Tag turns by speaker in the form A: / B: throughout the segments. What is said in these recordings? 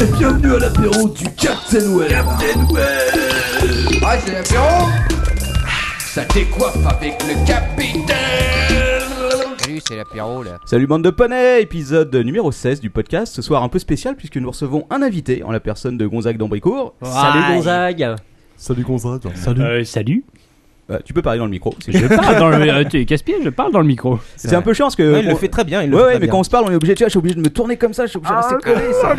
A: et bienvenue à l'apéro du Captain Web. Captain Web
B: Ah, c'est l'apéro
A: Ça décoiffe avec le capitaine
B: Salut, c'est l'apéro là.
C: Salut bande de poney, épisode numéro 16 du podcast. Ce soir un peu spécial puisque nous recevons un invité en la personne de Gonzague d'Ambricourt.
D: Salut Gonzague
E: Salut Gonzague
F: Salut euh, Salut
C: Euh, tu peux parler dans le micro. c'est-
F: Je parle dans le... euh, tu- Casse-pied, je parle dans le micro.
C: C'est un peu chiant parce que.
D: Ouais, Il le
C: on-
D: fait très bien, il le
C: Ouais,
D: fait
C: ouais,
D: très
C: mais
D: bien.
C: quand on se parle, on est obligé, tu vois, je suis obligé de me tourner comme ça, je suis obligé de rester collé. ça-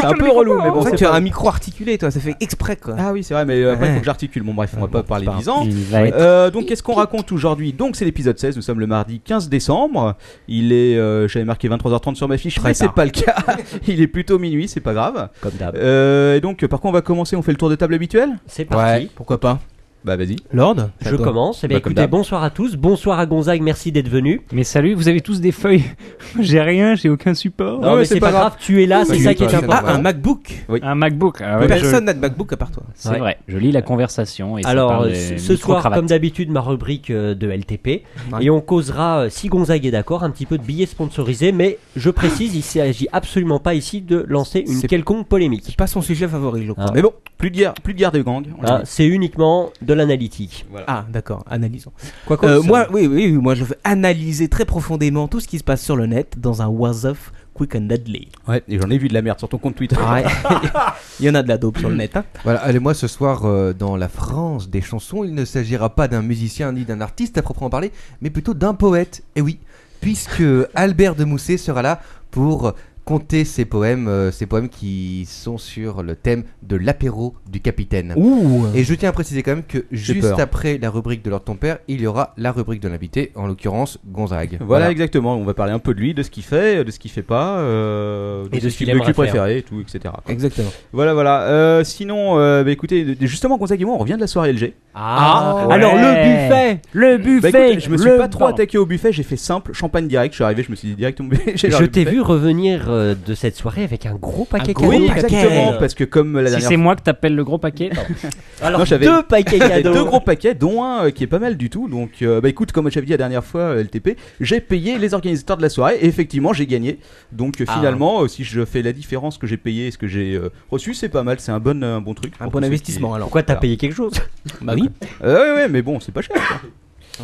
C: C'est un peu relou, mais bon,
D: En fait,
C: c'est
D: tu as
C: pas-
D: un micro articulé, toi, ça fait exprès quoi.
C: Ah oui, c'est vrai, mais euh, après,
D: Ouais.
C: faut que j'articule. Bon, bref, on va pas parler
D: pardon.
C: 10 ans.
F: Il va être-
C: Euh, donc, qu'est-ce qu'on raconte aujourd'hui Donc, c'est l'épisode 16. Nous sommes le mardi 15 décembre. Il est, euh, j'avais marqué 23h30 sur ma fiche,
D: Très
C: mais c'est
D: tard.
C: pas le cas. Il est plutôt minuit, c'est pas grave.
D: Comme d'hab.
C: Euh, et donc, par quoi on va commencer On fait le tour de table habituel
G: C'est parti.
D: Ouais, pourquoi pas.
C: Bah, vas-y.
D: Lord
G: Je commence. Eh bien,
C: Bah, comme
G: écoutez,
C: d'hab.
G: bonsoir à tous. Bonsoir à Gonzague. Merci d'être venu.
F: Mais salut, vous avez tous des feuilles. j'ai rien, j'ai aucun support.
C: Non,
G: Non,
C: mais
G: mais
C: c'est
G: c'est pas
C: pas
G: grave. Tu es là.
C: Oui,
G: C'est ça
C: oui,
G: qui est
C: toi,
G: important.
D: Ah, un MacBook
F: Un MacBook. Ah ouais, je-
D: Personne n'a de MacBook à part toi.
F: C'est
G: Ouais.
F: vrai, je lis la conversation. Et ça
G: Alors,
F: parle
G: ce
F: des
G: ce soir,
F: micro-cravates.
G: comme d'habitude, ma rubrique euh, de LTP.
D: Ouais.
G: Et on causera, euh, si Gonzague est d'accord, un petit peu de billets sponsorisés. Mais je précise, il s'agit absolument pas ici de lancer une
D: C'est-
G: quelconque polémique.
D: C'est pas son sujet favori, je crois.
G: Ah.
D: Mais bon,
C: Plus de guerre, plus de guerre de gang. on l'a
G: Hein, c'est uniquement de l'analytique.
D: ah d'accord, analysons.
G: Quoi
D: Euh, moi, oui, oui, oui, moi je veux analyser très profondément tout ce qui se passe sur le net dans un was of quick and deadly. Ah
C: dit. Ouais, et j'en ai vu de la merde sur ton compte Twitter.
D: Il y en a de la dope sur le net. hein.
E: Voilà, allez-moi ce soir euh, dans la France des chansons. Il ne s'agira pas d'un musicien ni d'un artiste à proprement parler, mais plutôt d'un poète. Et oui, puisque Albert de Mousset sera là pour compter ses poèmes, euh, ses poèmes qui sont sur le thème de l'apéro du capitaine.
D: Ouh
E: Et je tiens à préciser quand même que juste
C: peur.
E: après la rubrique de Lord Ton Père, il y aura la rubrique de l'invité, en l'occurrence Gonzague.
C: Voilà, exactement. On va parler un peu de lui, de ce qu'il fait, de ce qu'il fait pas, euh,
G: Et de
C: ses
G: ce qu'il
C: films
G: aimerait
C: cul
G: faire.
C: préférés, et tout, etc. quoi.
D: Exactement.
C: Voilà, voilà. Euh, sinon, euh, bah, écoutez, de- justement, Gonzague et moi, on revient de la soirée LG.
G: Ah,
F: ouais.
G: alors le buffet.
F: Le
C: Bah,
F: buffet
C: écoutez, je me suis
F: le
C: pas trop
F: bar.
C: attaqué au buffet, j'ai fait simple, champagne direct. Je suis arrivé, je me suis dit direct, on- j'ai
G: Je
C: le
G: t'ai
C: buffet.
G: vu revenir euh, de cette soirée avec un gros paquet
D: gros
G: cadeau.
C: Ah, Oui,
D: paquet.
C: exactement, parce que comme la
F: Si
C: dernière
F: c'est moi que t'appelles le gros paquet, non.
G: Alors
C: Non, j'avais-
G: deux paquets
C: Il y a
G: cadeaux.
C: deux gros paquets, dont un euh, qui est pas mal du tout. Donc, euh, bah écoute, comme je t'avais dit la dernière fois, euh, LTP, j'ai payé les organisateurs de la soirée et effectivement, j'ai gagné. Donc, euh,
G: Ah.
C: finalement, euh, si je fais la différence que j'ai payé et ce que j'ai euh, reçu, c'est pas mal. C'est un bon, euh, un bon truc.
D: Un
C: pour
D: bon
C: tous ceux
D: investissement alors.
G: Pourquoi t'as payé quelque chose
C: qui-
D: Bah oui,
C: Euh, ouais, ouais, mais bon, c'est pas cher. quoi.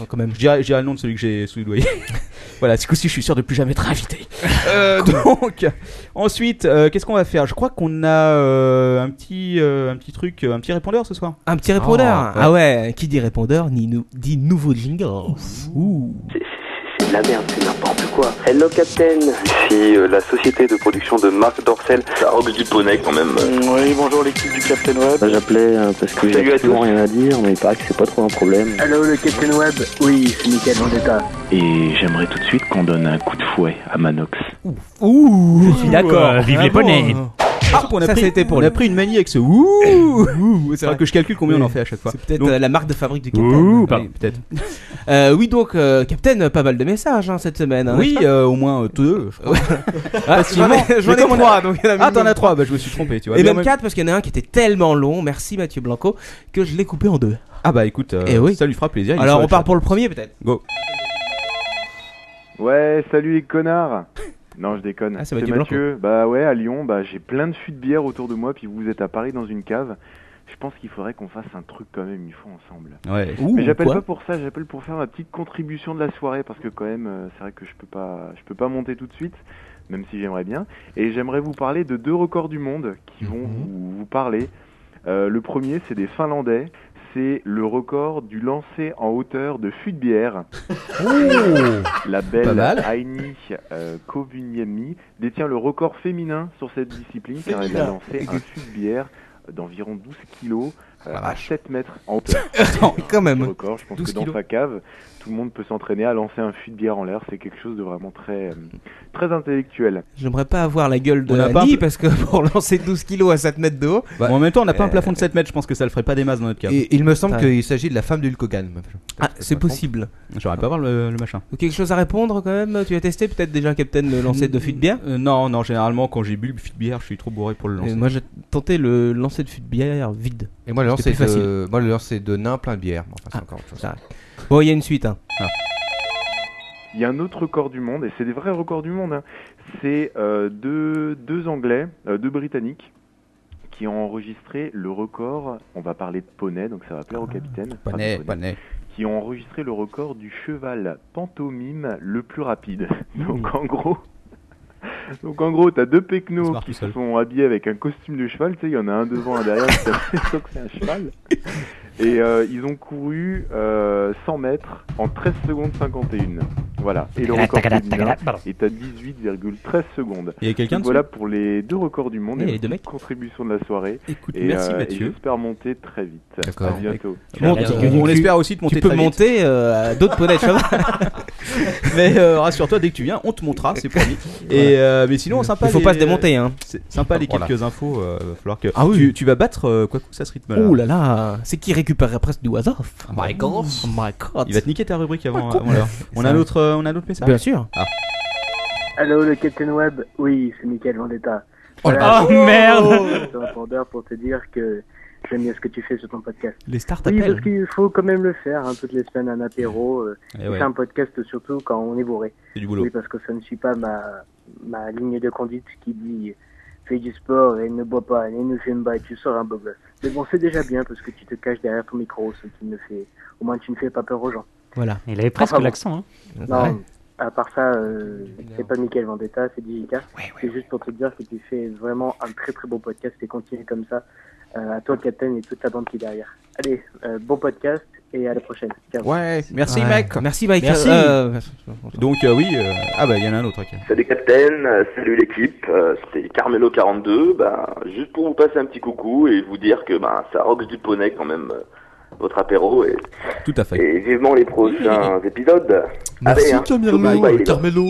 D: quand même.
C: je, dirais, je dirais le nom de celui que j'ai sous le loyer. voilà, ce coup-ci, je suis sûr de plus jamais être invité. Euh, donc, ensuite, euh, qu'est-ce qu'on va faire Je crois qu'on a euh, un, petit, euh, un petit truc, euh, un petit répondeur ce soir.
D: Un petit répondeur. ah ouais, qui dit répondeur ni nou- dit nouveau jingle. Ouh.
H: C'est de la merde, c'est n'importe quoi. Hello, Captain.
I: Ici euh, la société de production de Marc Dorcel.
J: La robe du poney quand même.
I: Oui, bonjour l'équipe du Captain Web.
J: J'appelais euh, parce que j'ai
I: Salut à
J: absolument rien à dire, mais il paraît que c'est pas trop un problème.
H: Hello, le Captain Web. Oui, c'est Michael Vendetta.
J: Et j'aimerais tout de suite qu'on donne un coup de fouet à Manox.
D: Ouh.
F: Je suis d'accord.
D: Ah
F: vive les
D: bon,
F: poneys.
D: euh,
C: Ah, on a,
D: ça,
C: pris,
D: c'était pour
C: on
D: lui.
C: a pris une manie avec ce ouh
D: Ouh,
C: C'est vrai que je calcule combien on en fait à chaque fois.
D: C'est peut-être
C: Donc-
D: euh, la marque de fabrique du Captain.
F: Ouh,
D: Oui.
F: pardon.
C: Peut-être.
D: Euh, oui, donc, euh, Captain, pas mal de messages hein, cette semaine. hein,
C: Oui,
D: n'est-ce
C: euh, au moins euh, deux. je crois.
D: pas Ah, J'en ai- j'en ai
C: Mais comme
D: trois, donc il y en a
C: Ah, t'en
D: minimum.
C: as trois, bah je me suis trompé, tu vois.
D: Et
C: Mais en
D: même quatre, parce qu'il y en a un qui était tellement long, merci Mathieu Blanco, que je l'ai coupé en deux.
C: Ah bah écoute, euh,
D: Eh oui.
C: ça lui fera plaisir. il
D: Alors,
C: sera
D: on part
C: chat.
D: pour le premier peut-être
C: Go.
K: Ouais, salut les connards Non, je déconne.
D: Ah, c'est
K: c'est
D: Mathieu
K: Mathieu. Bah ouais, à Lyon, bah j'ai plein de fûts de bière autour de moi, puis vous êtes à Paris dans une cave. Je pense qu'il faudrait qu'on fasse un truc quand même une fois ensemble.
C: Ouais.
D: Ouh,
K: Mais j'appelle
D: quoi
K: pas pour ça, j'appelle pour faire ma petite contribution de la soirée parce que quand même, euh, c'est vrai que je peux pas, je peux pas monter tout de suite, même si j'aimerais bien. Et j'aimerais vous parler de deux records du monde qui vont vous, vous parler. Euh, le premier, c'est des Finlandais. C'est le record du lancer en hauteur de fût de bière.
D: Oh
K: La
C: Pas
K: belle
C: mal.
K: Aini euh, Kovuniemi détient le record féminin sur cette discipline car elle a lancé un fût de bière d'environ 12 kilos euh, à 7 mètres en hauteur.
D: Attends,
K: C'est un
D: quand même.
K: petit record. Je pense
D: 12
K: que dans
D: kilos.
K: sa cave, tout le monde peut s'entraîner à lancer un fût de bière en l'air. C'est quelque chose de vraiment très, euh, très intellectuel.
D: J'aimerais pas avoir la gueule de
C: On a pas un Bah,
D: Annie,
C: pla-
D: parce que pour lancer 12 kilos à 7 mètres de haut,
C: Bon, en même temps, on n'a
D: Euh,
C: pas un plafond de 7 mètres, je pense que ça le ferait pas des masses dans notre cas.
E: Et il me semble
D: Putain.
E: qu'il s'agit de la femme de Hulkogan.
D: ah, c'est possible.
C: J'aurais pas voir le, le machin.
D: Ou quelque chose à répondre quand même Tu as testé peut-être déjà Captain le lancer de fût de bière
C: Euh, Non, non, généralement quand j'ai bu le fût de bière, je suis trop bourré pour le
D: Euh,
C: lancer.
D: Moi j'ai tenté le lancer de fût de bière vide.
E: Et moi, le lance,
D: C'était
E: c'est
D: plus
E: de... moi, le lance, c'est de nain plein de bière. Enfin, c'est
D: Ah,
E: encore autre chose.
D: ça. Bon, il y a une suite. Hein.
C: Ah.
K: Il y a un autre record du monde, et c'est des vrais records du monde. hein. C'est euh, deux, deux Anglais, euh, deux Britanniques, qui ont enregistré le record. On va parler de poney, donc ça va plaire au
C: Ah,
K: capitaine. Enfin, de Qui ont enregistré le record du cheval pantomime le plus rapide.
C: Mmh.
K: Donc en gros. Donc en gros, t'as deux
C: Il se
K: pecnos
C: marre
K: qui
C: tout seul.
K: sont habillés avec un costume de cheval, tu sais, il y en a un devant, un derrière, ça fait ça que c'est un cheval. Et euh, ils ont couru euh, 100 mètres en 13 secondes 51. Voilà. Et le record féminin est à 18,13 secondes.
C: Il y a quelqu'un dessous
K: Donc Voilà pour les deux records du monde
C: Eh,
K: et,
C: les deux mecs.
K: contribution de la soirée.
C: Écoute,
K: et,
C: merci
K: euh, et
C: Mathieu.
K: j'espère monter très vite.
E: D'accord.
K: À bientôt.
C: Monte,
G: Merci,
C: on,
G: Gugu.
C: on espère aussi te monter
D: Tu peux
C: très vite.
D: monter euh, à d'autres poneys de cheval.
C: Mais euh, rassure-toi, dès que tu viens, on te montera, c'est promis. Et euh, mais sinon, sympa.
D: Il faut
C: les-
D: pas se démonter. Hein.
C: C'est sympa les
D: Voilà.
C: quelques infos. euh, va falloir que
D: Ah oui.
C: tu, tu vas battre euh, quoi que ça ce rythme-là.
D: Oh là là, c'est qui récupère presque du Wasoff
E: My
D: God. My God.
C: Il va te niquer ta rubrique avant,
D: Ah,
C: avant l'heure. On a un autre, euh, on a un autre message.
D: Bien sûr.
H: Allô, le Captain Web Oui, c'est Michael Vendetta. Voilà,
F: Oh merde
H: je suis répondeur pour te dire que j'aime bien ce que tu fais sur ton podcast.
D: Les stars
H: Oui,
D: t'appellent.
H: parce qu'il faut quand même le faire, hein, toutes les semaines, un apéro. euh,
C: Eh ouais,
H: C'est un podcast surtout quand on est bourré.
C: c'est du boulot.
H: Oui, parce que ça ne suit pas ma, ma ligne de conduite qui dit fais du sport et ne bois pas et ne fume pas et tu seras un beau gosse. Mais bon, c'est déjà bien parce que tu te caches derrière ton micro, ce qui ne fait, au moins tu ne fais pas peur aux gens.
D: Voilà.
F: Il avait presque
H: Ah, bon.
F: l'accent. Hein.
H: Non, à part ça, euh, c'est pas Michael Vendetta, c'est Digica. c'est juste pour te dire que tu fais vraiment un très très beau podcast et continue comme ça. Euh, à toi, Captain, et toute la bande qui est derrière. Allez, euh, bon podcast et à la prochaine. Ciao.
C: Ouais.
D: Merci
E: Ouais.
D: mec. Merci Mike.
G: Merci.
D: Euh,
C: Donc euh, oui, euh, ah bah il y en a un autre. ok.
I: Salut Captain, euh, salut l'équipe, euh, c'était Carmelo42, ben, juste pour vous passer un petit coucou et vous dire que ben, ça rock du poney quand même, euh, votre apéro, et,
C: Tout à fait.
I: et vivement les prochains épisodes.
A: Merci
I: Allez, hein. Bye
A: Camirlo,
I: bye, les gars.
A: Carmelo.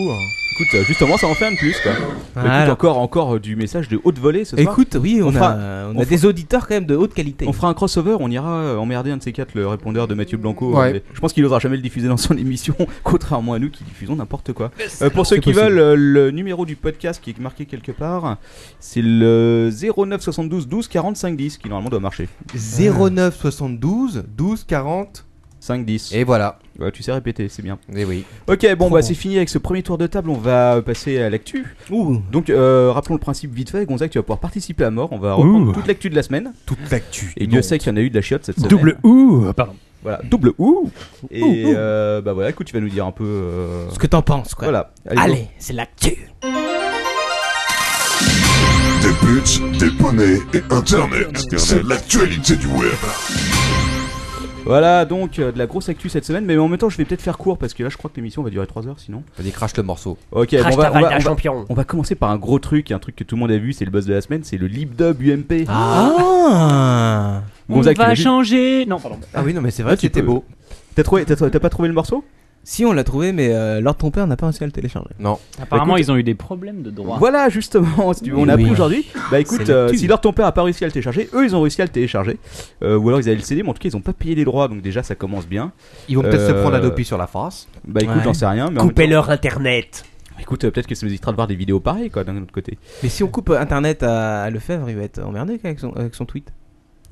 C: Écoute, euh, justement, ça en fait un de plus. Quoi.
D: Voilà.
C: Écoute, encore, encore euh, du message de haute volée ce soir.
D: Écoute, oui, on,
C: On
D: a,
C: fera-
D: on
C: on
D: a des auditeurs quand même de haute qualité.
C: On fera un crossover, on ira euh, emmerder un de ces quatre, le répondeur de Mathieu Blanco.
A: Ouais.
C: Euh, Je pense qu'il osera jamais le diffuser dans son émission, contrairement à nous qui diffusons n'importe quoi. Euh, pour ceux
A: C'est
C: qui
A: possible.
C: veulent, euh, le numéro du podcast qui est marqué quelque part, c'est le 09 72 12 45 10 qui normalement doit marcher.
E: 09 72 12 40
C: 5 10.
E: et voilà.
C: Ouais, tu sais répéter, c'est bien.
E: Et oui.
C: Ok, bon,
D: Trop
C: bah
D: bon.
C: c'est fini avec ce premier tour de table, on va euh, passer à l'actu.
D: Ouh.
C: Donc, euh, rappelons le principe vite fait. Gonzague, tu vas pouvoir participer à mort. On va reprendre
F: Ouh.
C: toute l'actu de la semaine.
A: Toute l'actu.
C: Et Dieu sait qu'il y en a eu de la chiotte cette semaine.
F: Double ou Pardon.
C: Voilà, double ou. Et
D: Ah, Ouh, ouh.
C: euh, bah voilà, écoute, tu vas nous dire un peu. euh,
D: Ce que t'en penses quoi.
C: Voilà.
D: Allez, c'est l'actu.
A: Des buts, des poneys et internet. C'est l'actualité du web.
C: go. Voilà, donc euh, de la grosse actu cette semaine, mais en même temps, je vais peut-être faire court parce que là, je crois que l'émission va durer 3 heures sinon.
E: Vas-y, crache le morceau.
C: Ok, bon,
G: Crash
C: on, va,
G: ta
C: on,
G: valde
C: va,
G: d'un
C: on va-
G: champion.
C: on va commencer par un gros truc, un truc que tout le monde a vu, c'est le buzz de la semaine, c'est le LibDub UMP.
D: Ah.
F: On
C: Gonzague, tu l'as
F: va
C: vu
F: changer. Non, pardon.
E: Ah oui, non, mais c'est
C: Ah,
E: vrai,
C: tu
E: c'était
C: peux.
E: beau.
C: T'as trouvé- t'as- t'as pas trouvé le morceau
D: Si on l'a trouvé, mais euh, Lord ton père n'a pas réussi à le télécharger.
F: Apparemment, ils ont eu des problèmes de droit.
C: Voilà, justement, si tu veux, on a
D: Oui.
C: appris aujourd'hui. Bah écoute,
D: C'est
C: euh,
D: l'actu.
C: si leur ton père a pas réussi à le télécharger, eux ils ont réussi à le télécharger. Euh, ou alors ils avaient le CD, mais en tout cas ils ont pas payé les droits, donc déjà ça commence bien.
E: Ils vont peut-être se
C: Euh,
E: prendre la dopie sur la face.
C: Bah écoute,
D: Ouais.
C: j'en sais rien, mais en même temps-
G: Coupez-leur internet.
C: Écoute, euh, peut-être que ça nous évitera de voir des vidéos pareilles, quoi, d'un autre côté.
D: Mais si on coupe euh, internet à, à Lefebvre, il va être emmerdé avec son, avec son tweet.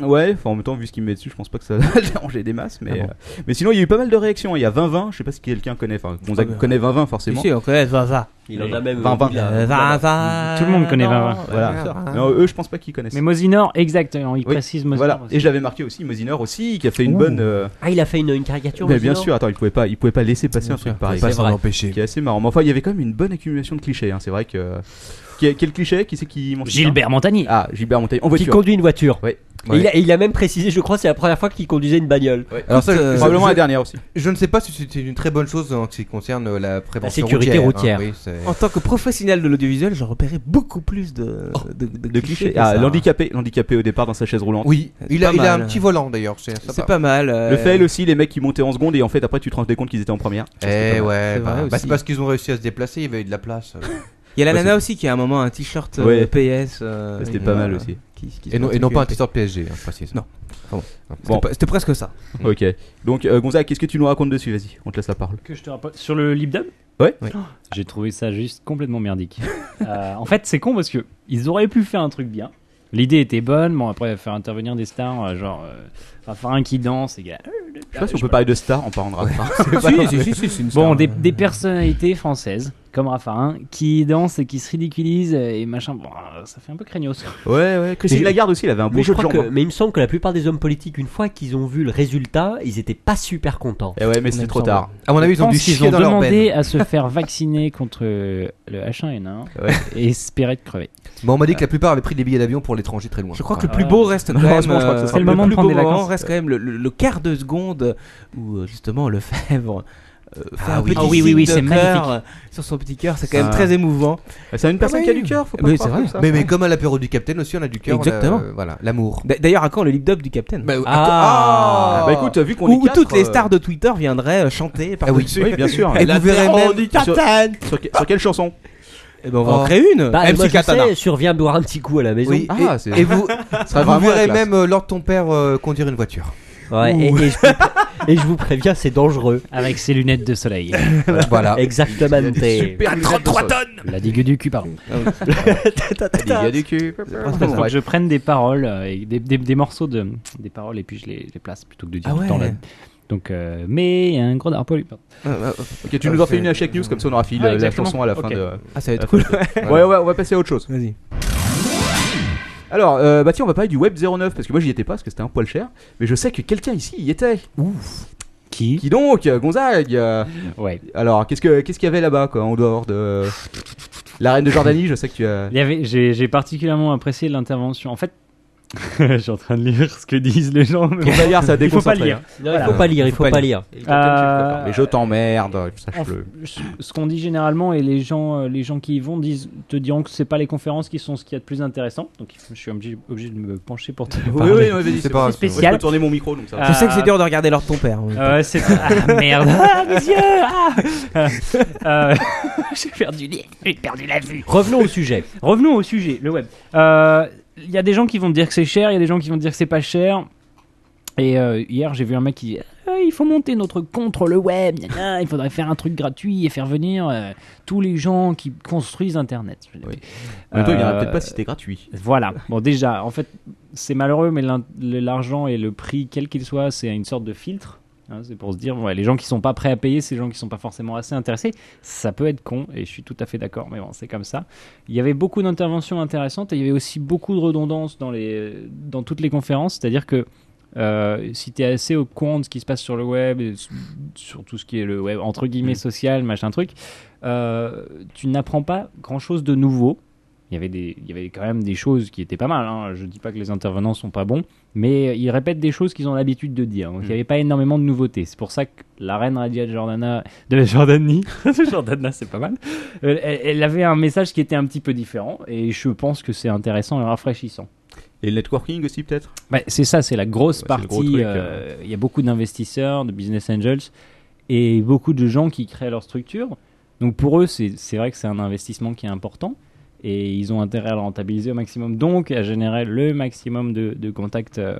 C: Ouais, enfin, en même temps, vu ce qu'il me met dessus, je pense pas que ça va le déranger des masses, mais,
D: Ah bon.
C: euh, mais sinon, il y a eu pas mal de réactions. Il y a 20-20, je sais pas si quelqu'un connaît, enfin, Gonzague
F: bah,
D: Ah ben,
C: connaît 20-20 forcément.
D: Si, on connaît ça, ça.
G: Il en a même.
C: Vingt, vingt.
G: il a-
D: Euh, ça, ça.
F: Tout le monde connaît
D: Non,
F: 20.
C: Voilà.
D: sûr.
C: Non, eux, je pense pas qu'ils connaissent.
F: Mais Mosinor, exactement. Ils
C: Oui,
F: précisent Mosinor.
C: voilà, et j'avais marqué aussi Mosinor aussi, qui a fait une
D: Ouh.
C: bonne. euh,
G: Ah, il a fait une, une caricature.
C: mais bien
G: Mosinor
C: sûr, attends, il pouvait pas, il pouvait pas laisser passer
D: Bien
C: un truc
D: sûr,
C: pareil.
G: c'est
C: C'est
G: vrai.
A: empêcher.
C: Qui est assez marrant. Mais enfin, il y avait quand même une bonne accumulation de clichés. Hein. C'est vrai que Qui- quel cliché Qui c'est qui monte
F: Gilbert Montagnier.
C: Ah, Gilbert Montaigne en
G: Qui
C: voiture.
G: conduit une voiture.
C: Ouais.
G: Et il, a, et il a même précisé, je crois, c'est la première fois qu'il conduisait une bagnole.
E: Alors ça, je-
C: Probablement
E: euh, je-
C: la dernière aussi.
E: Je ne sais pas si c'est une très bonne chose en ce qui concerne euh, la prévention
G: sécurité
E: routière. hein. Oui,
G: routière.
E: c'est-
D: En tant que professionnel de l'audiovisuel, j'en repérais beaucoup plus de, de, de
C: Oh, De
D: clichés
C: clichés.
D: que ça.
C: Ah,
D: hein.
C: l'handicapé, l'handicapé au départ dans sa chaise roulante.
E: Oui,
D: C'est
E: il a,
D: pas
E: il a
D: mal.
E: un petit volant d'ailleurs. C'est
D: C'est
E: sympa.
D: pas mal. euh,
C: Le fail aussi, les mecs qui montaient en seconde et en fait après tu te rendais compte qu'ils étaient en première.
E: Eh ouais,
D: C'est
E: bah,
D: vrai
E: bah,
D: aussi.
E: c'est parce qu'ils ont réussi à se déplacer, il y avait eu de la place.
D: Il y a la
C: Ouais,
D: nana aussi qui a à un moment un t-shirt euh,
C: Ouais.
D: PS. euh,
C: Ça, C'était
D: avec,
C: pas
D: euh,
C: mal aussi.
D: qui- qui se
E: et, non, et
D: porte
E: non
D: le
E: pas un
D: cul.
E: t-shirt PSG, hein, je précise.
D: Non.
E: Ah bon.
D: C'était pas- C'était presque ça.
C: Ok. Donc euh, Gonzague, qu'est-ce que tu nous racontes dessus Vas-y, on te laisse la parole.
F: que je te rappelle sur le LibDub
C: Ouais.
D: Ouais.
F: Oh, J'ai trouvé ça juste complètement merdique. Euh, en fait, c'est con parce que ils auraient pu faire un truc bien. L'idée était bonne, bon après faire intervenir des stars, euh, genre euh, enfin, faire un qui danse et gars, euh,
C: Je sais pas si on peut parler de star en parlant de Raffarin. C'est pas grave.
F: Si, si, si, si, c'est une star. euh. Bon, des, des personnalités françaises, comme Raffarin, qui dansent et qui se ridiculisent et machin. Bon, ça fait un peu craignos.
C: Ouais, ouais. Christine
G: Mais-
C: Lagarde aussi, elle avait un beau
G: mais je
C: jeu de
G: crois
C: jambes. hein.
G: que- mais il me semble que la plupart des hommes politiques, une fois qu'ils ont vu le résultat, ils étaient pas super contents.
C: Eh ouais, mais c'était trop tard.
E: À mon avis, ils ont
F: Je
E: dû
F: pense qu'ils
E: chier
F: ont
E: dans leur
F: demandé
E: peine.
F: à se faire vacciner contre euh, le H1N1
C: Ouais.
F: et espérer de crever.
E: Bon, on m'a dit que la plupart avaient pris des billets d'avion pour l'étranger très loin.
D: Ah. Je crois que
C: Ah,
D: le plus beau reste quand même.
C: Malheureusement, je crois que ce
D: euh,
C: sera
D: le,
C: le moment de
D: plus beau
F: prendre des
D: moment
F: vacances.
D: reste quand même le, le- le quart de seconde où euh, justement Lefebvre euh, fait
E: Ah
D: un
E: oui.
D: petit
F: Ah oui, oui,
D: signe
F: oui,
D: de
F: c'est
D: cœur euh, sur son petit cœur. C'est quand même très émouvant.
C: Bah, C'est une personne
D: Ah oui.
C: qui a du cœur, faut pas
D: Mais
C: croire
D: c'est vrai.
C: comme ça.
E: Mais, mais comme à l'apéro du Capitaine aussi, on a du cœur. on a,
D: Exactement.
E: euh, voilà, l'amour.
D: D'a- D'ailleurs, à quand le lip dub du Capitaine
E: Bah,
D: Ah.
E: ah,
C: Bah écoute, vu qu'on est
D: Où
C: quatre,
D: toutes les
C: euh, Eh
D: stars de Twitter viendraient euh, chanter par
E: Ah oui.
D: dessus.
C: Oui, bien sûr.
D: Et vous verrez
C: terre
D: même
C: du Capitaine. Sur, que- sur quelle chanson
D: Eh ben, on va en
E: Oh.
D: créer une.
G: Bah,
D: MC
G: moi, je
D: Katana.
G: sais, surviens boire un petit coup à la maison.
E: Oui,
C: Ah,
E: et-
C: c'est-
E: et, vous,
C: serait
E: vous
C: vraiment la
E: verrez
C: classe.
E: même euh, Lord ton père euh, conduire une voiture.
G: Ouais, et, et je vous, et je vous préviens, c'est dangereux.
F: Avec ses lunettes de soleil.
E: voilà.
G: Exactement.
C: Super lunettes de
A: 33
C: sol. Ah
A: tonnes
F: Euh, La digue du cul, pardon.
C: Il y a du cul.
F: Il faut que je prenne des paroles, euh, et des, des- des morceaux de des paroles et puis je les, je les place plutôt que de dire
D: Ah
F: tout le temps
D: ouais.
F: la- Donc, euh, mais un gros dard poli- pardon.
C: Ah, bah, Ok, tu nous en fais une à chaque news, comme ça on aura fini
F: Ah,
C: la- la
F: exactement.
C: chanson à la fin
F: Ok.
C: de.
D: Ah, ça va être
C: Ah,
D: cool.
C: Ouais, ouais, on va passer à autre chose.
D: Vas-y.
C: Alors, euh, bah tiens, on va parler du Web 09 parce que moi j'y étais pas parce que c'était un poil cher, mais je sais que quelqu'un ici y était.
F: Qui
C: Qui donc, euh, Gonzague euh,
F: Ouais.
C: Alors, qu'est-ce que qu'est-ce qu'il y avait là-bas quoi, en dehors de la reine de Jordanie Je sais que tu as.
F: Il y avait, j'ai, j'ai particulièrement apprécié l'intervention. En fait, je suis en train de lire ce que disent les gens. mais bon,
C: Gonzague, ça
F: il faut pas
C: déconcentre.
F: le lire.
G: Il faut pas lire, il faut pas lire.
F: Euh,
C: Mais je t'emmerde,
F: en
C: sache-le.
F: f- ce ce qu'on dit généralement et les gens, euh, les gens qui y vont disent, te diront que c'est pas les conférences qui sont ce qu'il y a de plus intéressant. Donc je suis obligé, obligé de me pencher pour te parler.
C: non, mais vas-y,
E: C'est pas grave.
C: Moi,
F: spécial.
C: Je peux tourner mon micro donc ça. va.
D: Je sais que c'est dur de regarder Lord ton père. en même temps.
F: Euh, c'est ah, merde. Ah, mes yeux. Ah. Euh, j'ai perdu les- j'ai perdu la vue.
G: Revenons au sujet.
F: Revenons au sujet, le web. Euh, Il y a des gens qui vont me dire que c'est cher, il y a des gens qui vont me dire que c'est pas cher. Et euh, hier, j'ai vu un mec qui dit Ah, il faut monter notre contre le web, gna gna, il faudrait faire un truc gratuit et faire venir euh, tous les gens qui construisent Internet.
C: Oui. En même temps, il y en a
F: Euh,
C: peut-être pas si c'était gratuit.
F: Voilà. Bon, déjà, en fait, c'est malheureux, mais l'in- l'argent et le prix, quel qu'il soit, c'est une sorte de filtre. hein, c'est pour se dire, ouais, les gens qui sont pas prêts à payer, c'est les gens qui sont pas forcément assez intéressés. Ça peut être con, et je suis tout à fait d'accord, mais bon, c'est comme ça. Il y avait beaucoup d'interventions intéressantes, et il y avait aussi beaucoup de redondances dans, les, dans toutes les conférences, c'est-à-dire que euh, si tu es assez au courant de ce qui se passe sur le web, et s- sur tout ce qui est le web, entre guillemets, social, machin truc, euh, tu n'apprends pas grand-chose de nouveau il y avait des il y avait quand même des choses qui étaient pas mal hein. je dis pas que les intervenants sont pas bons mais ils répètent des choses qu'ils ont l'habitude de dire donc il y
C: Mm.
F: avait pas énormément de nouveautés c'est pour ça que la reine Radia de Jordana de Jordanie de Jordana c'est pas mal Euh, elle, elle avait un message qui était un petit peu différent et je pense que c'est intéressant et rafraîchissant
C: Et le networking aussi peut-être.
F: Ouais, c'est ça c'est la grosse
C: Ouais, c'est le gros
F: partie
C: truc,
F: euh, il y a beaucoup d'investisseurs de business angels et beaucoup de gens qui créent leur structure donc pour eux, c'est c'est vrai que c'est un investissement qui est important et ils ont intérêt à le rentabiliser au maximum, donc à générer le maximum de, de contacts euh,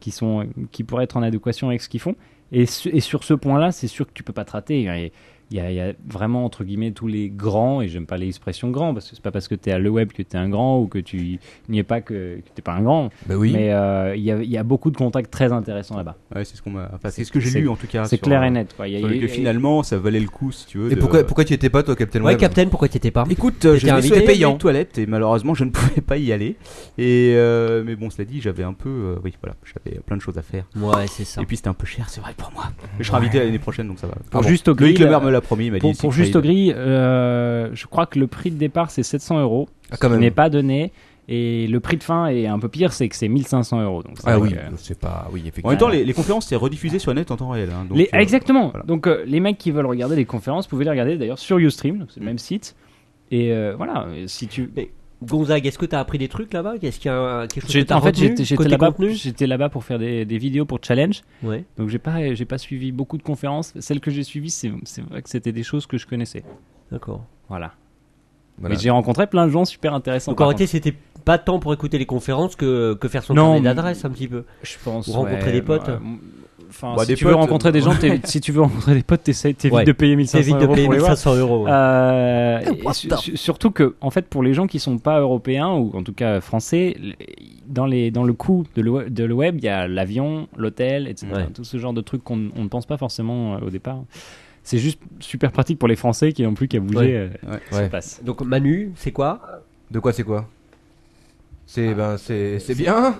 F: qui, sont, qui pourraient être en adéquation avec ce qu'ils font. Et, su- et sur ce point-là, c'est sûr que tu peux pas te rater. Et Il y, a, il y a vraiment, entre guillemets, tous les grands, et j'aime pas l'expression grand, parce que c'est pas parce que tu es à le web que tu es un grand ou que tu n'y es pas que, que tu pas un grand.
E: Bah oui.
F: Mais euh, il y, a, il y a beaucoup de contacts très intéressants là-bas.
C: Ouais, c'est ce qu'on m'a. Enfin, c'est ce que j'ai
F: c'est-
C: lu en tout cas.
F: C'est
C: sur- euh,
F: clair et net. quoi. Il y a-
C: sur le-
F: il y
C: que
F: a-
C: finalement, ça valait le coup si tu veux.
E: Et
C: de-
E: pourquoi, pourquoi tu étais pas toi, Captain
G: Ouais,
E: Web
G: Captain, pourquoi t'étais pas
C: Écoute, euh, je
G: T'étais
C: me
G: invité
C: suis payé
G: payant.
C: aux toilettes et malheureusement je ne pouvais pas y aller. Et euh, mais bon, cela dit, j'avais un peu, euh, oui, voilà, j'avais plein de choses à faire.
G: Ouais, c'est ça.
C: Et puis c'était un peu cher, c'est vrai pour moi. Mais je serai invité l'année prochaine, donc ça va.
F: Pour
C: Ah bon.
F: juste au
C: Loïc
F: grill,
C: Le Maire
F: euh,
C: me l'a promis, il m'a dit.
F: Pour, pour
C: Siegfried.
F: juste au gris, euh, je crois que le prix de départ c'est 700 euros,
E: Ah, quand
F: ce qui
E: même.
F: n'est pas donné. Et le prix de fin est un peu pire, c'est que c'est 1500 euros. Donc euh, c'est
E: Ah
F: vrai
E: oui,
F: que-
E: c'est pas. Oui, effectivement.
C: En même temps, les, les conférences c'est rediffusé sur net en temps réel. hein, donc,
F: Les-
C: euh,
F: exactement.
C: voilà.
F: Donc euh, les mecs qui veulent regarder les conférences, pouvez les regarder d'ailleurs sur YouStream, donc c'est
C: Mm.
F: le même site. Et euh, voilà, et si tu.
G: Gonzague, est-ce que t'as appris des trucs là-bas Est-ce qu'il y a un- quelque chose que
F: J'ai-
G: t'as
F: En fait,
G: retenu
F: j'étais j'étais
G: côté
F: là-bas
G: contenu
F: j'étais là-bas pour faire des, des vidéos pour challenge.
G: Ouais.
F: Donc j'ai pas j'ai pas suivi beaucoup de conférences. Celles que j'ai suivies, c'est c'est vrai que c'était des choses que je connaissais.
G: D'accord.
F: Voilà.
E: Voilà.
F: Mais j'ai rencontré plein de gens super intéressants.
G: Donc
F: par
G: en réalité, c'était pas tant pour écouter les conférences que, que faire son
F: Non,
G: carnet
F: mais-
G: d'adresse un petit peu.
F: Je pense.
G: Ou rencontrer des potes.
F: bah, m- Enfin,
C: Bah,
F: si
C: des
F: tu veux
C: potes,
E: euh,
F: rencontrer des gens, t'évites- si tu veux rencontrer des potes, t'essayes- t'évites
G: Ouais.
F: de payer
G: T'évites
F: 1500
G: de
F: euros
G: payer
F: pour les voir.
G: 1500 euros. ouais.
F: Euh, et su- su- surtout que, en fait, pour les gens qui sont pas européens ou en tout cas français, l- dans, les, dans le coût de le, de le web, il y a l'avion, l'hôtel, etc. Tout ce genre de trucs qu'on on ne pense pas forcément euh, au départ. C'est juste super pratique pour les Français qui n'ont plus qu'à bouger.
G: Ouais.
F: euh,
G: Ouais.
F: ça
G: Ouais.
F: passe.
G: Donc Manu, c'est quoi
E: De quoi c'est quoi C'est ben c'est c'est bien.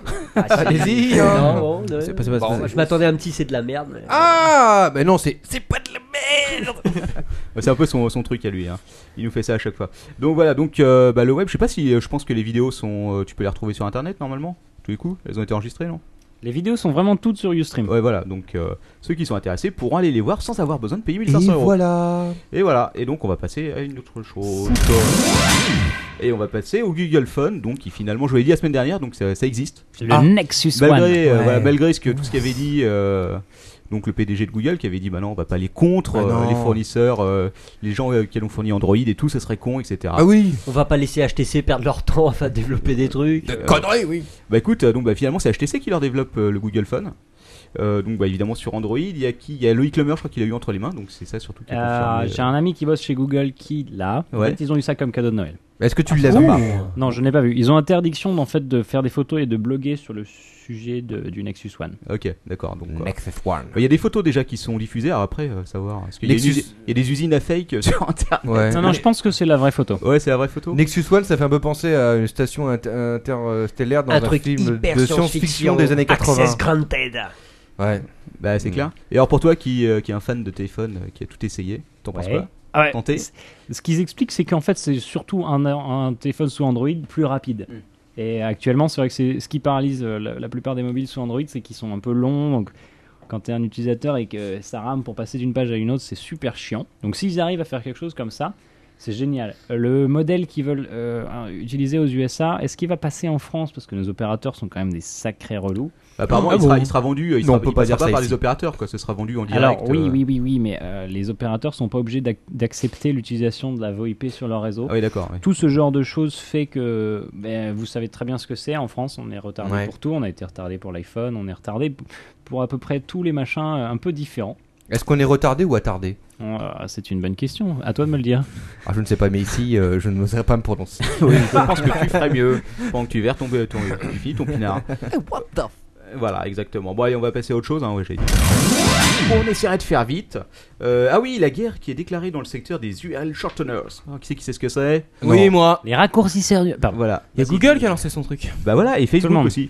G: Ah, si.
E: Allez-y.
G: Non,
E: hein.
G: bon, ouais.
E: C'est pas- c'est pas-
G: Bon,
E: c'est pas-
G: Je m'attendais à un petit c'est de la merde. mais-
E: Ah, mais non, c'est c'est pas de la merde.
C: Ouais, C'est un peu son, son truc à lui. hein. Il nous fait ça à chaque fois. Donc voilà, donc euh, bah, le web, je sais pas si euh, je pense que les vidéos sont. euh, tu peux les retrouver sur internet normalement, tous les coups. Elles ont été enregistrées, non
F: Les vidéos sont vraiment toutes sur Ustream.
C: Ouais, voilà. Donc euh, ceux qui sont intéressés pourront aller les voir sans avoir besoin de payer
E: Et
C: 1500 euros.
E: voilà.
C: Et voilà. Et donc on va passer à une autre chose. Et on va passer au Google Phone, donc qui finalement, je vous l'ai dit la semaine dernière, donc ça, ça existe. Ah,
F: Le Nexus
C: malgré,
F: One.
C: euh, voilà,
E: Ouais.
C: malgré ce que tout ce qu'avait dit. euh, donc le PDG de Google qui avait dit bah non on va pas aller contre
E: Ah
C: euh,
E: non.
C: les fournisseurs euh, les gens euh, qui ont fourni Android et tout ça serait con etc
E: Ah oui.
G: euh, On va pas laisser HTC perdre leur temps à développer des trucs.
E: De conneries, oui.
C: Bah écoute, euh, donc bah, finalement c'est HTC qui leur développe euh, le Google Phone. Euh, donc bah, évidemment sur Android, il y a qui Il y a Loïc Lemer, je crois qu'il a eu entre les mains, donc c'est ça surtout qui
F: Euh,
C: confirme.
F: J'ai un ami qui bosse chez Google qui l'a. En
C: Ouais.
F: fait, ils ont eu ça comme cadeau de Noël.
E: Est-ce que tu l'avais pas
F: Non, je n'ai pas vu. Ils ont interdiction en fait de faire des photos et de bloguer sur le sujet de- du Nexus One.
C: Ok, d'accord. Donc euh, bah,
E: Nexus One.
C: il y a des photos déjà qui sont diffusées. Alors après, euh, savoir. Parce qu'il y, a
E: Nexus-
C: une usi- il y a des usines à fake euh, sur Internet.
E: Ouais.
F: Non, non, je pense que c'est la vraie photo.
C: Ouais, c'est la vraie photo.
E: Nexus One, ça fait un peu penser à une station inter- interstellaire dans
G: un
E: un,
G: truc
E: film
G: hyper
E: de science-fiction des années 80.
G: Access granted.
E: Ouais.
C: Bah c'est
E: Mm.
C: clair. Et alors pour toi qui, euh, qui est un fan de téléphone, euh, qui a tout essayé, t'en penses
F: Ouais.
C: quoi
F: Ah ouais.
C: Tenté.
F: C- Ce qu'ils expliquent, c'est qu'en fait, c'est surtout un, un téléphone sous Android plus rapide.
C: Mm.
F: Et actuellement, c'est vrai que c'est ce qui paralyse euh, la, la plupart des mobiles sous Android, c'est qu'ils sont un peu longs. Donc, quand tu es un utilisateur et que ça rame pour passer d'une page à une autre, c'est super chiant. Donc, s'ils arrivent à faire quelque chose comme ça, c'est génial. Euh, Le modèle qu'ils veulent euh, un- utiliser aux USA, est-ce qu'il va passer en France Parce que nos opérateurs sont quand même des sacrés relous.
C: Bah, Apparemment,
E: Ah
C: il, sera,
E: bon
C: il sera vendu. euh, Il
E: Non,
C: sera,
E: on peut
C: il
E: pas
C: passera
E: dire ça
C: par
E: ici.
C: les opérateurs, quoi. Ce sera vendu en direct.
F: Alors, oui,
C: euh.
F: oui, oui, oui, mais euh, les opérateurs sont pas obligés d'ac- d'accepter l'utilisation de la VoIP sur leur réseau.
C: Ah oui, d'accord. ouais.
F: Tout ce genre de choses fait que ben, vous savez très bien ce que c'est. En France, on est retardé
E: Ouais.
F: pour tout. On a été retardé pour l'iPhone, on est retardé p- pour à peu près tous les machins euh, un peu différents.
E: Est-ce qu'on est retardé ou attardé
F: On, euh, c'est une bonne question. À toi de me le dire.
E: ah, Je ne sais pas, mais ici, euh, je ne saurais pas me prononcer.
C: Oui, je pense que tu ferais mieux pendant que tu verres ton, euh, ton, ton, tu finis ton pinard. Euh, Voilà, exactement. Bon, allez, on va passer à autre chose. Hein, ouais, j'ai dit. Bon, on essaierait de faire vite. Euh, ah oui, la guerre qui est déclarée dans le secteur des URL shorteners. Ah, qui c'est qui sait ce que c'est
E: Oui, moi.
F: Les raccourcisseurs du. Pardon.
C: Voilà.
D: Il y a Google qui a lancé son truc.
C: Bah voilà, et
F: Tout le
C: Facebook
F: monde.
C: aussi.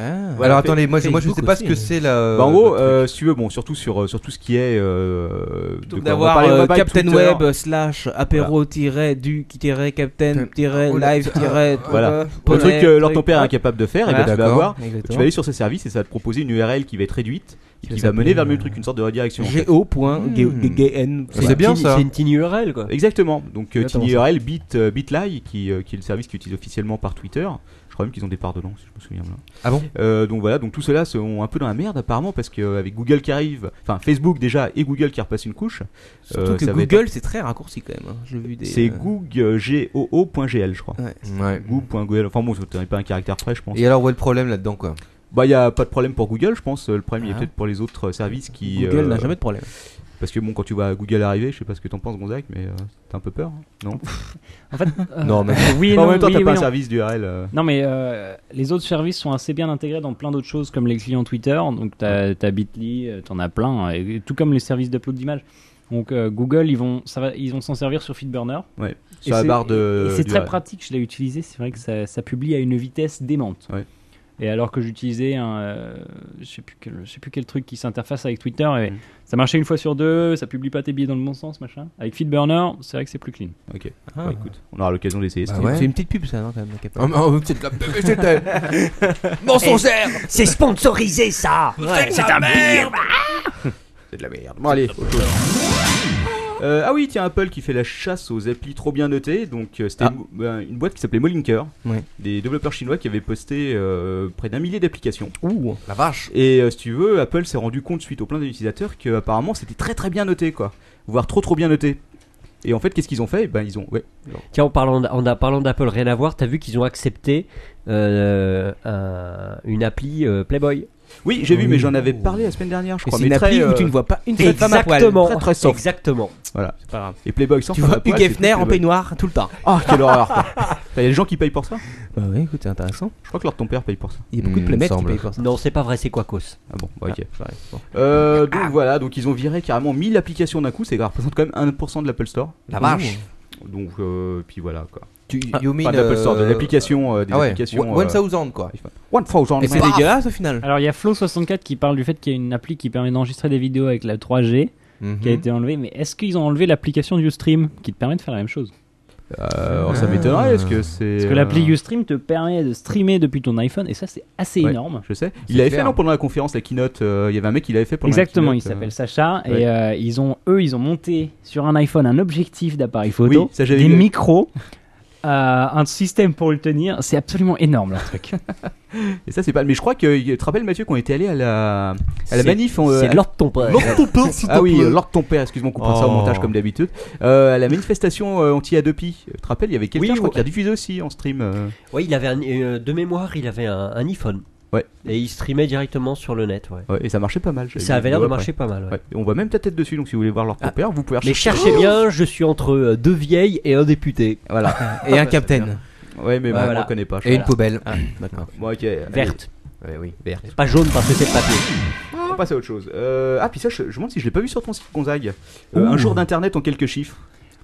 C: Ah. Voilà,
E: Alors attendez, moi, je- moi je ne sais
D: Facebook
E: pas
D: aussi,
E: ce que
D: hein.
E: c'est la.
C: Bah, en gros,
E: le truc.
C: euh, si tu veux, bon, surtout sur, euh, sur tout ce qui est. Euh, de quoi on va
D: D'avoir
C: parler, on va
D: euh,
C: parler de
D: Captain
C: Twitter.
D: Web euh, slash apéro-du-captain-live-
C: Oh Voilà. Le
D: Poney,
C: truc que leur
D: truc-
C: ton père est incapable de faire, et
D: Voilà.
C: ben, tu vas
E: D'accord.
C: avoir. Tu vas
D: Exactement.
C: aller sur ces services et ça va te proposer une URL qui va être réduite et
D: Qui
C: qui
D: va
C: va mener vers le
D: s'appeler,
C: même truc, une sorte de redirection. en fait. Hmm.
D: géo.gn.
E: C'est bien, ça.
G: C'est une tiny URL quoi.
C: Exactement. Donc euh,
D: Exactement
C: Tiny URL, Bit, euh, Bitly, qui, euh, qui est le service qui est utilisé officiellement par Twitter. Je crois même qu'ils ont des parts dedans, si je me souviens bien.
E: Ah bon
C: Euh, donc voilà, donc tout cela sont un peu dans la merde apparemment parce que euh, avec Google qui arrive, enfin Facebook déjà et Google qui repasse une couche.
D: Surtout
C: euh,
D: que
C: ça va être-
D: Google, c'est très raccourci quand même. hein. J'ai vu des.
C: C'est
D: euh,
C: Google goo.gl, je crois.
D: Ouais.
E: Ouais.
C: Google.google. Enfin bon, c'est pas un caractère près, je pense.
E: Et alors, où est le problème là-dedans, quoi
C: Bah il y a pas de problème pour Google, je pense. Le problème il est
D: Ah.
C: peut-être pour les autres euh, services qui.
D: Google
C: euh,
D: n'a jamais de problème.
C: Parce que bon, quand tu vois Google arriver, je sais pas ce que t'en penses, Gonzac, mais euh, t'as un peu peur, hein non
F: En fait, euh,
E: Non, mais.
F: oui, et
C: Enfin, En
F: non,
C: même temps,
F: oui,
C: t'as
F: oui,
C: pas un
F: non.
C: service d'URL. euh,
F: Non, mais euh, les autres services sont assez bien intégrés dans plein d'autres choses, comme les clients Twitter. Donc, t'as as Bitly, euh, t'en as plein, hein, et, et tout comme les services d'upload d'images. Donc, euh, Google, ils vont ça va- ils vont s'en servir sur FeedBurner.
C: sur la
F: c'est-
C: barre de.
F: et c'est très
C: d'URL.
F: pratique, je l'ai utilisé, c'est vrai que ça, ça publie à une vitesse démente.
C: Ouais.
F: Et alors que j'utilisais un. euh, je, sais plus quel, je sais plus quel truc qui s'interface avec Twitter, et
C: Mhm.
F: ça marchait une fois sur deux, ça publie pas tes billets dans le bon sens, machin. Avec FeedBurner, c'est vrai que c'est plus clean.
C: Ok.
D: Ah.
C: Bah, écoute, on aura l'occasion d'essayer. ça.
E: Bah ouais.
D: C'est une petite pub ça, non, quand même.
E: Oh,
D: capable.
E: mais- oh, c'est de la pub, c'est de- Mensongère
F: Eh,
G: C'est sponsorisé ça.
E: C'est un merde
C: C'est de la merde. Bon, allez, autre chose. Euh, ah oui, tiens, Apple qui fait la chasse aux applis trop bien notées. Donc, euh, c'était
E: Ah.
C: une, ben, une boîte qui s'appelait Molinker,
E: Ouais.
C: des développeurs chinois qui avaient posté euh, près d'un millier d'applications.
D: Ouh.
E: La vache
C: Et euh, si tu veux, Apple s'est rendu compte suite au plein d'utilisateurs que apparemment c'était très très bien noté, quoi. Voire trop trop bien noté. Et en fait, qu'est-ce qu'ils ont fait Eh Ben, ils ont. Ouais.
G: Tiens, en parlant, d- en a- parlant d'Apple, rien à voir, t'as vu qu'ils ont accepté euh, un- une appli euh, Playboy.
C: Oui, j'ai vu, mais j'en avais parlé la semaine dernière, je
D: Et
C: crois.
D: c'est
C: mais
D: une
C: très,
D: appli où
C: euh,
D: tu ne vois pas une seule femme à poil.
C: Exactement.
D: Très, très soft.
G: Exactement.
C: Voilà.
D: C'est pas grave.
C: Et Playboy sans
D: Tu
C: femme
D: vois
C: à poil,
D: Hugh
C: c'est
D: Hefner en
C: Playboy.
D: peignoir tout le temps.
C: Ah, quelle horreur. quoi. Il y a des gens qui payent pour ça
D: Bah oui, écoute, c'est intéressant.
C: Je crois que leur ton père paye pour ça.
D: Il y a beaucoup de
C: Hmm,
D: playmates
C: il
D: qui
C: me
D: payent
C: semble.
D: pour ça.
G: Non, c'est pas vrai, c'est Quacos.
C: Ah bon, bah, ok. Euh, donc voilà, donc ils ont viré carrément 1000 applications d'un coup, c'est ça représente quand même 1% de l'Apple Store.
E: La vache.
C: Donc euh, puis voilà quoi.
E: Tu,
C: Ah,
E: you mean,
C: pas de l'Apple Store, de
E: euh,
C: l'application, euh, des
E: ah ouais,
C: applications,
E: One
C: euh,
E: thousand, quoi.
C: One thousand.
D: Et c'est
C: Bah.
D: dégueulasse au final.
F: Alors il y a Flo64 qui parle du fait qu'il y a une appli qui permet d'enregistrer des vidéos avec la 3G
C: Mhm.
F: qui a été enlevée, mais est-ce qu'ils ont enlevé l'application Ustream qui te permet de faire la même chose
C: Euh, alors, ça m'étonnerait, est-ce que c'est.
F: Parce que
C: euh,
F: l'appli Ustream te permet de streamer depuis ton iPhone et ça c'est assez
C: ouais,
F: énorme.
C: Je sais. Il avait
F: clair.
C: fait non pendant la conférence, la keynote. euh, Il y avait un mec qui l'avait fait pendant. la
F: Exactement, il
C: keynote, euh,
F: s'appelle Sacha
C: ouais.
F: et euh, ils ont eux ils ont monté sur un iPhone un objectif d'appareil photo,
C: Oui, ça, j'avais
F: des
C: vu.
F: micros, euh, un système pour le tenir, c'est absolument énorme leur truc.
C: Et ça c'est pas. Mais je crois que tu te rappelles Mathieu qu'on était allé à la à la
F: C'est-
C: manif. en, euh,
G: c'est
C: à-
G: Lord ton père.
C: Lord ton père,
G: s'il te
C: Ah oui,
G: plaît.
C: euh, Lord ton père. Excuse-moi, on comprend ça au
G: Oh.
C: montage comme d'habitude. Euh, à la manifestation euh, anti-Adopi. Tu te rappelles, il y avait quelqu'un
G: Oui,
C: je crois
G: ouais.
C: qui a diffusé aussi en stream. euh,
G: Oui, il avait un- euh, de mémoire, il avait un, un iPhone.
C: Ouais.
G: Et il streamait directement sur le net, ouais.
C: ouais, et ça marchait pas mal. j'avais
G: Ça
C: vu
G: avait
C: une
G: l'air de
C: vidéo
G: marcher
C: après.
G: pas mal, ouais. Ah,
C: Et On voit même ta tête dessus, donc si vous voulez voir Lord ton père, vous pouvez.
G: Mais
C: rechercher.
G: cherchez bien, je suis entre euh, deux vieilles et un député.
C: Voilà.
D: Et un captain.
C: Ouais, mais moi,
G: Voilà.
C: je reconnais pas. je
E: Et une
C: crois.
E: poubelle.
D: Ah, d'accord.
C: Bon, ok. allez.
G: Hmm. Verte.
C: Ouais, oui, verte.
G: Pas jaune parce que c'est le papier.
C: On passe à autre chose. Euh, ah, puis ça, je, je me demande si je l'ai pas vu sur ton site, Gonzague. Euh, un jour d'internet en quelques chiffres.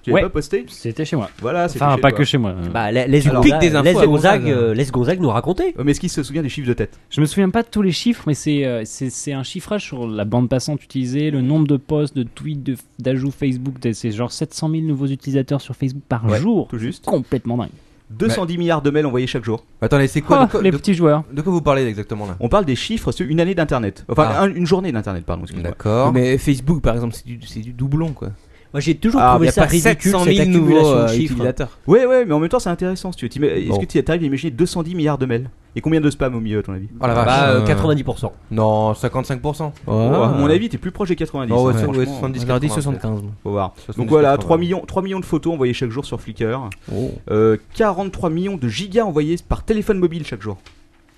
C: Tu l'as
F: Ouais.
C: pas posté
F: C'était chez moi.
C: Voilà, c'est
F: Enfin
C: chez
F: pas
C: toi.
F: que chez moi. hein.
G: Bah, la- laisse
D: Tu
G: Gonzague-
D: piques des infos
G: laisse
D: à
G: Gonzague,
D: Gonzague.
G: euh, laisse Gonzague nous raconter.
C: Ouais, Mais est-ce qu'il se souvient des chiffres de tête
F: Je me souviens pas de tous les chiffres, mais c'est euh, c'est c'est un chiffrage sur la bande passante utilisée, le nombre de posts, de tweets, de- d'ajouts Facebook. de- C'est genre 700 000 nouveaux utilisateurs sur Facebook par
C: Ouais,
F: jour.
C: Tout juste.
F: Complètement dingue.
C: 210 milliards de mails envoyés chaque jour.
E: Attendez, c'est quoi
F: Ah,
E: de, quoi-
F: les
E: de-
F: petits joueurs.
E: de quoi vous parlez exactement là
C: On parle des chiffres sur une année d'internet. Enfin,
E: Ah.
C: un- une journée d'internet, pardon. excuse-moi.
E: D'accord.
D: Mais Facebook par exemple, c'est du, c'est du doublon quoi.
G: Moi, j'ai toujours
D: Ah, il
G: trouvé
D: y a
G: ça
D: pas
G: ridicule,
D: 700
G: cette
D: 000 nouveaux
G: accumulation de
D: euh,
G: chiffres.
D: utilisateurs.
C: Ouais, ouais, mais en même temps, c'est intéressant si tu veux. T'ima- Est-ce
E: Bon.
C: que tu arrives à imaginer 210 milliards de mails Et combien de spam au milieu, à ton avis
D: Ah
E: Oh la vache.
G: Bah, euh,
E: euh,
G: 90%.
E: Non, 55%.
C: Oh, À mon avis, t'es plus proche des 90.
E: Oh, ouais,
C: hein,
E: ça, ouais,
C: franchement.
E: 70,
D: Regardez
E: 80,
D: 75. moi.
C: Faut voir.
E: 70,
C: Donc voilà,
E: 80.
C: 3 millions, 3 millions de photos envoyées chaque jour sur Flickr.
D: Oh.
C: Euh, 43 millions de gigas envoyés par téléphone mobile chaque jour.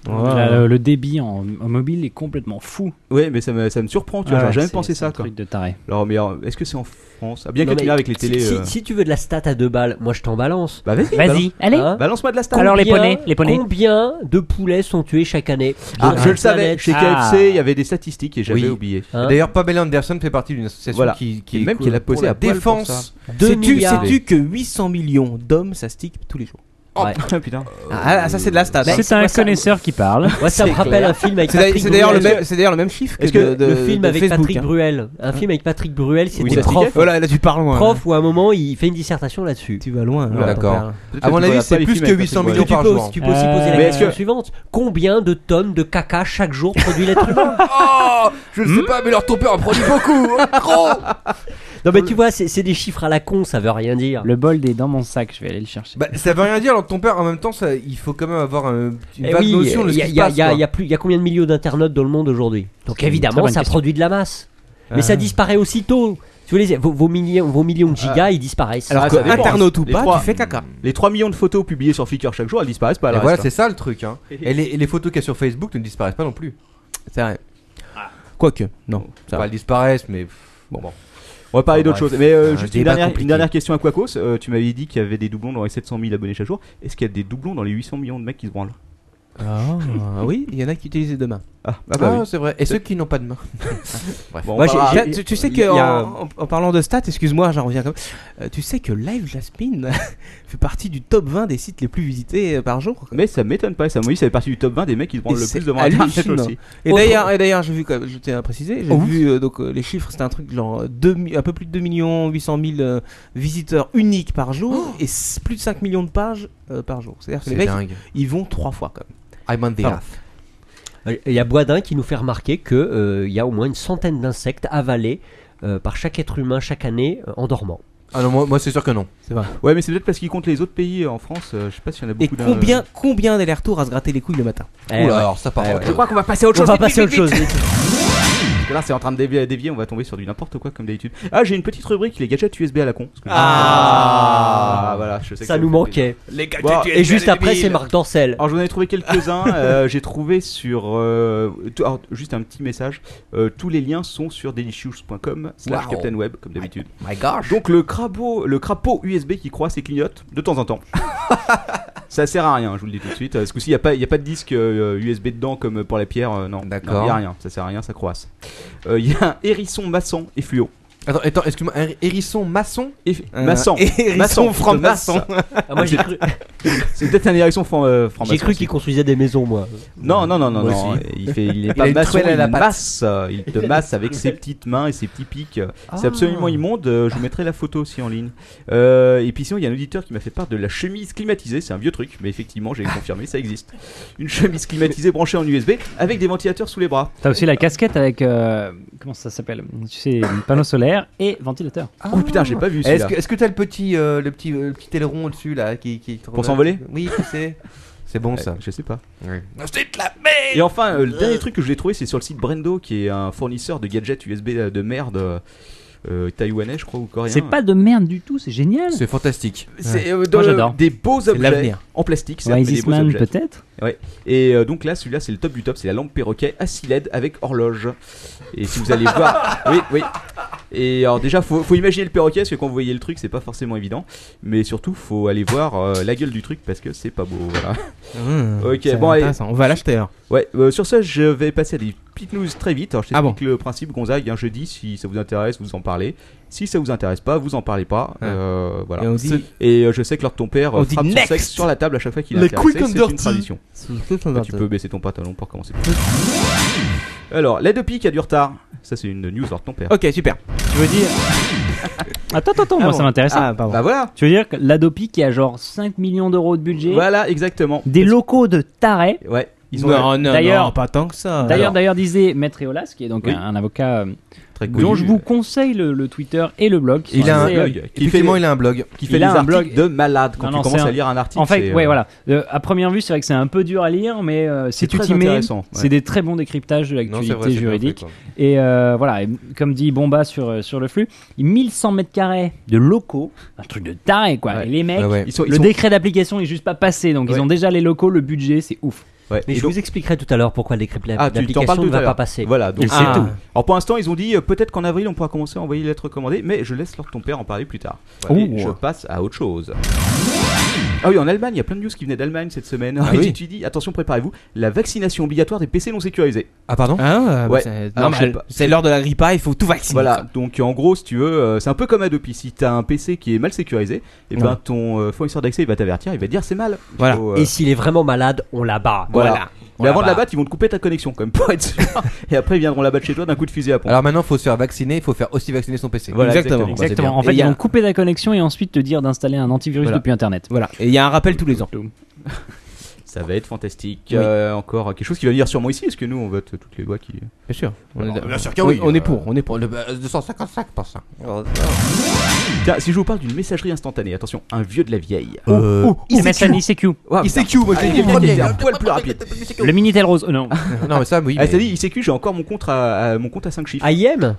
F: Là, Ah, le, le débit en, en mobile est complètement fou.
C: Ouais, mais ça me, ça me surprend, tu vois,
F: Ah ouais,
C: j'aurais jamais
F: c'est-
C: pensé
F: c'est un
C: ça, quoi.
F: Truc de taré.
C: Alors, mais alors, est-ce que c'est en France Ah, bien
G: Non,
C: que tu
G: mais
C: l'as avec les
G: si-
C: télés.
G: si,
C: euh,
G: si tu veux de la stat à deux balles, moi je t'en balance.
C: Bah, vas-y,
F: Vas-y, allez.
G: Hein
C: balance-moi de la star.
F: Alors, les
G: Combien-
F: poneys, les poneys.
G: Combien de poulets sont tués chaque année
C: Ah,
G: Sur
C: je
G: la
C: le savais,
G: planète
C: chez
F: Ah.
C: KFC, il y avait des statistiques et j'avais
E: Oui.
C: oublié.
G: Hein
E: D'ailleurs, Pamela Anderson fait partie d'une association
C: Voilà.
E: qui,
C: Et
E: qui
C: même
E: est
C: qu'elle a
E: pour
C: posé
E: la
C: à poil pour
E: défense.
G: Deux
D: Sais-tu
G: milliards.
D: sais-tu que 800 millions d'hommes s'astiquent tous les jours
G: Ouais.
C: Ah, putain.
D: ah, ah, ça c'est de la stat. hein.
F: C'est un connaisseur qui parle.
G: Moi, ça me rappelle un film avec
D: C'est d'ailleurs-
G: Patrick
D: c'est d'ailleurs le
G: Bruel.
D: même, c'est d'ailleurs le même chiffre que,
G: Est-ce que
D: de, de-
G: le film
D: de
G: avec
D: Facebook,
G: Patrick
D: hein.
G: Bruel, un film avec Patrick Bruel,
C: Ah. Oui,
G: c'était
C: ça se
G: prof,
C: fait.
D: Voilà, là tu parles loin.
G: prof ou à un moment il fait une dissertation là-dessus.
D: hein. tu vas loin.
E: Ah,
D: là,
E: d'accord.
D: ton père.
C: Peut-être
E: À mon
C: tu
E: avis,
C: regardes
E: c'est
C: pas les
E: plus
C: films
E: que
C: avec
E: 800
C: Patrick
E: millions
G: Tu
E: par
G: peux,
E: jour.
G: tu peux aussi poser
E: Euh,
G: la
F: Mais
C: est-ce
G: question
C: que-
G: suivante combien de tonnes de caca chaque jour produit l'être humain Hmm
E: Oh, je ne sais pas, mais leur ton père en produit beaucoup. hein. Trop.
G: Non mais tu vois, c'est c'est des chiffres à la con, ça veut rien dire.
F: Le bol est dans mon sac, je vais aller le chercher.
E: Bah, ça veut rien dire, alors que ton père, en même temps, ça, il faut quand même avoir un- une
G: Eh
E: vague
G: oui,
E: notion de ce
G: il y, a-
E: qui se
G: il y a-
E: passe.
G: il y a-
E: quoi.
G: il y a plus- il y a combien de millions d'internautes dans le monde aujourd'hui Donc
F: C'est une très
G: évidemment,
F: bonne
G: ça
F: question. Euh.
G: produit de la masse. Mais
D: Ah.
G: ça disparaît aussitôt. Tu vois, les- vos, vos millions, vos millions de gigas, ils disparaissent.
C: Alors,
D: Alors que
C: Ah, ça dépend.
D: internaute ou
C: Les
D: pas,
C: trois.
D: tu fais caca.
C: Les 3 millions de photos publiées sur Flickr chaque jour, elles disparaissent pas.
E: Mm. Et
C: alors,
E: voilà,
C: reste,
E: c'est ça le truc. Hein. Et les, et les photos qu'il y a sur Facebook ne disparaissent pas non plus.
D: C'est vrai. Quoique, non. ça
E: Enfin,
D: va.
E: elles Ah. disparaissent, mais bon.
C: hein. On va parler
E: Ah,
C: d'autre
E: bref.
C: chose. Mais euh,
E: Un
C: juste une
E: débat
C: dernière,
E: compliqué.
C: une dernière question à Quacos. Euh, tu m'avais dit qu'il y avait des doublons dans les 700 000 abonnés chaque jour. Est-ce qu'il y a des doublons dans les 800 millions de mecs qui se branlent
D: Ah oui, il y en a qui utilisent les deux mains.
C: Ah,
E: Ah,
C: ah bah oui.
E: c'est vrai. Et ceux qui n'ont pas de main.
C: Bon, on
D: Moi,
C: parlera-
D: j'ai- j'ai- tu, tu sais
E: il y
D: que
E: a-
D: en, en- en parlant de stats, excuse-moi, j'en reviens comme. euh, tu sais que Live Jasmine fait partie du top 20 des sites les plus visités euh, par jour.
C: Mais ça m'étonne pas, ça m'a dit ça fait partie du top 20 des mecs qui se branlent
D: Et
C: le
D: c'est
C: plus devant Internet
D: hallucinant.
C: aussi.
D: Et
G: Autre-
D: d'ailleurs, et d'ailleurs, j'ai vu, quand même, je t'ai à préciser, j'ai vu euh, donc euh, les chiffres, c'était un truc genre euh, deux mi- un peu plus de 2 millions 800 000 euh, visiteurs uniques par jour et s- plus de 5 millions de pages euh, par jour. C'est-à-dire que les
E: Oh C'est
D: mecs,
E: dingue.
D: ils vont trois fois quand même.
E: I'm on the
D: Pardon.
E: earth.
G: Il y a Boisdin qui nous fait remarquer que euh, il y a au moins une centaine d'insectes avalés euh, par chaque être humain chaque année euh, en dormant.
E: Ah non, moi, moi, c'est sûr que non.
D: C'est vrai.
C: Ouais, mais c'est peut-être parce qu'ils comptent les autres pays euh, en France. euh, je sais pas s'il y en a
D: Et
C: beaucoup. d'un-
D: combien combien d'aller-retour à se gratter les couilles le matin
E: Oula,
G: Eh ouais.
E: alors ça part.
G: Eh
E: ouais.
G: ouais.
D: qu'on va passer à
G: On va passer à autre chose.
C: Parce que là, c'est en train de dévier, dévier, on va tomber sur du n'importe quoi comme d'habitude. Ah, j'ai une petite rubrique, les gadgets USB à la con. Parce que-
G: Ah.
C: voilà, je sais que
G: Ça
C: vous
G: nous
C: fait
G: manquait.
C: plaisir.
G: Les gadgets USB Et juste à la après, débile. c'est Marc Dorcel.
C: Alors, j'en ai trouvé quelques-uns. euh, j'ai trouvé sur. euh, tout- alors, juste un petit message. euh, tous les liens sont sur delicious.com slash
E: Wow.
C: Captain Web, comme d'habitude. My gosh. Donc, le crapaud, le crapaud USB qui croise et clignote de temps en temps. Ça sert à rien, je vous le dis tout de suite. Euh, Ce coup-ci, il n'y a, pas- y a pas de disque euh, USB dedans comme pour la pierre. euh, non,
E: D'accord.
C: Il n'y a rien, ça sert à rien, ça croise. Euh, Il y a un hérisson maçon et fluo.
E: Attends, attends excuse-moi, un hérisson maçon
C: et maçon.
E: Hérisson
C: Maçon,
E: franc-maçon.
C: de masse.
E: Ah, moi, j'ai
C: C'est-
E: cru-
C: C'est peut-être un hérisson franc euh, franc-maçon.
G: J'ai cru qu'il construisait des maisons, moi.
C: Non, non, non, non,
G: Moi
C: non.
G: aussi.
C: Il, fait, il
G: Il
C: est
G: a
C: pas
G: une
C: maçon,
G: truelle à
C: il
G: la patte.
C: masse. euh, Il te masse avec ses petites mains et ses petits pics. C'est
G: Ah.
C: absolument immonde. euh, Je vous mettrai la photo aussi en ligne. Euh, et puis sinon, il y a un auditeur qui m'a fait part de la chemise climatisée. C'est un vieux truc, mais effectivement, j'ai confirmé, ça existe. Une chemise climatisée branchée en USB avec des ventilateurs sous les bras.
F: T'as aussi la casquette avec. euh, comment ça s'appelle Tu sais, panneau solaire et ventilateur.
C: Oh putain, j'ai pas vu
E: Est-ce
C: celui-là.
E: que, est-ce que t'as le petit, euh, le petit, euh, le petit aileron au-dessus là qui, qui
C: Pour s'envoler
E: Oui, tu sais. C'est bon ça.
C: Euh, Je sais pas.
E: C'est la
C: Et enfin, euh, le dernier truc que je l'ai trouvé, c'est sur le site Brendo, qui est un fournisseur de gadgets USB de merde euh, euh, taïwanais, je crois, ou coréen.
F: C'est pas de merde du tout, c'est génial.
E: C'est fantastique.
C: C'est euh,
F: Moi,
C: de-
F: j'adore.
C: des beaux
F: C'est
C: objets
F: l'avenir.
C: en plastique,
F: Ouais,
C: certes, mais des beaux
F: Isisman,
C: objets.
F: peut-être
C: Ouais. Et euh, donc là, celui-là, c'est le top du top, c'est la lampe perroquet à 6 LED avec horloge. Et si vous allez voir, oui, oui. Et alors déjà, faut, faut imaginer le perroquet parce que quand vous voyez le truc, c'est pas forcément évident. Mais surtout, faut aller voir euh, la gueule du truc parce que c'est pas beau. Voilà.
D: Mmh,
C: ok,
D: c'est
C: bon, allez.
D: intéressant. On va l'acheter, alors.
C: Ouais. euh, sur ce, je vais passer à des petites news très vite. Alors, je
D: Ah
C: t'explique le principe. Gonzague, un jeudi, si ça vous intéresse, vous en parlez. Si ça vous intéresse pas, vous en parlez pas. Euh, voilà.
D: Et on dit-
C: Et, euh, je sais que lors de ton père euh,
D: On dit
C: frappe son
D: next.
C: sexe sur la table à chaque fois qu'il est
D: Le
C: intéressé.
D: quick and
C: C'est une
D: dirty.
C: tradition.
D: C'est le quick and
C: Ah, tu
D: dirty.
C: peux baisser ton pantalon pour commencer. Alors, l'aide pique a du retard. Ça, c'est une news hors de ton père.
D: Ok, super.
F: Tu veux dire. Attends, attends, attends, moi
C: bon.
F: ça m'intéresse.
C: Ah, pardon. Bah voilà.
F: Tu veux dire que l'Adopi qui a genre 5 millions d'euros de budget.
C: Voilà, exactement.
F: Des locaux de tarés.
C: Ouais.
D: Ils ont- Non, non, non, pas tant que
C: Ah,
D: ça.
F: D'ailleurs,
D: Alors.
F: d'ailleurs, disait Maître Eolas, qui est donc un, un avocat euh,
C: Très
F: dont
C: connu.
F: je vous conseille le, le Twitter et le blog. qui
E: Il
F: sont
E: a un
F: assez,
E: blog.
F: euh,
E: Effectivement, il a un blog.
C: Qui fait des
F: a un
C: articles
F: blog.
C: de malade quand
F: Non,
C: tu
F: non,
C: commences
F: c'est
C: à
F: un-
C: lire un article.
F: En fait,
C: c'est,
F: ouais,
C: euh,
F: voilà. Euh, à première vue, c'est vrai que c'est un peu dur à lire, mais euh, si
C: C'est
F: tu
C: très
F: t'y mets,
C: intéressant, ouais.
F: c'est des très bons décryptages de
E: c'est vrai, c'est
F: l'actualité
E: bien
F: juridique.
E: fait,
F: et euh, voilà, et comme dit Bomba sur, euh, sur le flux, 1100 mètres carrés de locaux, un truc de taré quoi. Et les mecs,
C: Ouais, Ah ouais. Ils sont- ils
F: le
C: sont-
F: décret d'application est juste pas passé, donc
C: Ouais.
F: ils ont déjà les locaux, le budget, c'est ouf.
G: Mais je vous expliquerai tout à l'heure pourquoi l'application
C: Ah, tu t'en parles
G: ne
C: tout à
G: va
C: l'heure.
G: pas passer.
C: Voilà, donc
G: Et c'est tout.
C: Alors pour l'instant, ils ont dit euh, peut-être qu'en avril, on pourra commencer à envoyer les lettres recommandées, mais je laisse leur ton père en parler plus tard. Et
G: Ouais. Ouh.
C: je passe à autre chose. Ah oui, en Allemagne, il y a plein de news qui venaient d'Allemagne cette semaine.
D: Ah
C: Ils
D: oui.
C: étudient, attention, préparez-vous, la vaccination obligatoire des PC non sécurisés.
E: Ah pardon
D: Ah, bah,
C: Ouais.
D: c'est
C: Alors, je sais
D: normal.
C: pas.
D: C'est l'heure de la grippe, il faut tout vacciner.
C: Voilà, donc en gros, si tu veux, euh, c'est un peu comme Adopi. Si t'as un PC qui est mal sécurisé, et ben
D: Ouais.
C: ton euh, fournisseur d'accès il va t'avertir, il va te dire c'est mal. Il
D: Voilà.
C: faut, euh,
G: Et s'il est vraiment malade, on l'abat.
C: voilà. Mais
G: On
C: avant de la
G: l'abat.
C: battre, ils vont te couper ta connexion quand même pour être sûr. et après, ils viendront la battre chez toi d'un coup de fusil à pompe.
E: Alors maintenant, faut se faire vacciner, il faut faire aussi vacciner son PC.
C: Voilà, exactement.
E: Bah, c'est
F: Exactement.
E: bien.
F: En fait,
E: Et il
F: ils
E: y a-
F: vont couper ta connexion et ensuite te dire d'installer un antivirus
C: Voilà.
F: depuis Internet.
D: Voilà. Euh, Et il y a un rappel tous les ans.
C: Ça va être fantastique.
D: Oui.
C: Euh, encore quelque chose qui va venir sûrement ici, parce que nous on vote toutes les lois qui.
D: Bien sûr. On est-
E: Bien sûr que
D: Oui,
E: oui.
D: on est
E: euh,
D: pour, Oh, on est pour.
E: Le euh, 255%.
C: Tiens, si je vous parle d'une messagerie instantanée, attention, un vieux de la vieille.
D: Oh,
C: Oh,
E: Euh,
F: MSN ICQ.
C: Ouais, putain.
E: ICQ, moi,
C: Ah,
E: j'ai
C: il
E: dit
C: était
E: premier.
C: un poil plus rapide.
F: Le Minitel Rose. Oh, non.
E: Non, mais ça, oui.
C: Ah,
E: mais-
C: t'as dit ICQ, j'ai encore mon compte à, à- mon compte à 5 chiffres.
G: IM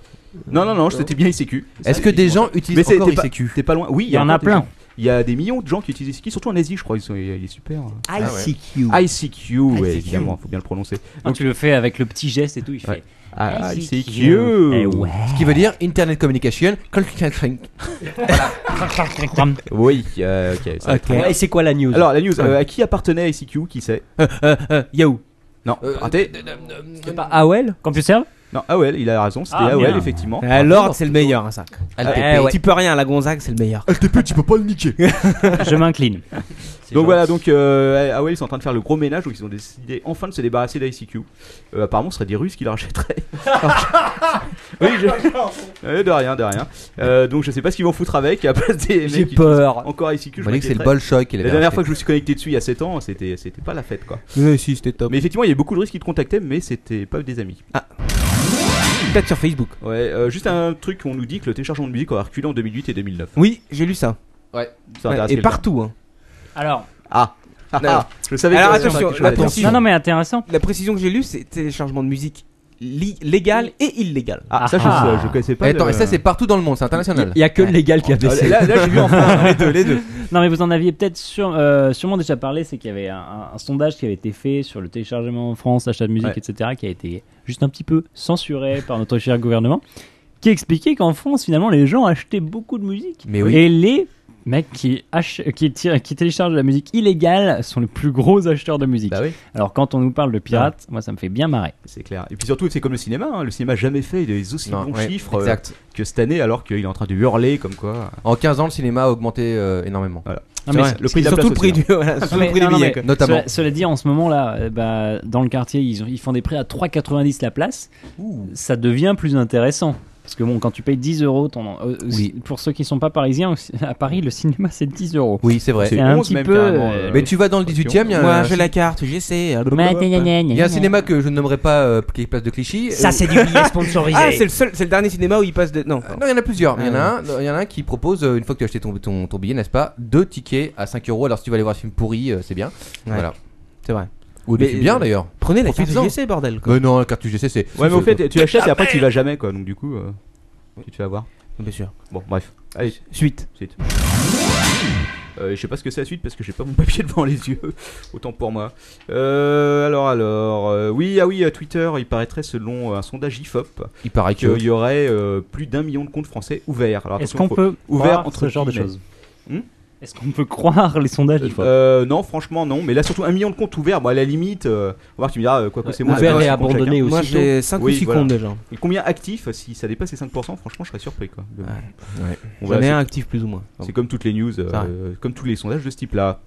C: Non, non, non, c'était bien ICQ.
E: Est-ce que des gens utilisent
C: c'est-
E: encore
C: t'es pas-
E: ICQ
C: T'es pas loin. Oui, il y,
F: Il y en a
C: encore des
F: plein.
C: gens. Il y a des millions de gens qui utilisent ICQ, surtout en Asie, je crois. Ils sont, il est super.
G: ICQ.
C: ICQ, ouais, évidemment, faut bien le prononcer.
F: Donc Ah, tu le fais avec le petit geste et tout, il fait.
C: Ouais. Ah, ICQ.
F: Eh ouais.
E: Ce qui veut dire Internet Communication. Communication.
C: Oui, euh, ok. ça va être
D: Ok.
C: très bien.
G: Et c'est quoi la news
C: Alors, la news, euh, à qui appartenait ICQ Qui sait
D: Euh, euh, Yahoo.
C: Non, raté.
G: C'est pas
D: Ah
G: AOL
F: Computer
C: Non, AOL, il a raison, c'était
F: Ah,
C: AOL,
F: merde.
C: effectivement.
D: Alors, c'est le meilleur, hein, ça.
G: LTP.
D: Tu peux rien, la Gonzague, c'est le meilleur.
E: LTP, tu peux pas le niquer.
F: Je m'incline.
C: Donc voilà, donc euh, AOL, ils sont en train de faire le gros ménage, donc ils ont décidé enfin de se débarrasser d'ICQ. Euh, apparemment, ce serait des Russes qui le rachèteraient. oui, je... Euh, de rien, de rien. Euh, donc je sais pas ce qu'ils vont foutre avec, à place des mecs
G: J'ai
C: qui
G: peur.
C: utilisent Encore ICQ,
E: On
C: je
E: va dire que c'est le
C: m'inquiéterais.
E: Bolshoi qui
C: La
E: l'avait
C: dernière
E: racheté.
C: fois que je me suis connecté dessus il y a 7 ans, c'était c'était pas la fête quoi.
D: Oui, si, c'était top.
C: Mais effectivement, il y a beaucoup de Russes qui te contactaient, mais c'était pas des amis.
D: Peut-être sur Facebook.
C: Ouais, euh, juste un truc, on nous dit que le téléchargement de musique aura reculé en 2008 et 2009.
D: Oui, j'ai lu ça.
C: Ça intéresse
D: Et
C: quelqu'un.
D: partout. hein.
F: Alors,
C: Ah, ah, ah, je savais
D: Alors,
C: que-
D: attention,
C: que je l'allais dire.
D: attention.
F: non, non, mais intéressant.
D: La précision que j'ai lue, c'est téléchargement de musique. li- légal et illégal.
C: Ah, ça, je- Ah. je connaissais pas
E: Attends, le- et ça, c'est partout dans le monde, c'est international. Il y a que le légal qui a baissé. Ah, là- là, j'ai vu en France, les deux, les deux.
F: Non, mais vous en aviez peut-être sûr- euh, sûrement déjà parlé, c'est qu'il y avait un, un- un sondage qui avait été fait sur le téléchargement en France, l'achat de musique,
B: Ouais.
F: etc., qui a été juste un petit peu censuré par notre cher gouvernement, qui expliquait qu'en France, finalement, les gens achetaient beaucoup de musique.
E: Mais oui.
F: Et les mecs qui, ach- qui, tirent- qui téléchargent de la musique illégale sont les plus gros acheteurs de musique.
E: Bah
F: Alors quand on nous parle de pirates, moi ça me fait bien marrer.
C: C'est clair. Et puis surtout, c'est comme le cinéma. hein. Le cinéma a jamais fait des aussi
E: Non,
C: bons
E: ouais,
C: chiffres euh,
E: exact.
C: que cette année, alors qu'il est en train de hurler comme quoi.
E: En 15 ans, le cinéma a augmenté euh, énormément.
F: Non, mais
E: C'est surtout le prix du, voilà, surtout le prix des billets, quoi. notamment.
F: Cela, cela dit, en ce moment-là, euh, bah, dans le quartier, ils, ont- ils font des prix à 3,90 la place. Ça devient plus intéressant. Parce que bon, quand tu payes 10 euros, ton- euh, pour ceux qui ne sont pas parisiens, aussi- à Paris, le cinéma c'est 10 euros.
E: Oui, c'est vrai.
F: C'est un petit peu. euh,
E: Mais tu vas dans le 18 e il y a
D: Moi,
E: un-
D: j'ai la carte, euh, j'essaie.
F: Mais gna gna gna
E: Il y a un
F: gna.
E: cinéma que je ne nommerai pas euh, qui place de Clichy.
D: Ça, c'est du billet sponsorisé. Ah, c'est le seul- c'est le dernier cinéma où il passe de. Non,
E: Euh, non, il y en a plusieurs. Il y en a
D: Ah,
E: un, il y en a un qui propose euh, une fois que tu as acheté ton, ton, ton billet, n'est-ce pas, deux tickets à 5 euros. Alors si tu vas aller voir un film pourri, euh, c'est bien.
D: Ouais.
E: Voilà.
D: C'est vrai.
E: Ou des
D: Mais,
E: films bien
D: euh,
E: d'ailleurs.
D: prenez la carte
E: Profites-en.
D: UGC, bordel, quoi.
E: Mais non, la carte UGC c'est.
C: Ouais, mais au
E: c'est-
C: fait, tu achètes et après tu y vas jamais, quoi. Donc du coup, euh, tu te fais avoir.
D: Bien sûr.
C: Bon, bref. Allez.
D: Suite.
C: Suite. Euh, je sais pas ce que c'est la suite parce que j'ai pas mon papier devant les yeux. Autant pour moi. Euh, alors, alors. euh, oui, ah oui, euh, Twitter, il paraîtrait selon euh, un sondage IFOP.
E: Il paraît que-
C: qu'il y aurait euh, plus d'un million de comptes français ouverts. Alors,
F: Est-ce
C: attention,
F: qu'on
C: faut-
F: peut
C: Ouverts
F: croire
C: entre
F: ce genre de
C: guillemets. Hmm
F: choses Est-ce qu'on peut croire les sondages IFOP
C: Euh, Non, franchement, non. Mais là, surtout un million de comptes ouverts. Bon, à la limite, euh, on va voir, tu me diras, euh, quoi que
D: Ouais,
C: c'est moi.
D: ouverts
C: c'est
D: et
C: un compte
D: abandonnés
C: chacun.
D: Moi, aussitôt. j'ai cinq ou
C: Oui,
D: six
C: voilà.
D: comptes déjà.
C: Et combien actifs Si ça dépasse les 5%, franchement, je serais surpris. Quoi.
D: Ouais.
C: On
D: J'en
C: verra,
D: ai un
C: c'est-
D: actif, plus ou moins.
C: C'est comme toutes les news, euh,
D: Ça va.
C: comme tous les sondages de ce type-là.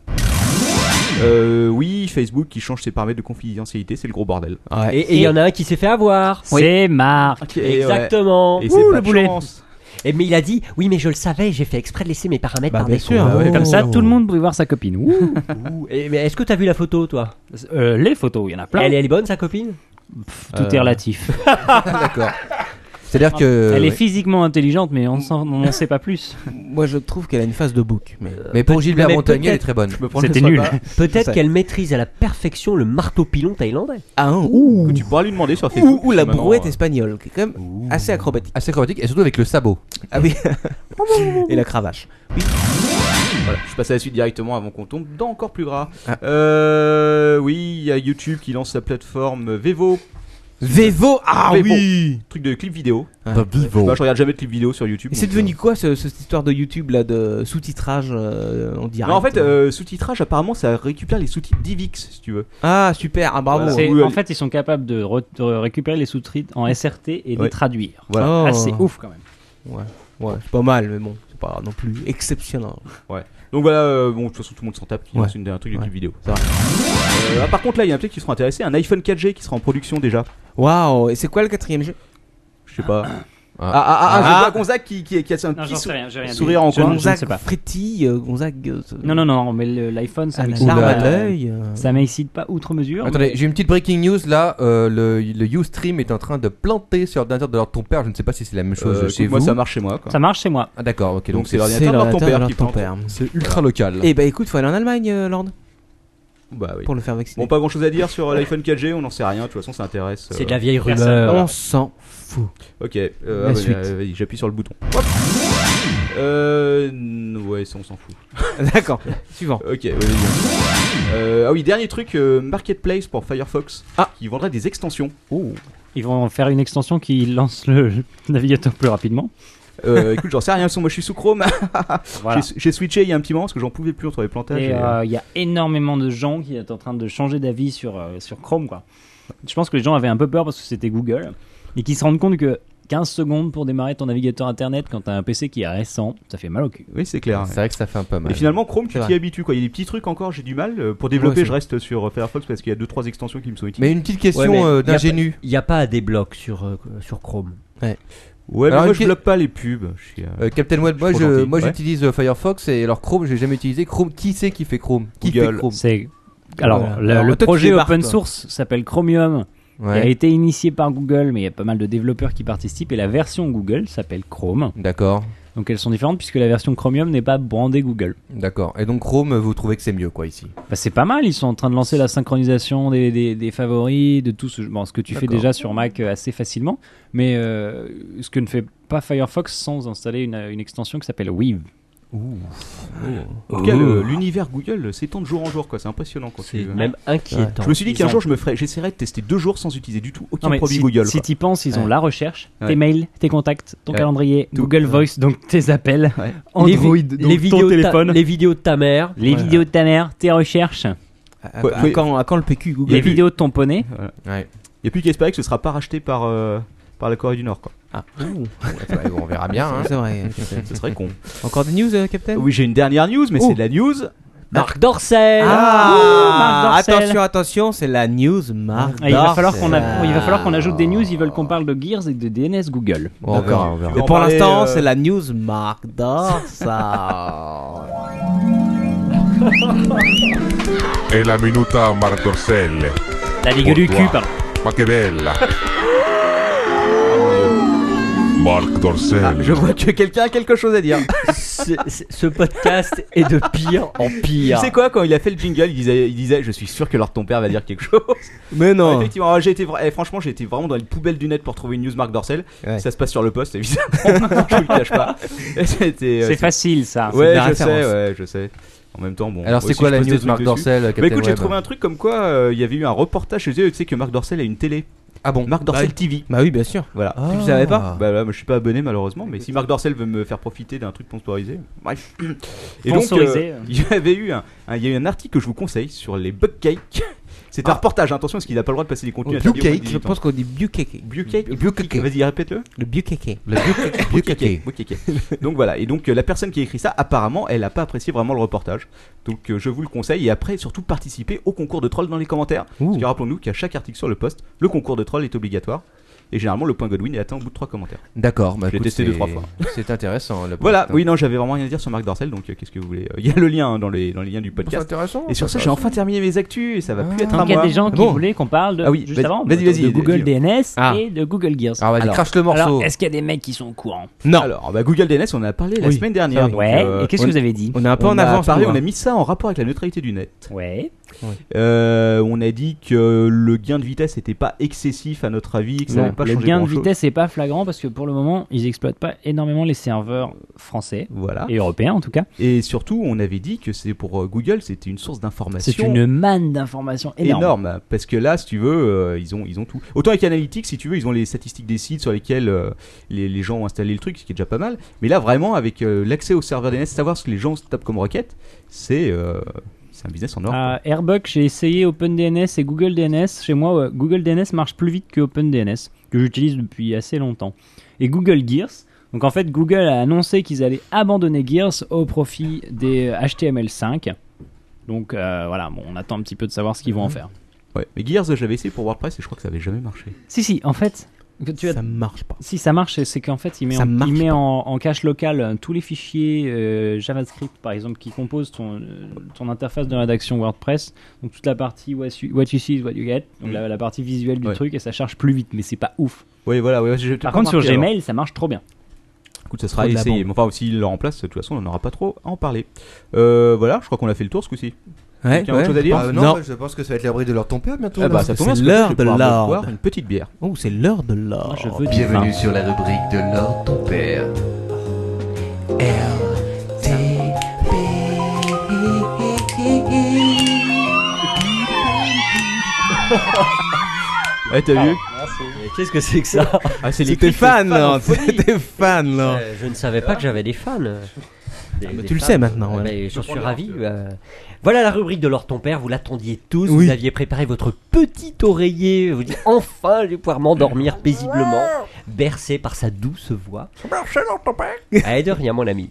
C: Euh, oui, Facebook qui change ses paramètres de confidentialité, c'est le gros bordel.
G: Ah. Et- Et il y en a un qui s'est fait avoir.
C: Oui.
F: C'est Marc.
C: Ok, ouais.
G: Exactement.
C: Et c'est Ouh, pas le de boulet. chance.
G: Et mais il a dit oui mais je le savais j'ai fait exprès de laisser mes paramètres par
F: bien
G: défaut.
E: Ah
F: sûr. Bah
C: oh.
F: ouais, Comme ça, tout le monde pouvait voir sa copine. Ouh.
G: Ouh. Et- mais est-ce que t'as vu la photo toi
F: Euh, les photos, il y en a plein. Euh.
G: Elle, elle est bonne sa copine
F: tout
G: Euh.
F: est relatif.
E: D'accord. C'est-à-dire que-
F: Elle est
E: ouais.
F: physiquement intelligente, mais on n'en sait pas plus.
D: Moi, je trouve qu'elle a une phase de bouc. Mais,
E: Mais pour Gilbert
D: mais peut-être-
E: Montagnier, elle est très bonne.
F: C'était nul.
D: Je sais.
G: Peut-être qu'elle maîtrise à la perfection le marteau pilon thaïlandais.
D: Ah
C: Tu pourras lui demander sur
D: Ou,
G: Facebook.
D: ou la
G: maintenant,
D: brouette
G: euh.
D: espagnole, qui est quand même assez acrobatique.
E: Assez acrobatique et surtout avec le sabot.
D: Ah oui. et la cravache.
C: Voilà, je passe à la suite directement avant qu'on tombe dans encore plus gras.
D: Ah.
C: Euh, oui, il y a YouTube qui lance sa plateforme Vevo.
D: Vevo, ah
C: Vevo.
D: oui Ah,
C: Truc de clip vidéo.
D: Ouais.
C: Je sais pas, je regarde jamais de clip vidéo sur YouTube.
D: Et c'est
C: donc, euh,
D: devenu quoi ce- ce- cette histoire de YouTube là de sous-titrage euh, en direct
C: Non, en fait, euh, sous-titrage, apparemment, ça récupère les sous-titres d'Ivix, si tu veux.
D: Ah, super, ah bravo.
F: C'est-
C: Oui,
F: en
C: allez.
F: fait, ils sont capables de, re- de récupérer les sous-titres en SRT et de
D: Ouais.
F: les traduire.
D: Voilà.
F: Ah,
D: Oh.
F: c'est ouf quand même.
D: Ouais, ouais, c'est pas mal, mais bon, c'est pas non plus exceptionnel.
C: Ouais. Donc voilà, euh, bon, de toute façon, tout le monde s'en tape.
D: Ouais.
C: C'est une, un truc de
D: Ouais.
C: clip vidéo.
D: C'est vrai.
C: Euh, ah, par contre, là, il y en a peut-être qui seront intéressés. Un iPhone 4G qui sera en production déjà.
D: Waouh, et c'est quoi le quatrième jeu
C: Je sais pas. Ah, ah, ah, je vois Gonzague qui, qui, qui a un
F: Non,
C: petit
F: j'en
C: sou-
F: sais rien, j'ai rien
C: sourire
F: dit.
C: en
F: Je- je
C: coin.
F: ne sais pas.
D: Fritty, euh, Gonzague. euh, ce-
F: Non, non, non, mais le- l'iPhone, ça
D: Ah, la
F: m'excite
D: larme à
F: pas.
D: l'œil, euh.
F: Ça m'excite pas outre mesure.
E: Attendez, j'ai une petite breaking news là. euh, le, le Ustream est en train de planter sur l'ordinateur de leur ton père. Je ne sais pas si c'est la même chose
C: Euh,
E: chez
C: écoute, moi,
E: vous.
C: ça marche chez moi, quoi.
F: Ça marche chez moi.
E: Ah d'accord, ok.
C: Donc,
E: Donc
C: c'est l'ordinateur de leur ton
D: l'ordinateur
C: père
D: de
C: qui
D: leur ton
C: plante.
D: père.
E: C'est ultra local.
D: Eh bah écoute, faut aller en Allemagne, euh, Lord.
C: Bah oui.
D: Pour le faire vacciner.
C: Bon, pas grand chose à dire sur euh, l'iPhone 4G, on n'en sait rien, de toute façon ça intéresse. euh,
G: C'est de la vieille
C: personne.
G: rumeur.
C: Voilà.
D: On s'en fout.
C: Ok, euh, ah,
D: La
C: bah,
D: suite.
C: euh, vas-y, j'appuie sur le bouton. Hop. Euh. n- Ouais, ça, on s'en fout.
D: D'accord, suivant.
C: Ok, ouais, vas-y. Euh, ah oui, dernier truc, euh, Marketplace pour Firefox. Ah Qui vendrait des extensions.
D: Oh
F: Ils vont faire une extension qui lance le navigateur plus rapidement.
C: Euh, écoute, j'en sais rien, moi je suis sous Chrome. J'ai- J'ai switché il y a un petit moment parce que j'en pouvais plus entre les plantages.
F: Et
C: et,
F: euh, il y a énormément de gens qui sont en train de changer d'avis sur, euh, sur Chrome. Quoi. Je pense que les gens avaient un peu peur parce que c'était Google et qui se rendent compte que 15 secondes pour démarrer ton navigateur internet quand t'as un PC qui est récent, ça fait mal au cul.
C: Oui, c'est clair.
E: C'est vrai que ça fait un peu mal.
C: Et finalement, Chrome, tu
E: C'est
C: t'y
E: vrai.
C: habitues quoi. Il y a des petits trucs encore, j'ai du mal. Euh, Pour
E: Moi
C: développer,
E: aussi.
C: je reste sur euh, Firefox parce qu'il y a 2-3 extensions qui me sont utiles.
E: Mais une petite question
G: Ouais, mais
E: euh,
G: y a pas-
E: d'ingénu.
G: Il n'y a pas des blocs sur euh, sur Chrome.
D: Ouais.
C: Ouais, mais
E: Alors,
C: moi
E: une
C: je
E: que-
C: bloque pas les pubs. Je suis, euh,
E: Euh, Captain Web, moi
C: je suis
E: je-
C: trop gentil.
E: moi,
C: Ouais.
E: j'utilise euh, Firefox et alors Chrome, j'ai jamais utilisé Chrome. Qui c'est qui fait Chrome Qui fait
C: Google.
E: Chrome
F: C'est alors,
E: Voilà.
F: le,
E: Alors,
F: le
E: toi, tu
F: projet
E: débarques,
F: open
E: toi.
F: source s'appelle Chromium.
E: Ouais.
F: Il a été initié par Google, mais il y a pas mal de développeurs qui participent. Et la version Google s'appelle Chrome.
E: D'accord.
F: Donc elles sont différentes puisque la version Chromium n'est pas brandée Google.
E: D'accord. Et donc Chrome, vous trouvez que c'est mieux quoi ici
F: Bah, c'est pas mal, ils sont en train de lancer la synchronisation des, des- des favoris, de tout ce, bon, ce que tu fais
E: D'accord.
F: déjà sur Mac euh, assez facilement, mais euh, ce que ne fait pas Firefox sans installer une, une extension qui s'appelle Weave.
C: En tout cas, le- l'univers Google s'étend de jour en jour, quoi. C'est impressionnant, quoi.
F: C'est
C: Tu- hein.
F: même inquiétant.
C: Je me suis dit
F: Ils
C: qu'un
F: ont-
C: jour, je me ferais, j'essaierais de tester deux jours sans utiliser du tout aucun
F: Non, mais
C: produit
F: si,
C: Google.
F: Si
C: quoi.
F: tu penses, ils ont
C: Ouais.
F: la recherche,
C: Ouais.
F: tes mails, tes contacts, ton
C: Ouais.
F: calendrier,
C: Tout.
F: Google
C: Ouais.
F: Voice, donc tes appels,
C: Ouais.
F: Android,
C: Les vi-
F: donc
C: les vidéos
F: ton
C: de ta-
F: téléphone,
G: les vidéos de ta mère,
F: les
C: Voilà.
F: vidéos de ta mère, tes recherches,
D: Ah, bah,
C: Ouais, ouais.
D: le PQ
C: Ah, Il y
F: les
C: a plus-
F: vidéos de ton poney.
C: Voilà. Il n'y a plus qu'à espérer que ce sera pas racheté par, euh, par la Corée du Nord, quoi.
D: Ah.
E: on verra bien. hein.
D: C'est vrai.
C: ce serait con.
D: Encore des news, euh, Captain
C: Oui, j'ai une dernière news, mais
D: Oh.
C: c'est de la news.
G: Marc Dorcel
D: Ah,
F: Ouh, Marc Dorcel.
D: attention, attention, c'est la news Marc
F: Ah, il va
D: Dorcel.
F: falloir qu'on a- il va falloir qu'on ajoute des news. Ils veulent qu'on parle de Gears et de DNS Google.
E: Bon, on verra, on verra.
C: Tu
D: Et
C: veux en
D: pour
C: parler,
D: l'instant,
C: euh,
D: c'est la news Marc Dorcel.
B: È la minuta Marc Dorcel.
G: La ligue du cul, pardon.
B: Ma che bella! Marc Dorcel.
G: Ah,
C: Je vois que quelqu'un a quelque chose à dire.
G: ce, ce- ce podcast est de pire en
C: Tu
G: pire.
C: sais quoi, quand il a fait le jingle, il disait, il disait Je suis sûr que leur ton père va dire quelque chose.
D: Mais
C: Ah,
D: non.
C: Effectivement, j'ai été vra- eh, franchement, j'ai été vraiment dans une poubelle du net pour trouver une news Marc Dorcel.
E: Ouais.
C: Ça se passe sur le poste, évidemment. je vous le cache pas. Et c'était, euh,
F: C'est facile ça.
C: Ouais,
D: de la
C: je sais,
D: référence.
C: ouais, je sais. En même temps, bon.
E: Alors c'est
C: aussi,
E: quoi
C: je
E: la
C: poste des
E: news
C: trucs
E: Marc
C: dessus.
E: Dorcel Captain
C: Bah écoute, j'ai
E: Web
C: trouvé un truc comme quoi euh, il y avait eu un reportage chez eux, tu sais que Marc Dorcel a une télé.
E: Ah bon
C: Marc Dorcel
D: Bah,
C: TV.
D: Bah oui, bien sûr.
C: Voilà.
D: Tu le savais pas
C: Bah là, moi, je suis pas abonné malheureusement, mais si Marc Dorcel veut me faire profiter d'un truc sponsorisé, bref. Et donc,
F: Sponsorisé,
C: euh,
F: euh.
C: il y avait eu un, un- il y a eu un article que je vous conseille sur les bug cakes. C'est un reportage, hein, attention, parce qu'il n'a pas le droit de passer des contenus
E: Oh,
C: interdits aux moins de
E: Bluecake,
D: Je
C: 18 ans.
D: pense qu'on dit Bukkake.
C: Bluecake
E: Bluecake.
C: Vas-y, répète-le.
D: Le Bukkake.
E: Le vieux caquet.
C: Bluecake. Donc voilà, et donc euh, la personne qui a écrit ça, apparemment, elle n'a pas apprécié vraiment le reportage. Donc euh, je vous le conseille, et après, surtout, participez au concours de troll dans les commentaires. Parce que rappelons-nous qu'à chaque article sur le poste, le concours de troll est obligatoire. Et généralement, le point Godwin est atteint au bout de trois commentaires.
E: D'accord, bah
C: Je l'ai
E: écoute,
C: testé deux,
E: c'est-
C: trois fois.
E: C'est intéressant. là, pour
C: Voilà,
E: l'instant.
C: oui, non, j'avais vraiment rien à dire sur Marc Dorcel, donc euh, qu'est-ce que vous voulez Euh, Il y a le lien hein, dans, les, dans les liens du
E: C'est
C: podcast.
E: intéressant.
C: Et sur ça, j'ai enfin terminé mes actus, et ça va plus être à
F: Ah. Donc il y a
C: moi.
F: des gens qui
E: Bon.
F: voulaient qu'on parle de,
C: Ah oui,
F: juste
C: vas-y,
F: avant,
C: vas-y, vas-y,
F: de Google
C: vas-y.
F: DNS
E: Ah.
F: et de Google Gears.
E: Ah, vas-y,
F: Alors-
E: crache le morceau.
F: alors, est-ce qu'il y a des mecs qui sont au courant
D: Non.
C: Alors, bah, Google DNS, on en a parlé la
D: Oui.
C: semaine dernière. donc,
F: Ouais,
C: euh,
F: et qu'est-ce que vous avez dit
D: On est un peu en
C: a
D: avance.
C: parlé,
D: nous,
C: on a
D: hein.
C: mis ça en rapport avec la neutralité du net.
F: Ouais.
C: Euh, on a dit que le gain de vitesse n'était pas excessif à notre avis, que ça n'avait pas
F: le
C: changé
F: gain de
C: grand-chose.
F: vitesse n'est pas flagrant parce que pour le moment, ils exploitent pas énormément les serveurs français
C: Voilà.
F: et européens en tout cas.
C: Et surtout, on avait dit que c'est pour euh, Google, c'était une source d'information.
F: C'est une manne d'informations énorme.
C: énorme. parce que là si tu veux euh, ils ont ils ont tout autant avec Analytics si tu veux ils ont les statistiques des sites sur lesquels euh, les, les gens ont installé le truc ce qui est déjà pas mal mais là vraiment avec euh, l'accès au serveur DNS savoir ce que les gens se tapent comme requête c'est euh, c'est un business en or
F: À Airbuck, j'ai essayé OpenDNS et Google DNS. Chez moi, ouais, Google DNS marche plus vite que OpenDNS, que j'utilise depuis assez longtemps. Et Google Gears. Donc en fait, Google a annoncé qu'ils allaient abandonner Gears au profit des HTML5. Donc euh, voilà, bon, on attend un petit peu de savoir ce qu'ils vont en faire.
C: Mhm. ouais. mais Gears j'avais essayé pour WordPress et je crois que ça avait jamais marché
F: Si, si, en fait, que tu as
D: Ça marche pas.
F: Si ça marche, c'est- c'est qu'en fait, il met,
D: Ça
F: en, il
D: marche
F: met
D: pas.
F: en, en cache local euh, tous les fichiers euh, JavaScript, par exemple, qui composent ton, euh, ton interface de rédaction WordPress. Donc toute la partie what you, what you see is what you get, donc
C: Mm.
F: la, la partie visuelle du
C: Ouais.
F: truc, et ça charge plus vite, mais c'est pas ouf.
C: oui voilà ouais, j'ai
F: Par
C: pas
F: contre, sur
C: remarqué, alors.
F: Gmail, ça marche trop bien.
C: Écoute, ça sera
D: Trop de la
C: essayé. Mais enfin, s'il le remplace, de toute façon, on n'aura pas trop à en parler. Euh, voilà, je crois qu'on a fait le tour ce coup-ci.
D: Ouais,
C: Quelqu'un a autre chose à dire Euh, bah,
D: Ah,
E: Ah,
D: non.
E: non, je pense que ça va être l'abri de leur ton père bientôt.
C: Eh
E: là.
C: bah, ça
D: c'est
C: tombe bien, parce que
D: l'heure
C: je vais
D: de
C: pouvoir me
D: l'ordre.
C: boire une petite bière.
D: Oh, c'est l'heure de l'or.
F: Moi, je veux du vin.
J: Bienvenue sur la rubrique de l'or ton père.
C: Ouais, t'as vu
G: Ah, Qu'est-ce que c'est que ça hein.
C: Ah, c'est les
D: C'était
C: clics,
D: fan,
C: les fans en
D: là. C'était fan, là.
G: Euh, Je ne savais pas que j'avais des fans. Des-
D: mais
G: des
D: tu le
G: fans.
D: sais maintenant, ouais.
G: Ah, mais J'en suis ravi. euh. Voilà la rubrique de l'or ton père. Vous l'attendiez tous.
D: Oui.
G: Vous aviez préparé votre petit oreiller. Vous dites enfin, je vais pouvoir m'endormir paisiblement, bercé par sa douce voix. Allez, de rien, mon ami.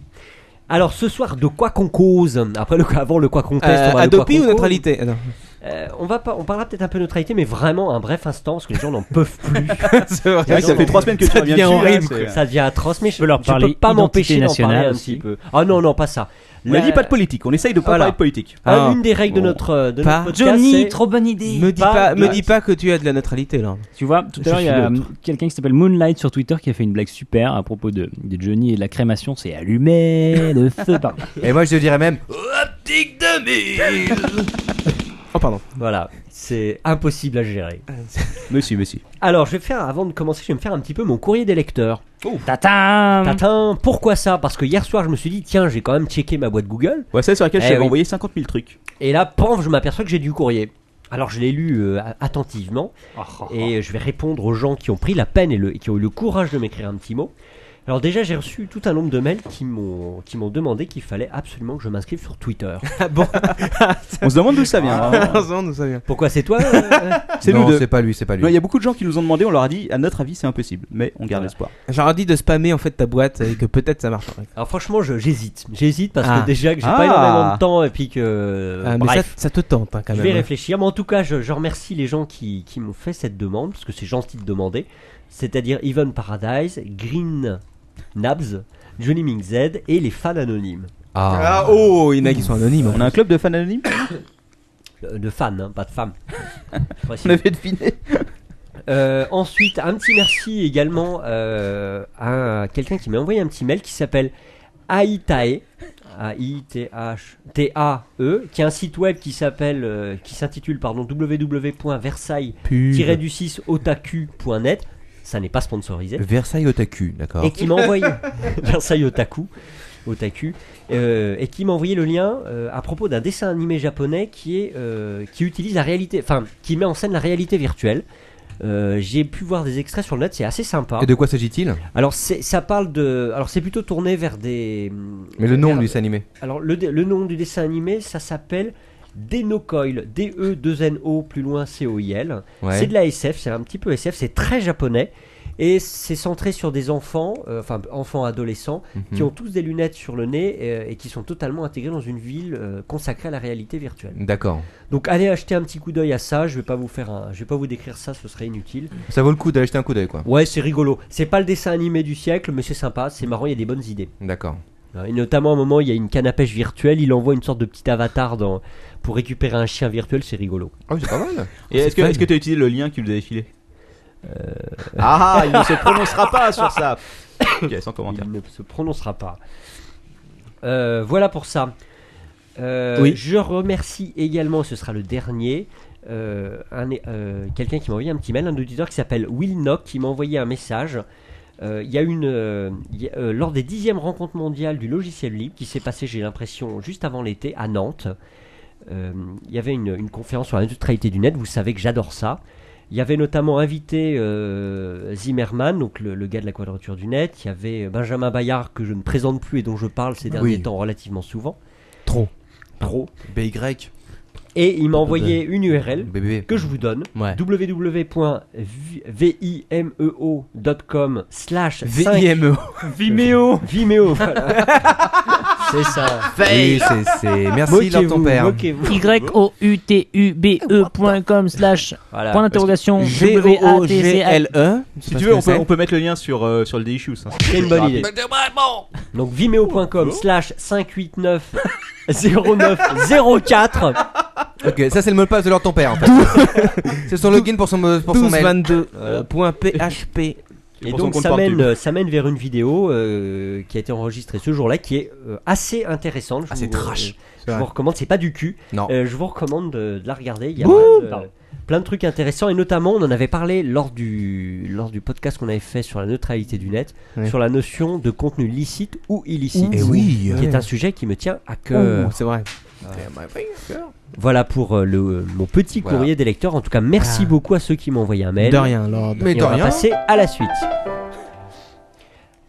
G: Alors ce soir, de quoi qu'on cause Après le avant le quoi qu'on teste,
D: Euh,
G: on va le quoi
D: Adopi
G: qu'on
D: ou
G: cause.
D: neutralité Ah, non.
G: Euh, on, va pas, on parlera peut-être un peu de neutralité, mais vraiment un bref instant, parce que les gens n'en peuvent plus.
C: C'est vrai que ça fait trois semaines que tu
G: ça
C: reviens
G: devient
C: dessus, là,
G: horrible,
C: c'est- euh,
G: quoi. Ça devient atroce, mais je,
C: peux leur
G: je
C: parler
G: peux pas
C: identité
G: m'empêcher d'en parler
C: nationale
G: un
C: aussi.
G: petit peu. Ah non, non, pas ça.
C: On a dit pas de politique, on essaye de pas
G: Voilà.
C: parler de politique.
G: Ah, une des règles de notre, euh, de notre podcast, c'est-
F: bonne idée.
D: Me dis
G: Pas
D: pas, me
G: de-
D: dis pas que tu as de la neutralité là.
F: Tu vois, tout à
D: Je
F: l'heure, il y
D: suis
F: a
D: neutre.
F: hum, quelqu'un qui s'appelle Moonlight sur Twitter qui a fait une blague super à propos de, de Johnny et de la crémation. C'est allumé le feu. Pardon.
E: Et moi je dirais même.
A: Optique 2000
D: Oh pardon. Ah,
G: Voilà, c'est impossible à gérer.
C: Monsieur, monsieur.
G: Alors, je vais faire, avant de commencer, je vais me faire un petit peu mon courrier des lecteurs.
C: Oh.
F: Tatin
G: Tatin, pourquoi ça Parce que hier soir, je me suis dit, tiens, j'ai quand même checké ma boîte Google.
C: Ouais, celle sur laquelle
G: Eh
C: je t'avais
G: oui.
C: envoyé 50 000 trucs.
G: Et là, panf, je m'aperçois que j'ai du courrier. Alors, je l'ai lu euh, attentivement. Et je vais répondre aux gens qui ont pris la peine et, le- et qui ont eu le courage de m'écrire un petit mot. Alors déjà, j'ai reçu tout un nombre de mails qui m'ont qui m'ont demandé qu'il fallait absolument que je m'inscrive sur Twitter.
D: Ah,
C: On se demande d'où ça vient. vraiment.
D: Heureusement, nous ça vient.
G: Pourquoi c'est toi euh,
C: C'est nous
E: non,
C: deux.
E: c'est pas lui, c'est pas lui.
C: Non, Il y a beaucoup de gens qui nous ont demandé, on leur a dit, à notre avis, c'est impossible. Mais on garde espoir.
D: J'aurais dit de spammer en fait ta boîte et que peut-être ça marcherait.
G: Alors franchement, je- j'hésite. J'hésite parce
D: Ah.
G: que déjà que j'ai
C: Ah.
G: pas énormément de temps et puis que
D: Ah, mais ça,
G: bref.
D: ça te tente hein, quand
G: je
D: même.
G: vais
D: hein.
G: réfléchir, mais en tout cas, je, je remercie les gens qui, qui m'ont fait cette demande, parce que c'est gentil de demander. C'est-à-dire Even Paradise, Green Nabs, Johnny Ming Z et les fans anonymes.
E: Ah,
D: Ah oh, il y en a qui sont anonymes.
C: On a un club de fans anonymes
G: Euh, De fans, hein, pas de femmes. Je
C: On
G: précise.
C: avait deviné.
G: Euh, ensuite, un petit merci également euh, à quelqu'un qui m'a envoyé un petit mail qui s'appelle Aitae, A-I-T-H-T-A-E, qui a un site web qui s'appelle, euh, qui s'intitule pardon www.versailles-otaku.net.
D: Pub.
G: Ça n'est pas sponsorisé.
E: Versailles Otaku, d'accord.
G: Et qui m'a envoyé Versailles Otaku, Otaku, euh, et qui m'a envoyé le lien euh, à propos d'un dessin animé japonais qui est euh, qui utilise la réalité, enfin qui met en scène la réalité virtuelle. Euh, J'ai pu voir des extraits sur le net, c'est assez sympa.
E: Et de quoi s'agit-il
G: Alors c'est- ça parle de, alors c'est plutôt tourné vers des.
E: Mais le nom
G: vers-
E: du dessin animé.
G: Alors le, dé- le nom du dessin animé, ça s'appelle Denocoil, D-E-2-N-O plus loin C-O-I-L.
E: Ouais.
G: C'est de la SF, c'est un petit peu SF, c'est très japonais. Et c'est centré sur des enfants, euh, enfin enfants adolescents, qui
E: Mhm.
G: ont tous des lunettes sur le nez euh, et qui sont totalement intégrés dans une ville euh, consacrée à la réalité virtuelle.
E: D'accord.
G: Donc allez acheter un petit coup d'œil à ça. Je vais pas vous faire, un, je vais pas vous décrire ça, ce serait inutile.
E: Ça vaut le coup d'aller jeter un coup d'œil, quoi.
G: Ouais, c'est rigolo. C'est pas le dessin animé du siècle, mais c'est sympa, c'est marrant, il y a des bonnes idées. Hein,
E: D'accord.
G: Et notamment à un moment, il y a une canne à pêche virtuelle, il envoie une sorte de petit avatar dans, pour récupérer un chien virtuel, c'est rigolo.
E: Ah, c'est pas mal.
C: Et est-ce que
E: fun.
C: est-ce que t'as utilisé le lien qu'il nous avait filé Ah, il ne se prononcera pas sur ça. Ok, sans commentaire.
G: Il ne se prononcera pas. Euh, voilà pour ça. Euh,
C: Oui.
G: Je remercie également, ce sera le dernier, euh, un- euh, quelqu'un qui m'a envoyé un petit mail, un auditeur qui s'appelle Will Knock, qui m'a envoyé un message. Euh, Il y a une euh, il y a- euh, lors des dixièmes rencontres mondiales du logiciel libre qui s'est passé, j'ai l'impression, juste avant l'été à Nantes. euh, Il y avait une, une conférence sur la neutralité du net. Vous savez que j'adore ça. Il y avait notamment invité euh, Zimmerman, donc le, le gars de la quadrature du net. Il y avait Benjamin Bayard, que je ne présente plus et dont je parle ces derniers
E: Oui.
G: temps relativement souvent.
D: Trop.
G: Trop.
E: BY.
G: Et il m'a envoyé une URL
E: BBB.
G: que je vous donne
D: Ouais.
G: E www.vimeo.com slash
E: E
D: VIME.
G: Vimeo Vimeo, voilà. C'est ça.
E: Oui, c'est. c'est- Merci, Lord ton
G: Moquez-vous,
E: père.
G: moquez-vous.
F: Y-O-U-T-U-B-E.com slash
G: Voilà.
F: point d'interrogation
D: G-O-O-G-L-E.
C: Si tu veux, on peut, on peut mettre le lien sur, euh, sur le DISHU.
G: C'est une bonne idée. Donc vimeo.com slash 589 0904
E: Ok, ça c'est le mot de passe de Lord ton père en fait. c'est son login pour son, pour son mail.
D: 1222. euh, point PHP.
G: Et donc ça mène, ça mène vers une vidéo euh, qui a été enregistrée ce jour-là, qui est euh, assez intéressante. Je
E: Ah, c'est
G: vous-
E: trash.
G: euh, je vous recommande, c'est pas du cul.
E: Non.
G: Euh, je vous recommande de, de la regarder. Il y a plein de, plein de trucs intéressants et notamment on en avait parlé lors du lors du podcast qu'on avait fait sur la neutralité du net,
D: Ouais.
G: sur la notion de contenu licite ou illicite.
E: Eh oui.
G: Qui est un sujet qui me tient à cœur.
D: C'est vrai.
E: bah,
G: Voilà pour euh, le, euh, mon petit
E: Voilà.
G: courrier des lecteurs. En tout cas, merci
D: Ah.
G: beaucoup à ceux qui m'ont envoyé un mail.
D: De rien, Lord.
E: Mais
G: Et
E: de
G: on va
E: rien.
G: passer à la suite.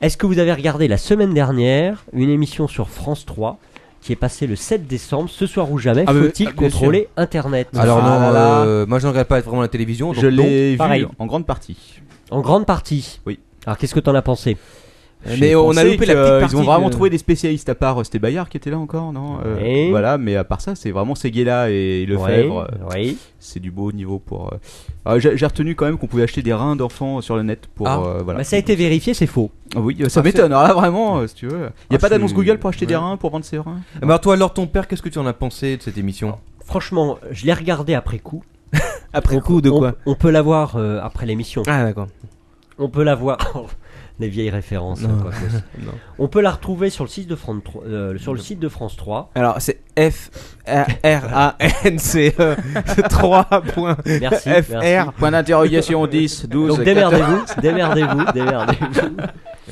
G: Est-ce que vous avez regardé la semaine dernière une émission sur France 3 qui est passée le 7 décembre, ce soir ou jamais,
C: Ah, mais-
G: faut-il
C: ah, bien
G: contrôler Internet
E: Alors
C: Ah
E: non,
C: là là.
E: euh, moi je ne regarde pas vraiment la télévision. Donc
C: Je l'ai vu
G: pareil.
C: en grande partie.
G: En grande partie.
C: Oui.
G: Alors qu'est-ce que t'en as pensé
C: J'ai pensé que, euh, Ils ont vraiment trouvé des spécialistes à part euh, c'était Bayard qui était là encore, non Euh,
G: Ouais.
C: Voilà, mais à part ça, c'est vraiment ces là et Lefebvre. euh,
G: Ouais, ouais.
C: C'est du beau niveau pour. euh, ah, J'ai j'ai retenu quand même qu'on pouvait acheter des reins d'enfants sur le net pour.
G: Ah.
C: euh, voilà.
G: Bah, ça a été vérifié, c'est faux.
C: Ah oui, euh, ça
G: Parfait.
C: m'étonne. Alors là, vraiment, euh, si tu veux. Il y a
E: Ah,
C: pas d'annonce
E: c'est-
C: Google pour acheter des
E: ouais.
C: reins, pour vendre ses reins
E: Eh ben, Alors toi, alors ton père, qu'est-ce que tu en as pensé de cette émission
G: Franchement, je l'ai regardé après coup.
D: Après
G: On-
D: coup, de
G: on-
D: quoi
G: On peut la voir euh, après l'émission.
D: Ah, d'accord.
G: On peut la voir. Oh, Les vieilles références.
D: Non.
G: quoi que ce-
D: Non.
G: On peut la retrouver sur le site de France 3. euh, sur le site de France 3.
D: Alors, c'est F. R A N C E 3 points
G: Merci,
D: F
G: merci.
D: R
C: Point d'interrogation 10, 12. 14.
G: Donc démerdez-vous, démerdez-vous, démerdez-vous.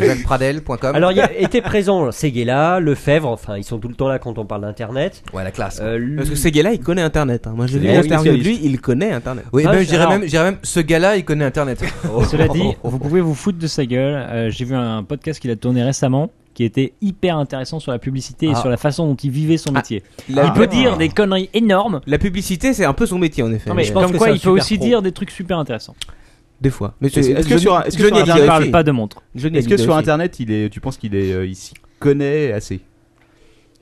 E: JacquesPradel.com.
G: Alors, il y a, était présent Seguela, Lefebvre, enfin, ils sont tout le temps là quand on parle d'Internet.
E: Ouais, la classe.
G: Euh, lui-
D: Parce que ce gars-là, il connaît Internet. hein. Moi, j'ai vu
G: Eh oui,
D: l'interview de lui,
C: spécialiste.
D: il connaît Internet.
E: Oui,
G: Ah,
E: même,
G: je-
E: j'irais
G: alors-
E: même, j'irais même, ce gars-là, il connaît Internet.
G: Oh.
F: Cela dit, vous pouvez vous foutre de sa gueule. Euh, J'ai vu un podcast qu'il a tourné récemment qui était hyper intéressant sur la publicité et
E: Ah.
F: sur la façon dont il vivait son métier.
D: La,
F: Il peut dire des conneries énormes,
D: la publicité, c'est un peu son métier, en effet.
F: non, mais
G: je pense
F: comme
G: que
F: quoi
G: c'est un
F: il peut
G: super
F: aussi
G: pro.
F: dire des trucs super intéressants.
D: Des fois. Mais
C: Est-ce- est-ce que sur un- est-ce que
D: je
C: sur
D: n'ai
C: un-
F: Il
D: dit
C: Internet,
F: ne
D: aussi.
F: parle pas de montre.
D: Je n'ai
C: Est-ce
D: dit
C: que sur
D: aussi.
C: Internet, il est, tu penses qu'il est, euh, il s'y connaît assez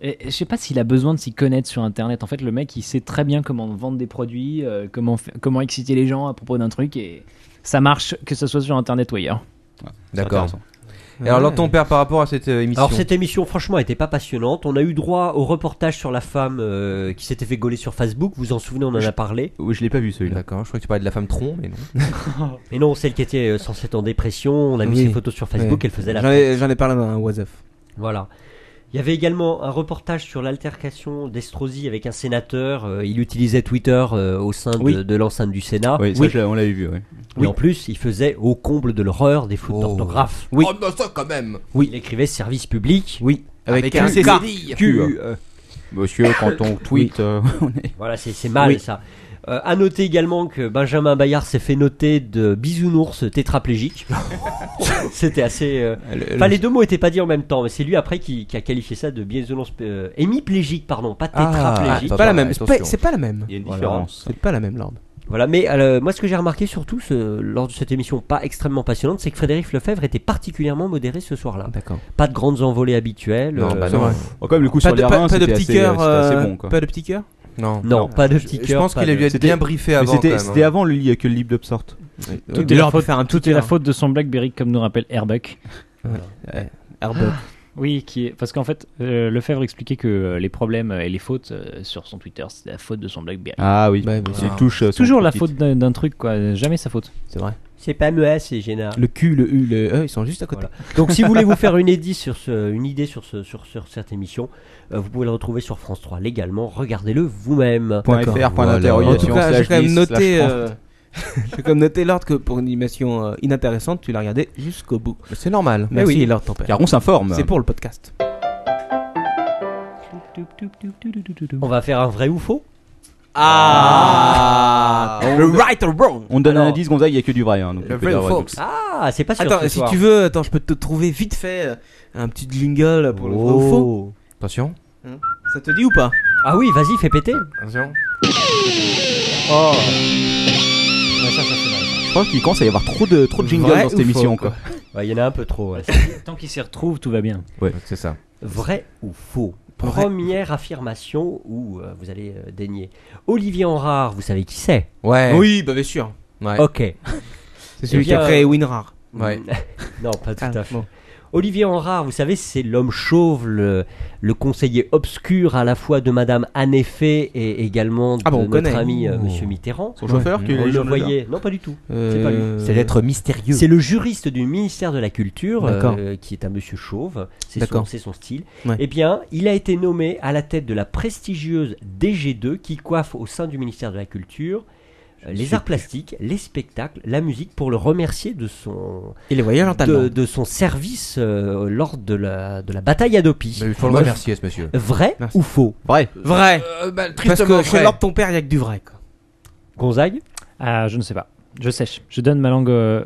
F: Et je sais pas s'il a besoin de s'y connaître sur internet. En fait, le mec il sait très bien comment vendre des produits, euh, comment, fa- comment exciter les gens à propos d'un truc et ça marche que ce soit sur internet ou ailleurs.
E: D'accord.
C: Intéressant.
E: Et Alors, alors, ton père, par rapport à cette euh, émission.
G: Alors cette émission, franchement, était pas passionnante. On a eu droit au reportage sur la femme euh, qui s'était fait gauler sur Facebook. Vous vous en souvenez, on en a parlé.
C: Oui, je l'ai pas vu celui-là.
E: D'accord, je crois que tu parlais de la femme tronc, mais non.
G: Et non, celle qui était euh, censée être en dépression. On a mis
D: Oui.
G: ses photos sur Facebook.
D: Ouais.
G: Elle faisait la
D: J'en ai, j'en ai parlé dans un WhatsApp.
G: Voilà. Il y avait également un reportage sur l'altercation d'Estrosi avec un sénateur. Euh, il utilisait Twitter euh, au sein de,
D: Oui.
G: de l'enceinte du Sénat.
C: Oui, ça, je l'ai- on l'avait vu. ouais.
G: Et en plus, il faisait au comble de l'horreur des fautes
E: Oh.
G: d'orthographe.
D: Oui.
E: Oh, non, ça quand même.
G: Il écrivait service public.
D: Oui.
E: Avec,
C: un
E: un
C: CCD.
E: CCD.
C: Q, euh, Monsieur, quand on tweet, euh, on est-
G: Voilà, c'est c'est mal
D: Oui.
G: ça. Euh, à noter également que Benjamin Bayard s'est fait noter de bisounours tétraplégique. C'était assez. euh, Enfin, les deux mots étaient pas dits en même temps, mais c'est lui après qui, qui a qualifié ça de bisounours euh, hémiplégique, pardon, pas
E: Ah,
G: tétraplégique.
E: attends,
D: pas la même. C'est
E: attention.
D: pas- C'est pas la même.
C: il y a une
G: Voilà.
C: différence.
D: C'est pas la même, Lord.
G: Voilà, mais euh, moi ce que j'ai remarqué surtout ce- lors de cette émission pas extrêmement passionnante, c'est que Frédéric Lefebvre était particulièrement modéré ce soir-là.
D: D'accord.
G: Pas de grandes envolées habituelles.
E: Non, bah
D: C'est
E: non.
D: vrai.
C: Oh, quand même, le coup
D: Pas
C: sur
D: de,
C: les
D: pas,
C: reins,
D: pas de
C: c'était
D: petit
C: assez,
D: cœur.
C: euh, c'était
D: euh,
C: assez bon. Quoi.
D: Pas de petit cœur.
E: Non.
G: Non, pas de petit
E: Je
G: cœur.
E: pense
G: pas
E: qu'il a
G: de-
E: dû être
C: c'était-
E: bien briefé
C: Mais
E: avant.
C: c'était,
E: quand même,
C: c'était
E: hein.
C: avant le li- que le libre de sorte.
F: Tout est
D: Dès
F: la
D: lors de
F: faute-
D: faire un tout
F: C'est la faute de son Blackberry comme nous rappelle Airbag.
D: Herbert.
F: Oui, qui est... parce qu'en fait, euh, Lefebvre expliquait que euh, les problèmes et les fautes euh, sur son Twitter, c'était la faute de son Blackberry.
C: Ah oui.
D: Ouais, bah,
C: C'est touche. euh, son
F: Toujours la
C: tweet.
F: faute d'un d'un truc, quoi. Jamais sa faute.
D: C'est vrai.
G: C'est pas MES, c'est Génard.
D: Le Q, le U, le E, ils sont juste à côté.
G: Voilà. Donc si vous voulez vous faire une, édite sur ce- une idée sur, ce- sur, sur cette émission, euh, vous pouvez la retrouver sur France 3 légalement. Regardez-le vous-même.
C: Point
D: D'accord.
C: .fr, point
E: Voilà.
D: En
C: d'interrogation.
D: tout cas, j'ai
C: slash
D: quand même
C: 10,
D: noté.
C: slash
D: euh, J'ai quand même noté Lord que pour une émission euh, inintéressante, tu l'as regardé jusqu'au bout.
E: C'est normal.
D: Merci
C: oui.
D: Lord ton père.
C: Car on s'informe.
D: C'est pour le podcast.
G: On va faire un vrai ou faux
D: Ah,
C: On,
D: le right or wrong.
C: on donne un
G: Alors-
C: indice, Gonzaï, il n'y a que du vrai. hein, donc
E: Le
C: on peut dire
E: vrai
C: vrai.
E: Fox.
G: Ah, c'est pas sûr.
D: Attends,
G: ce
D: si
G: soir.
D: tu veux, attends, je peux te trouver vite fait euh, un petit jingle pour le vrai ou faux.
C: Oh.
D: Hein
E: Attention.
D: Ça te dit ou pas
G: Ah oui, vas-y, fais péter.
E: Attention.
C: Je crois qu'il commence à y avoir trop de, trop de jingles
D: Vrai
C: dans cette
D: ou
C: émission.
D: faux,
C: Quoi.
G: Ouais, Il y en a un peu trop. ouais.
F: Tant qu'il s'y retrouve, tout va bien.
E: C'est ça.
G: Vrai ou faux
D: Vrai.
G: Première affirmation où euh, vous allez euh, daigner. Olivier Enrard, vous savez qui c'est
E: Ouais.
D: Oui, bah bien sûr.
E: Ouais.
G: Ok.
D: C'est celui
G: Eh
D: qui a
G: bien, euh,
D: créé WinRAR.
E: Ouais.
G: non, pas tout à fait.
D: Ah, bon.
G: Olivier Enrard, vous savez, c'est l'homme chauve, le, le conseiller obscur à la fois de Madame Anéfé et également de
D: Ah bon, on
G: notre
D: connaît.
G: ami euh,
D: Oh.
G: Monsieur Mitterrand.
C: Son chauffeur, qui
G: On
C: est
G: le
C: journaliste.
G: voyait. Non, pas du tout.
D: Euh, C'est
G: pas lui.
E: C'est l'être mystérieux.
G: C'est le juriste du ministère de la Culture,
D: D'accord.
G: euh, qui est un monsieur chauve, c'est son,
D: D'accord.
G: c'est son style.
D: Ouais.
G: Eh bien, il a été nommé à la tête de la prestigieuse DG2 qui coiffe au sein du ministère de la Culture euh, les arts plastiques, les spectacles, la musique, pour le remercier de son,
D: Et les voyages en
G: de,
D: Thaïlande.
G: de son service euh, lors de la, de la bataille à Dopi.
E: Mais Il faut le
D: Ouais.
E: remercier, ce monsieur. Euh, bah,
G: Vrai
D: Merci.
G: ou faux
C: Vrai.
D: Vrai.
G: Euh, bah,
D: Parce que chez
E: vrai.
D: Lord ton père, il y a que du vrai. Quoi.
G: Gonzague
F: Ah, je ne sais pas. Je sèche. Je donne ma langue euh,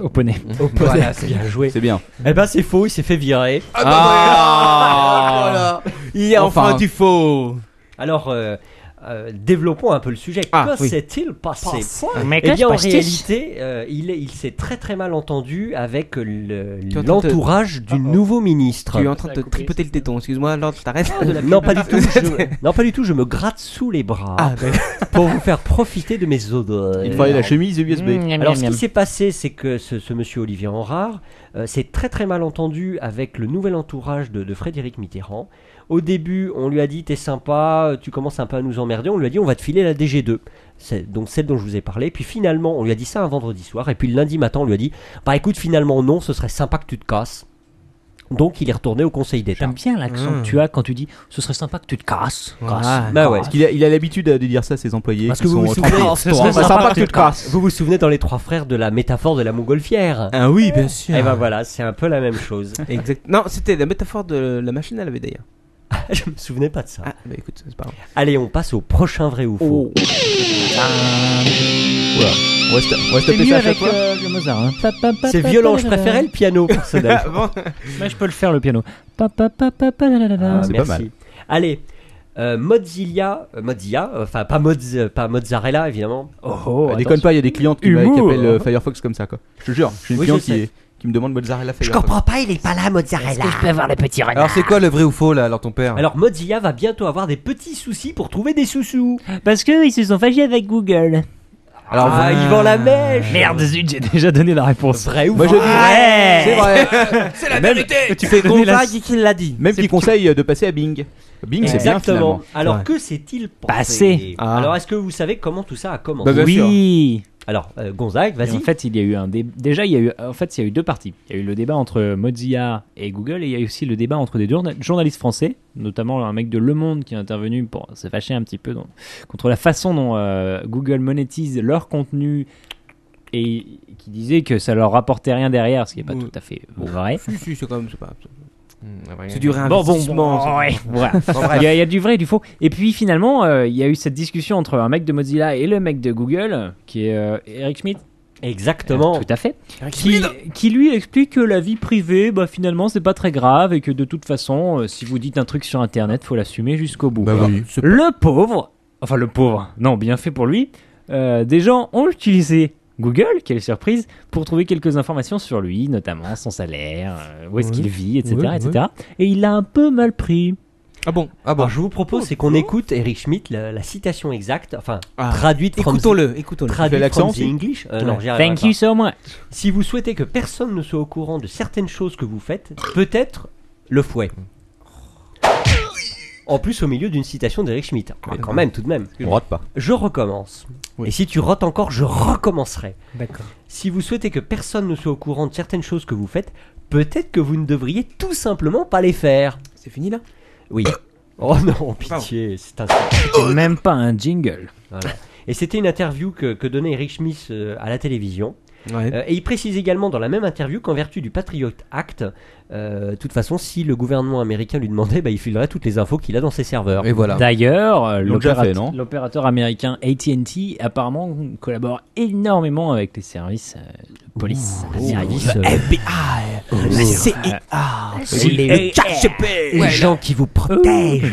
F: au poney.
G: Voilà, c'est bien joué.
C: C'est bien.
G: Eh ben, c'est faux, il s'est fait virer.
D: Ah, Il y a enfin,
E: Enfin.
D: du faux.
G: Alors, euh, euh, développons un peu le sujet.
D: Ah,
G: que
D: oui.
G: s'est-il passé
D: Passé.
G: Eh
D: Mais que
G: bien, en
D: se passe-t-il
G: réalité, euh, il, est- il s'est très très mal entendu avec le-
D: Tu es en train de- Ah, oh.
G: l'entourage du nouveau ministre.
D: Tu es en train de te tripoter le téton, excuse-moi, Lord, je t'arrête.
G: Non pas, du tout, je, non, pas du tout, je me gratte sous les bras
D: Ah, d'accord.
G: pour vous faire profiter de mes odeurs.
C: Il fallait la chemise USB.
G: Mm,
C: miam,
G: Alors,
C: miam,
G: ce
C: miam.
G: qui s'est passé, c'est que ce, ce monsieur Olivier Enrard euh, s'est très très mal entendu avec le nouvel entourage de, de Frédéric Mitterrand. Au début, on lui a dit T'es sympa, euh, tu commences un peu à nous emmerder. On lui a dit On va te filer la DG2, C'est donc celle dont je vous ai parlé. Puis finalement, on lui a dit ça un vendredi soir. Et puis le lundi matin, on lui a dit Bah écoute, finalement, non, ce serait sympa que tu te casses. Donc il est retourné au Conseil d'État.
F: J'aime bien l'accent que tu as quand tu dis ce serait sympa que tu te casses. casses,
G: Bah ouais.
F: casses.
C: Parce qu'il a, il a l'habitude euh, de dire ça à ses employés.
G: Parce
C: qui
G: que vous
C: sont
G: vous,
C: trempés.
G: souvenez,
C: Oh, c'est sympa que tu te casses.
G: vous vous souvenez dans Les Trois Frères de la métaphore de la montgolfière
D: Ah oui, bien sûr.
G: Et ben voilà, c'est un peu la même chose.
D: Exact. Non, c'était la métaphore de la machine à laver d'ailleurs.
G: Je me souvenais pas de ça.
D: Ah, bah écoute, c'est pas grave.
G: Allez, on passe au prochain vrai ou faux.
C: Voilà. Oh. On va se- on va se
F: C'est
C: taper
F: Ah. mieux
C: ça à chaque
F: avec
C: fois.
F: euh, le Mozart. hein. Pa, pa, pa,
G: C'est
F: pa,
G: violent,
F: pa,
G: je
F: la, la,
G: préférais
F: la.
G: le piano
C: Ah,
F: Ah,
G: personnellement.
F: Mais je peux le faire le piano. Pa, pa, pa, pa, pa, la, la, la, la.
G: Ah,
C: c'est
G: merci.
C: pas mal.
G: Allez, euh, Mozilla, euh, Mozilla, euh, enfin pas, Moz- euh, pas Mozzarella évidemment. Oh, oh,
C: Euh, Déconne
G: attention.
C: pas, il y a des clientes qui, m'a- qui
F: Humour.
C: appellent euh, Firefox comme ça, quoi. Je te jure, j'ai une
G: Oui,
C: cliente
G: je
C: qui,
G: sais.
C: est- qui me demande Mozzarella
G: Je
C: Firefox.
G: comprends pas, il est pas là Mozzarella.
F: Je peux avoir le petit renard.
E: Alors c'est quoi le vrai ou faux là, alors ton père
G: Ah. Alors Mozilla va bientôt avoir des petits soucis pour trouver des sous-sous.
F: Parce que ils se sont fâchés avec Google.
E: Alors,
G: ah,
E: vrai-
G: ils vend la mèche.
F: Merde, zut, j'ai déjà donné la réponse.
G: Vrai ou
C: Moi, je
G: faux
C: dis-
F: Eh.
C: C'est vrai. C'est la vérité. Tu fais
D: Gonzague
C: la-
D: qui l'a dit.
C: Même qui conseille euh, de passer à Bing. Bing, c'est bien
G: Exactement.
C: finalement.
G: Alors
D: Ouais.
G: que s'est-il passé
F: Passé.
D: Ah.
G: Alors est-ce que vous savez comment tout ça a commencé
C: Bah, bien sûr.
F: oui.
G: Alors euh, Gonzague,
F: Et
G: vas-y.
F: En fait, il y a eu un dé- déjà il y a eu en fait il y a eu deux parties. Il y a eu le débat entre Mozilla et Google et il y a eu aussi le débat entre des journa- journalistes français, notamment un mec de Le Monde qui est intervenu pour se fâcher un petit peu dans- contre la façon dont euh, Google monétise leur contenu et qui disait que ça leur rapportait rien derrière, ce qui n'est pas
D: Oui.
F: tout à fait vrai.
D: Si, si, c'est quand même, c'est pas. C'est
C: Hmm,
E: C'est
D: du réinvestissement. ça.
F: ouais, voilà. il, y a, il y a du vrai et du faux. Et puis finalement, euh, il y a eu cette discussion entre un mec de Mozilla et le mec de Google, qui est euh, Eric Schmidt. Euh,
G: Exactement.
F: Tout à fait. Qui, qui lui explique que la vie privée, bah, finalement, c'est pas très grave et que de toute façon, euh, si vous dites un truc sur Internet, faut l'assumer jusqu'au bout.
E: Bah oui.
F: Le pauvre, enfin le pauvre, non, bien fait pour lui, euh, des gens ont utilisé Google, quelle surprise, pour trouver quelques informations sur lui, notamment son salaire, euh, où est-ce
D: Ouais.
F: qu'il vit, etc.,
D: Ouais,
F: etc. Et il a un peu mal pris.
D: Ah bon
E: Ah bon
G: Alors je vous propose c'est qu'on écoute Eric Schmidt la, la citation exacte, enfin
D: Ah.
G: traduite from the-
D: Écoutons-le, écoutons-le.
G: traduite
C: fais l'accent
G: from the
C: aussi
G: English. Euh, non,
D: Ouais.
G: j'y arriverai
F: Thank
G: pas.
F: you so much.
G: Si vous souhaitez que personne ne soit au courant de certaines choses que vous faites, peut-être le fouet. En plus, au milieu d'une citation d'Eric Schmidt. Mais quand même, tout de même.
C: On rate pas.
G: Je recommence. Et si tu rates encore, je recommencerai.
F: D'accord.
G: Si vous souhaitez que personne ne soit au courant de certaines choses que vous faites, peut-être que vous ne devriez tout simplement pas les faire.
D: C'est fini là
G: Oui. Oh non, pitié, c'est un...
F: Même pas un jingle.
G: Et c'était une interview que, que donnait Eric Schmidt euh, à la télévision.
D: Ouais.
G: Euh, et il précise également dans la même interview qu'en vertu du Patriot Act, euh, de toute façon, si le gouvernement américain lui demandait, bah, il filerait toutes les infos qu'il a dans ses serveurs.
E: Et voilà.
F: D'ailleurs, euh,
C: Ils l'ont déjà
F: l'opérat-
C: fait, non
F: l'opérateur américain AT&T apparemment collabore énormément avec les services euh, de police
G: Les
F: américains.
G: services, euh,
F: C'est
G: les-
F: E les-
G: Ah, les gens qui vous protègent.
C: Ah oui, je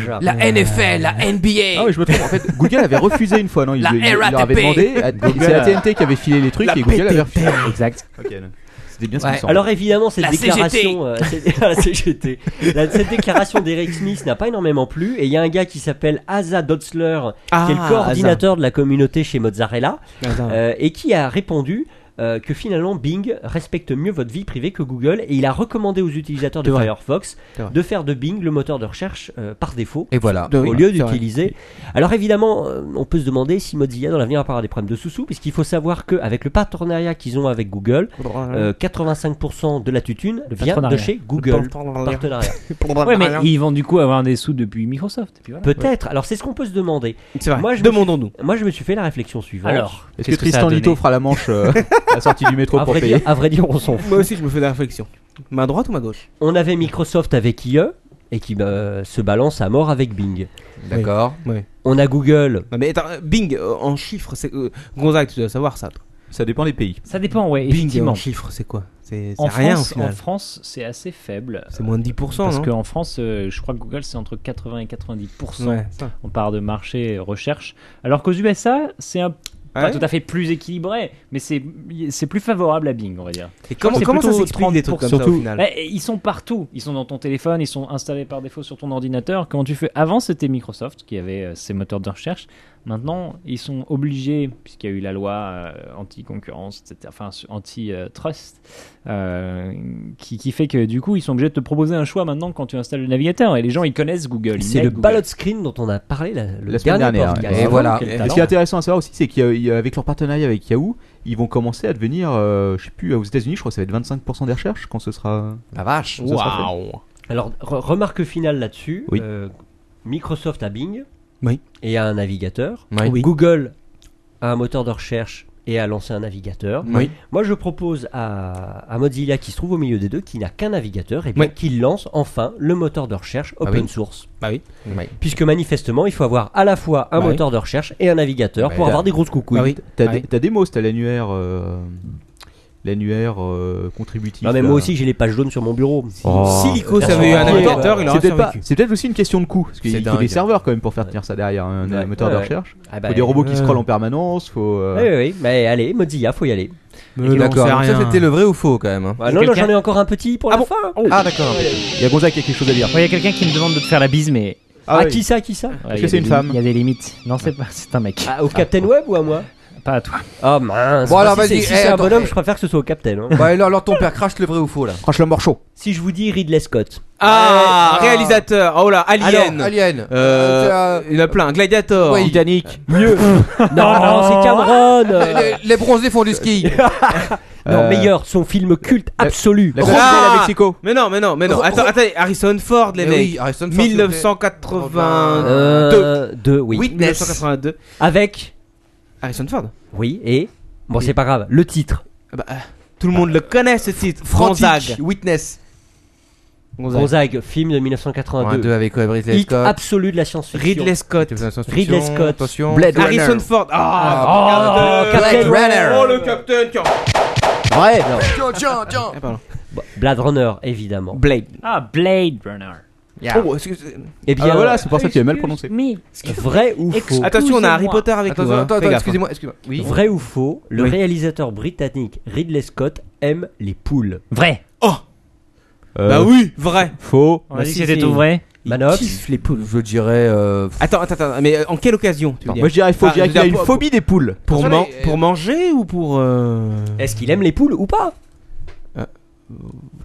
C: me trompe. En fait, Google avait refusé une fois, non Ils, ils- ils leur avaient demandé. à- Ah, C'est la TNT qui avait filé les trucs et Google avait refusé.
F: Exact.
C: C'était bien ce qui me semble.
G: Alors évidemment, cette déclaration, euh, cette- la CGT. La- cette déclaration d'Eric Smith n'a pas énormément plu, et il y a un gars qui s'appelle Asa Dotzler, qui est
D: Ah,
G: le coordinateur de la communauté chez Mozzarella, euh, et qui a répondu euh, que finalement Bing respecte mieux votre vie privée que Google, et il a recommandé aux utilisateurs de
D: C'est vrai.
G: Firefox
D: C'est vrai.
G: de faire de Bing le moteur de recherche euh, par défaut.
E: Et voilà.
D: De-
G: Au
D: Oui,
G: lieu
D: c'est vrai.
G: d'utiliser. Alors évidemment, euh, on peut se demander si Mozilla dans l'avenir va pas avoir des problèmes de sous-sous, puisqu'il faut savoir qu'avec le partenariat qu'ils ont avec Google,
D: hein.
G: euh, 85% de la tutune vient de
F: Partenariat.
G: chez Google.
D: Partenariat.
G: Partenariat.
F: Ouais, mais ils vont du coup avoir des sous depuis Microsoft. Et puis voilà.
G: Peut-être. Alors c'est ce qu'on peut se demander.
D: C'est vrai.
G: Moi, je me
D: Demandons-nous.
G: Moi, je me suis fait la réflexion suivante.
F: Alors,
C: Est-ce que
F: qu'est-ce ça a
C: Tristan
F: donné
C: Lito fera la manche euh, à la sortie du métro
G: à
C: pour
G: vrai, dire,
C: payer
G: à vrai dire, on s'en fout.
D: Moi aussi, je me fais la réflexion. Main droite ou main gauche
G: On avait Microsoft avec IE et qui euh, se balance à mort avec Bing.
E: D'accord.
G: On a Google.
D: Non, mais attends, euh, Bing, euh, en chiffres, c'est. euh, Gonzague, tu dois savoir ça. toi.
C: Ça dépend des pays.
F: Ça dépend, ouais,
D: Bing,
F: effectivement.
D: en chiffres, c'est quoi C'est c'est
F: En
D: rien
F: France,
D: au final.
F: en France, c'est assez faible.
D: C'est moins de 10%,
F: Parce
D: non
F: qu'en France, euh, je crois que Google, c'est entre 80 et 90%.
D: Ouais, ça.
F: On part de marché et recherche. Alors qu'aux USA, c'est un. Pas
D: Ah Ouais.
F: tout à fait plus équilibré, mais c'est c'est plus favorable à Bing, on va dire.
D: Et
F: Je crois
D: comment-
F: que c'est
D: comment ça
F: plutôt
D: s'explique, des trucs comme ça, au
F: 30%.
D: final
F: Ouais, et Eh, Ils sont partout. Ils sont dans ton téléphone, ils sont installés par défaut sur ton ordinateur. Comment tu fais Avant, c'était Microsoft qui avait euh, ses moteurs de recherche. Maintenant, ils sont obligés, puisqu'il y a eu la loi euh, anti-concurrence, etc., enfin su- anti-trust, euh, qui, qui fait que du coup, ils sont obligés de te proposer un choix maintenant quand tu installes le navigateur. Et les gens, ils connaissent Google. ils
G: C'est
F: mettent
G: le
F: Google.
G: ballot screen dont on a parlé la, le
C: la semaine
G: dernier
C: dernière.
G: podcast. Ah,
C: Et
G: Vraiment,
C: voilà.
G: quel
C: Et
G: talent.
C: ce qui est intéressant à savoir aussi, c'est qu'avec leur partenariat avec Yahoo, ils vont commencer à devenir, euh, je sais plus, aux États-Unis, je crois que ça va être 25% des recherches quand ce sera.
E: La vache.
C: quand ce sera fait.
G: Alors, re- remarque finale là-dessus.
C: Oui.
G: euh, Microsoft a Bing
D: Oui.
G: et a un navigateur.
E: Oui. Oui.
G: Google a un moteur de recherche et a lancé un navigateur.
E: Oui.
G: Moi, je propose à, à Mozilla, qui se trouve au milieu des deux, qui n'a qu'un navigateur, et bien
E: Oui.
G: qu'il lance enfin le moteur de recherche
E: Ah
G: open
E: oui.
G: source.
D: Bah oui.
E: Oui.
G: Puisque manifestement, il faut avoir à la fois un
D: Bah oui.
G: moteur de recherche et un navigateur
E: Bah,
G: pour
E: là-
G: avoir des grosses coucouilles.
D: Ah oui.
C: T'as
D: Ah
C: des-
D: oui.
C: t'as des mots, t'as l'annuaire. euh, L'annuaire euh, contributif.
G: Non, mais
C: là.
G: moi aussi, j'ai les pages jaunes sur mon bureau.
C: Oh.
D: Si Lico, ça
G: Attends,
D: avait eu un
G: attends,
D: navigateur, il
C: C'est
D: aurait
C: peut-être pas-
D: survécu.
C: c'est peut-être aussi une question de coût, parce qu'il
E: C'est
C: faut
E: dingue.
C: des serveurs quand même pour faire tenir ça derrière un, un
G: Ouais.
C: moteur de
G: Ouais.
C: recherche.
G: Ah
C: Faut
G: bah,
C: des robots qui
D: ouais.
C: scrollent en permanence, faut. euh,
G: Oui, oui, oui. Mais allez, Mozilla, faut y aller.
D: Mais non,
E: Euh, D'accord,
D: c'est
E: donc ça
D: rien.
E: c'était le vrai ou faux quand même. hein.
G: Ah non, non, j'en ai encore un petit pour la fin.
E: Ah d'accord.
C: Il y a Gonzague qui a quelque chose à dire.
F: Ouais, Il y a quelqu'un qui me demande de te faire la bise, mais.
G: Ah,
C: oui.
G: qui ça, qui ça
F: Ouais,
C: Est-ce
F: il
C: que
F: y a
C: c'est
F: des
C: une femme
F: lim- Il y a des limites. Non, c'est pas. C'est un mec.
G: Ah, Au Captain Web ou à moi
F: Pas à toi.
G: Ah mince
E: Bon,
G: Moi,
E: alors,
G: si
E: vas-y,
G: c'est- Si
E: eh,
G: c'est un
E: attends,
G: bonhomme,
E: eh.
G: je préfère que ce soit au Captain. hein.
E: Bah alors, alors ton père crache le vrai ou faux là.
C: Crache le morceau.
G: Si je vous dis Ridley Scott.
D: Ah, réalisateur. Oh là, Alien.
E: Alors, Alien.
D: Euh, il y en a plein. Gladiator.
E: Oui.
D: Titanic.
G: Non, non, c'est Cameron
E: Les, les bronzés font du ski.
G: Non,
C: Euh,
G: meilleur, son film culte absolu.
C: La
D: Ah
C: Grande Belle avec Seco.
D: Mais non, mais non, mais non.
E: Re-
D: Attends,
E: re-
D: attendez. Harrison Ford, les
E: Mais
D: mecs.
E: Eh oui, Harrison Ford, s'il vous plaît.
D: 1980.
G: Euh, deux, oui.
E: Witness.
D: 1982.
G: Avec,
D: Harrison Ford.
G: oui, et... Bon, c'est pas grave, le titre.
D: Ah bah, euh, tout le monde le connaît ce titre.
E: Frantic.
D: Franzag.
E: Witness.
G: Gonzague, film de 1982.
E: 82 avec euh, Ridley
G: Hit
E: Scott.
G: absolu de la science-fiction.
D: Ridley Scott.
G: Ridley Scott.
E: Attention.
G: Blade
D: Harrison Ford. Ah,
G: Oh,
D: regarde.
G: Captain
E: Blade Runner.
D: Oh, le capitaine. tiens.
G: Ouais, non.
E: Tiens, tiens, tiens.
D: Ah, pardon.
G: Bon, Blade Runner, évidemment.
D: Blade.
F: Ah, Blade Runner.
D: Oh, excuse-
G: Eh
C: Ah,
G: bien,
C: voilà, c'est pour ça que tu as mal prononcé.
F: Mais
G: vrai ou faux
D: Attention, on a Harry
F: Excusez-moi.
D: Potter avec nous.
E: Attention,
D: hein.
E: attends,
D: Fais
E: attends,
D: gaffe,
E: excusez-moi, excusez-moi. Oui.
G: Vrai ou faux, le
D: Oui.
G: réalisateur britannique Ridley Scott aime les poules.
F: Vrai.
D: hein.
C: Euh,
D: Bah oui, vrai.
C: Faux.
F: On
D: Bah
F: a dit
D: si,
F: que c'était
D: si.
F: tout vrai.
G: Manox
E: les poules. Je dirais. euh, f-
D: Attends, attends, attends, mais euh, en quelle occasion tu veux dire
C: Bah, Moi je dirais faux,
D: Ah,
C: je dirais
D: je
C: qu'il a
D: veux
C: une
D: dire, pour-
C: phobie des poules.
D: pour,
E: Attends,
D: man-
E: mais, euh,
D: pour manger ou pour. euh,
G: Est-ce qu'il aime les poules ou pas
E: Euh,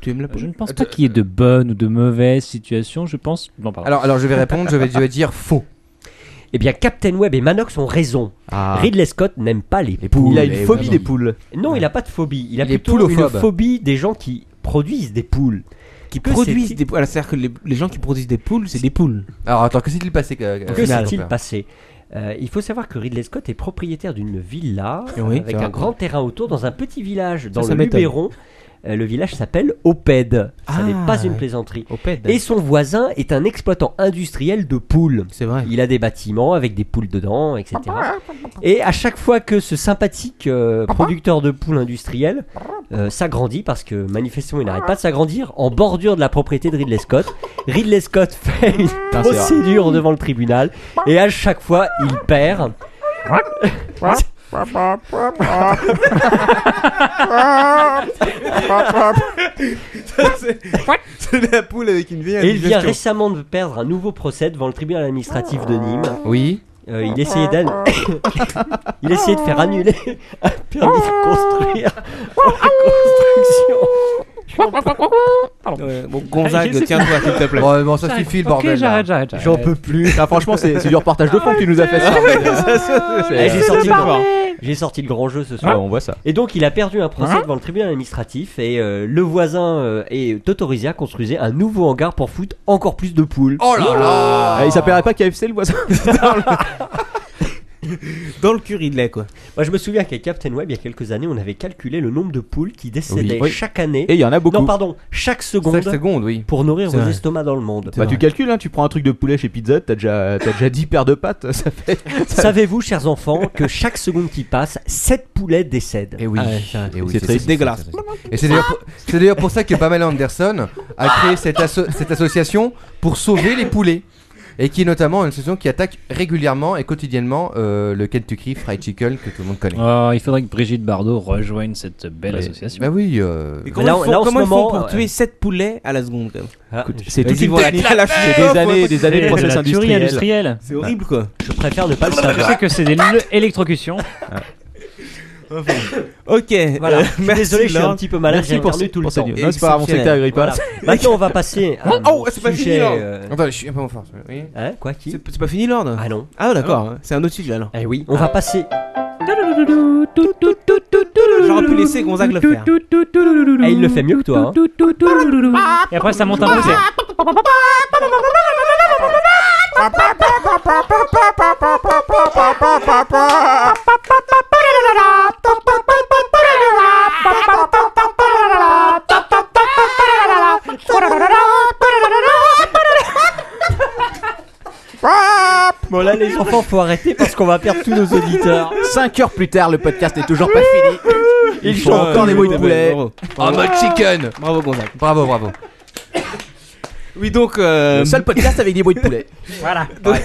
D: Tu aimes la
F: Je ne pense pas qu'il y ait de bonnes ou de mauvaises situations. Je pense. Non, pardon.
E: Alors, alors je vais répondre. je, vais, je vais dire faux.
G: Eh bien, Captain Webb et Manox ont raison.
E: Ah.
G: Ridley Scott n'aime pas les, poules.
C: Il a une
F: Eh
C: phobie des poules.
G: Non, il n'a pas de phobie. Il a
E: Ah. Il est
G: plutôt une
E: poulophobe.
G: phobie des gens qui produisent des poules. Qui
D: Produisent des poules. Alors, c'est-à-dire que les, les gens qui produisent des poules, c'est des poules.
E: Alors attends, que s'est-il passé euh, euh,
G: Que
E: Final,
G: s'est-il
E: ton père
G: passé Euh, Il faut savoir que Ridley Scott est propriétaire d'une villa euh,
D: Oui,
G: avec
D: ça
G: un
D: va.
G: grand terrain autour dans un petit village dans
D: ça
G: le
D: m'étonne.
G: Luberon. Euh, le village s'appelle Oped. Ça
D: Ah.
G: n'est pas une plaisanterie.
D: Au ped.
G: Et son voisin est un exploitant industriel de poules.
D: C'est vrai.
G: Il a des bâtiments avec des poules dedans, etc. Et à chaque fois que ce sympathique euh, producteur de poules industriel euh, s'agrandit, parce que manifestement il n'arrête pas de s'agrandir, en bordure de la propriété de Ridley Scott, Ridley Scott fait une
C: c'est
G: procédure devant le tribunal, et à chaque fois il perd.
D: C'est la poule avec une vieille
G: Et il vient récemment de perdre un nouveau procès devant le tribunal administratif de Nîmes.
E: Oui.
G: Euh, il essayait d'an- il essayait de faire annuler un permis de construire pour la construction.
D: bon, Gonzague,
A: é-
D: tiens-toi, s'il te plaît.
E: Bon, bon, ça suffit le bordel.
F: Ok,
E: là.
F: j'arrête, j'arrête.
G: J'en peux plus.
C: Ah, franchement, c'est c'est du reportage de fond que tu nous as fait ça.
G: Eh, J'ai
C: C'est-
G: sorti, le grand- j'ai sorti le grand jeu ce
C: Ouais,
G: soir.
C: on voit ça.
G: Et donc il a perdu un procès devant le tribunal administratif et euh, le voisin euh, est autorisé à construire un nouveau hangar pour foutre encore plus de poules.
E: Oh là là.
C: Ah, il s'appellerait pas KFC le voisin
D: Dans le curry de lait, quoi.
G: Moi, je me souviens qu'à Captain Web, il y a quelques années, on avait calculé le nombre de poules qui décédaient
C: Oui.
G: chaque année.
C: Et il y en a beaucoup.
G: Non, pardon, chaque seconde.
C: Chaque seconde, oui.
G: Pour nourrir
C: C'est
G: vos
C: vrai.
G: estomacs dans le monde.
C: Bah, tu calcules, hein, tu prends un truc de poulet chez Pizza Hut, t'as déjà, t'as déjà 10 paires de pattes, ça fait.
G: Savez-vous, chers enfants, que chaque seconde qui passe, 7 poulets décèdent.
E: Et oui,
G: Ah ouais,
E: ça,
G: c'est-
E: eh oui,
G: c'est triste.
C: dégueulasse.
E: Et c'est d'ailleurs pour-
D: Ah
E: c'est d'ailleurs pour ça que Pamela Anderson a créé cette, asso- cette association pour sauver les poulets. Et qui est notamment une association qui attaque régulièrement et quotidiennement euh, le Kentucky Fried Chicken que tout le monde connaît.
F: Oh, il faudrait que Brigitte Bardot rejoigne cette belle
E: Mais-
F: association.
E: Bah oui. euh,
D: Mais comment
F: Là,
D: ils
F: on-
D: font,
F: là, en
D: comment
F: ce
D: ils font
F: moment,
D: pour
F: euh,
D: tuer 7 poulets à la seconde quand même
G: Écoute,
C: C'est toute
D: vas-y,
C: une
D: voilà.
C: technique à la
D: C'est
C: fin. Des années, des années de
F: C'est
C: process
F: la tuerie
C: industriel.
F: industrielle.
D: C'est horrible quoi.
G: Hein Je préfère ne pas le
F: Je
G: savoir.
F: sais que c'est des le- électrocutions.
D: Ok,
G: Voilà.
D: euh,
G: Je suis
D: merci
G: désolé, je suis
D: Laure.
G: un petit peu malade.
C: Merci
G: j'ai
C: pour
G: éternué
C: ce-
G: tout le
C: pour cette
G: temps.
C: news. Non, c'est pas grave, on sait que t'as la grippe, hein.
G: Voilà. Maintenant, on va passer. À
E: Oh, c'est pas fini,
G: sujet,
E: là.
G: euh,
E: Attends, je suis un peu en force. oui.
G: hein, quoi qui
D: C'est c'est pas fini l'ordre
G: Ah non.
D: Ah d'accord, c'est un autre sujet alors.
G: Eh oui, on va passer.
D: J'aurais pu laisser Gonzague le faire.
G: Eh, il le fait mieux que toi. hein.
F: Et après, ça monte un peu.
G: Bon là, les enfants, faut arrêter parce qu'on va perdre tous nos auditeurs.
C: 5 heures plus tard, le podcast n'est toujours pas fini. Ils font encore les mots de poulet.
D: Bravo,
E: En mode chicken
D: bravo Gonzague.
E: Bravo, bravo.
D: Oui donc, euh,
C: Le seul podcast avec des bruits de poulet.
D: donc,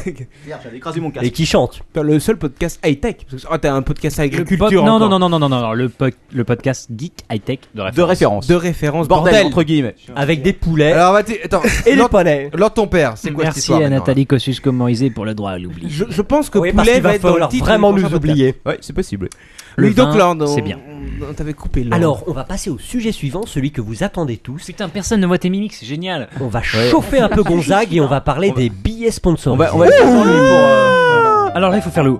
C: J'avais écrasé mon
G: Et qui chante
D: le seul podcast high-tech. Parce que ah, t'as un podcast
F: Le
D: agriculture.
F: pod- Non,
D: encore.
F: non, non, non, non, non, non, le, po- le podcast Geek High Tech de
C: De
F: référence.
C: référence.
D: De référence,
C: Bordel,
D: bordel.
C: entre guillemets.
G: avec des poulets
E: Alors, vas-y, attends.
G: et des
E: Lord,
G: poneys.
E: Lord ton père, c'est quoi cette
F: Merci
E: histoire
F: à
E: maintenant,
F: Nathalie Kosciusko-Morizet pour le droit à l'oubli.
D: Je, je pense que
G: Oui, parce
D: poulet
G: qu'il
D: va
G: va
D: être dans le
G: falloir
D: titre
G: vraiment
D: du prochain
G: nous
D: podcast.
G: oublier.
C: Ouais, c'est possible.
F: Le
D: Oui donc
F: vin,
D: Lord, on-
F: c'est bien.
D: on t'avait coupé Lord.
G: Alors, on va passer au sujet suivant, celui que vous attendez tous.
F: Putain, personne ne voit tes mimiques, c'est génial.
G: On va chauffer un peu Gonzague et on va parler des billets
C: On
G: sponsorisés.
C: va, on va laisser Jean-Louis pour. euh,
F: Alors là, il faut faire le.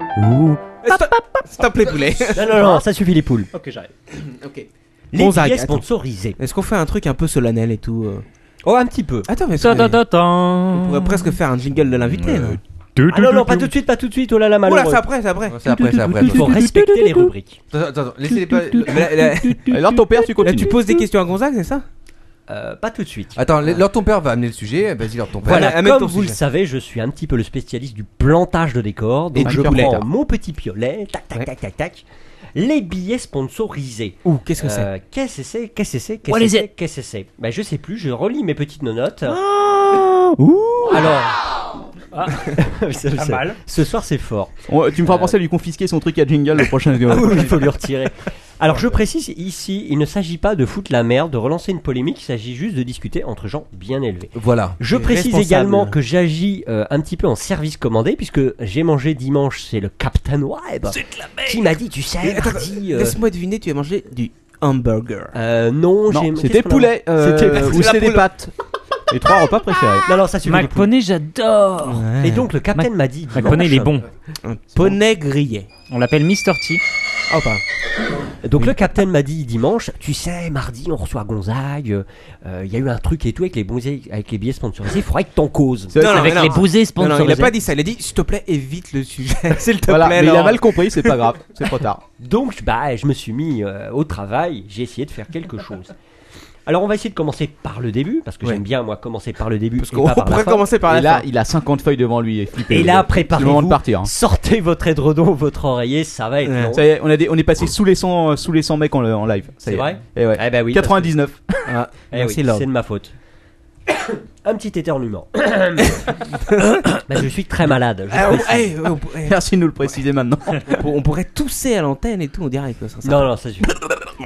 D: S'il te plaît poulet.
G: Non, non, non, ça suffit les poules.
F: Ok, j'arrive.
D: ok.
G: Les
D: Gonzague,
G: billets
D: attends.
G: sponsorisés.
D: Est-ce qu'on fait un truc un peu solennel et tout euh
G: Oh, un petit peu.
D: Attends mais
F: Ta ta
D: attendez,
F: ta ta.
D: on pourrait presque faire un jingle de l'invité. là.
G: Ah non, non, pas tout de suite, pas tout de suite. Oh là là,
D: Oula,
G: malheureux.
D: c'est après, c'est après.
E: hein C'est après, c'est après.
G: Il faut
E: attends.
G: respecter les rubriques.
E: Attends, attends, attends, laissez les pas.
D: Là, là-
C: Allez, Lord ton père, tu
D: là,
C: continues.
D: tu poses des questions à Gonzague, c'est ça
G: Euh, pas tout de suite.
E: Attends, Lord ton père va amener le sujet. Vas-y, Lord ton père.
G: Voilà,
D: amène ton
G: comme vous le
D: sujet.
G: savez, je suis un petit peu le spécialiste du plantage de décor.
D: Et
G: Donc
D: du
G: je
D: poulet.
G: prends mon petit piolet, tac, tac,
D: Ouais.
G: tac, tac, tac. Les billets sponsorisés.
D: Ouh, qu'est-ce que c'est
G: Euh, Qu'est-ce que c'est Qu'est-ce que c'est Qu'est-ce
F: What
G: que
F: is
G: c'est
F: it
G: Qu'est-ce que c'est Bah je sais plus, je relis mes petites notes.
D: Ah,
G: Alors... Ça-
C: Ah,
G: ça- Ce soir c'est fort.
C: On- tu me feras penser à lui confisquer son truc à Jingle le prochain.
G: Il faut lui retirer. Alors je précise ici, il ne s'agit pas de foutre la merde, de relancer une polémique, il s'agit juste de discuter entre gens bien élevés.
E: Voilà.
G: Je
D: Et
G: précise
D: responsable.
G: également que j'agis euh, un petit peu en service commandé puisque j'ai mangé dimanche, c'est le Captain Web qui m'a dit tu sais,
D: Mais attends,
G: mardi, euh,
D: Laisse-moi deviner, tu as mangé du hamburger.
G: euh, non, j'ai
C: Non,
G: qu'est-ce
C: c'était
G: qu'on a-
C: poulet. euh,
G: C'était-
C: Ou c'était des pâtes. Les trois repas préférés.
G: Non, non, ça suffit.
F: Mac Poney, j'adore.
G: Et donc le Captain
F: Mac-
G: m'a dit
F: Mac Poney, il est
G: dimanche-
F: bon.
D: Un poney grillé.
F: On l'appelle Mister T.
D: Oh, pardon.
G: Ah, Donc le capitaine m'a dit dimanche, tu sais, mardi on reçoit Gonzague, euh, il y a eu un truc et tout avec les, billets- avec les billets sponsorisés, il faudrait que t'en causes.
C: C'est-
D: Non, non,
F: Avec
D: non.
F: les
D: Non,
F: bousées
D: non,
F: sponsorisées.
D: il a pas dit ça, il a dit s'il te plaît, évite le sujet. S'il te
C: Voilà,
D: plaît,
C: mais il a
D: Laure.
C: mal compris, c'est pas grave, c'est trop tard.
G: Donc je- bah, je me suis mis euh, au travail, j'ai essayé de faire quelque chose. Alors on va essayer de commencer par le début, parce que
D: Ouais.
G: j'aime bien moi commencer par le début.
D: Parce
G: et
D: qu'on
G: pas par la
D: pourrait
G: fin.
D: commencer par la
C: Et là,
D: fin.
C: il a 50 feuilles devant lui et flippé.
G: Et
C: c'est le
G: là,
C: moment de
G: préparez-vous.
C: partir. hein.
G: Sortez votre édredon, votre oreiller, ça va être
D: Ouais,
G: long.
C: Ça y est, on, a des- on est passé sous les 100, euh, sous les 100 mecs en, en live. ça
G: C'est
C: y est.
G: vrai
C: Eh ouais. Ah,
G: Eh ben oui,
C: 99.
G: parce- eh
D: Merci,
G: oui,
D: Laure.
G: c'est de ma faute. Un petit éternuement. Bah, je suis très malade. je
D: Ah, on-
C: oh,
G: précise.
D: eh, on pourrait-
C: Merci de nous le préciser maintenant.
D: on pourrait tousser à l'antenne et tout en direct. quoi, ça- ça-
G: Non, non, ça suffit.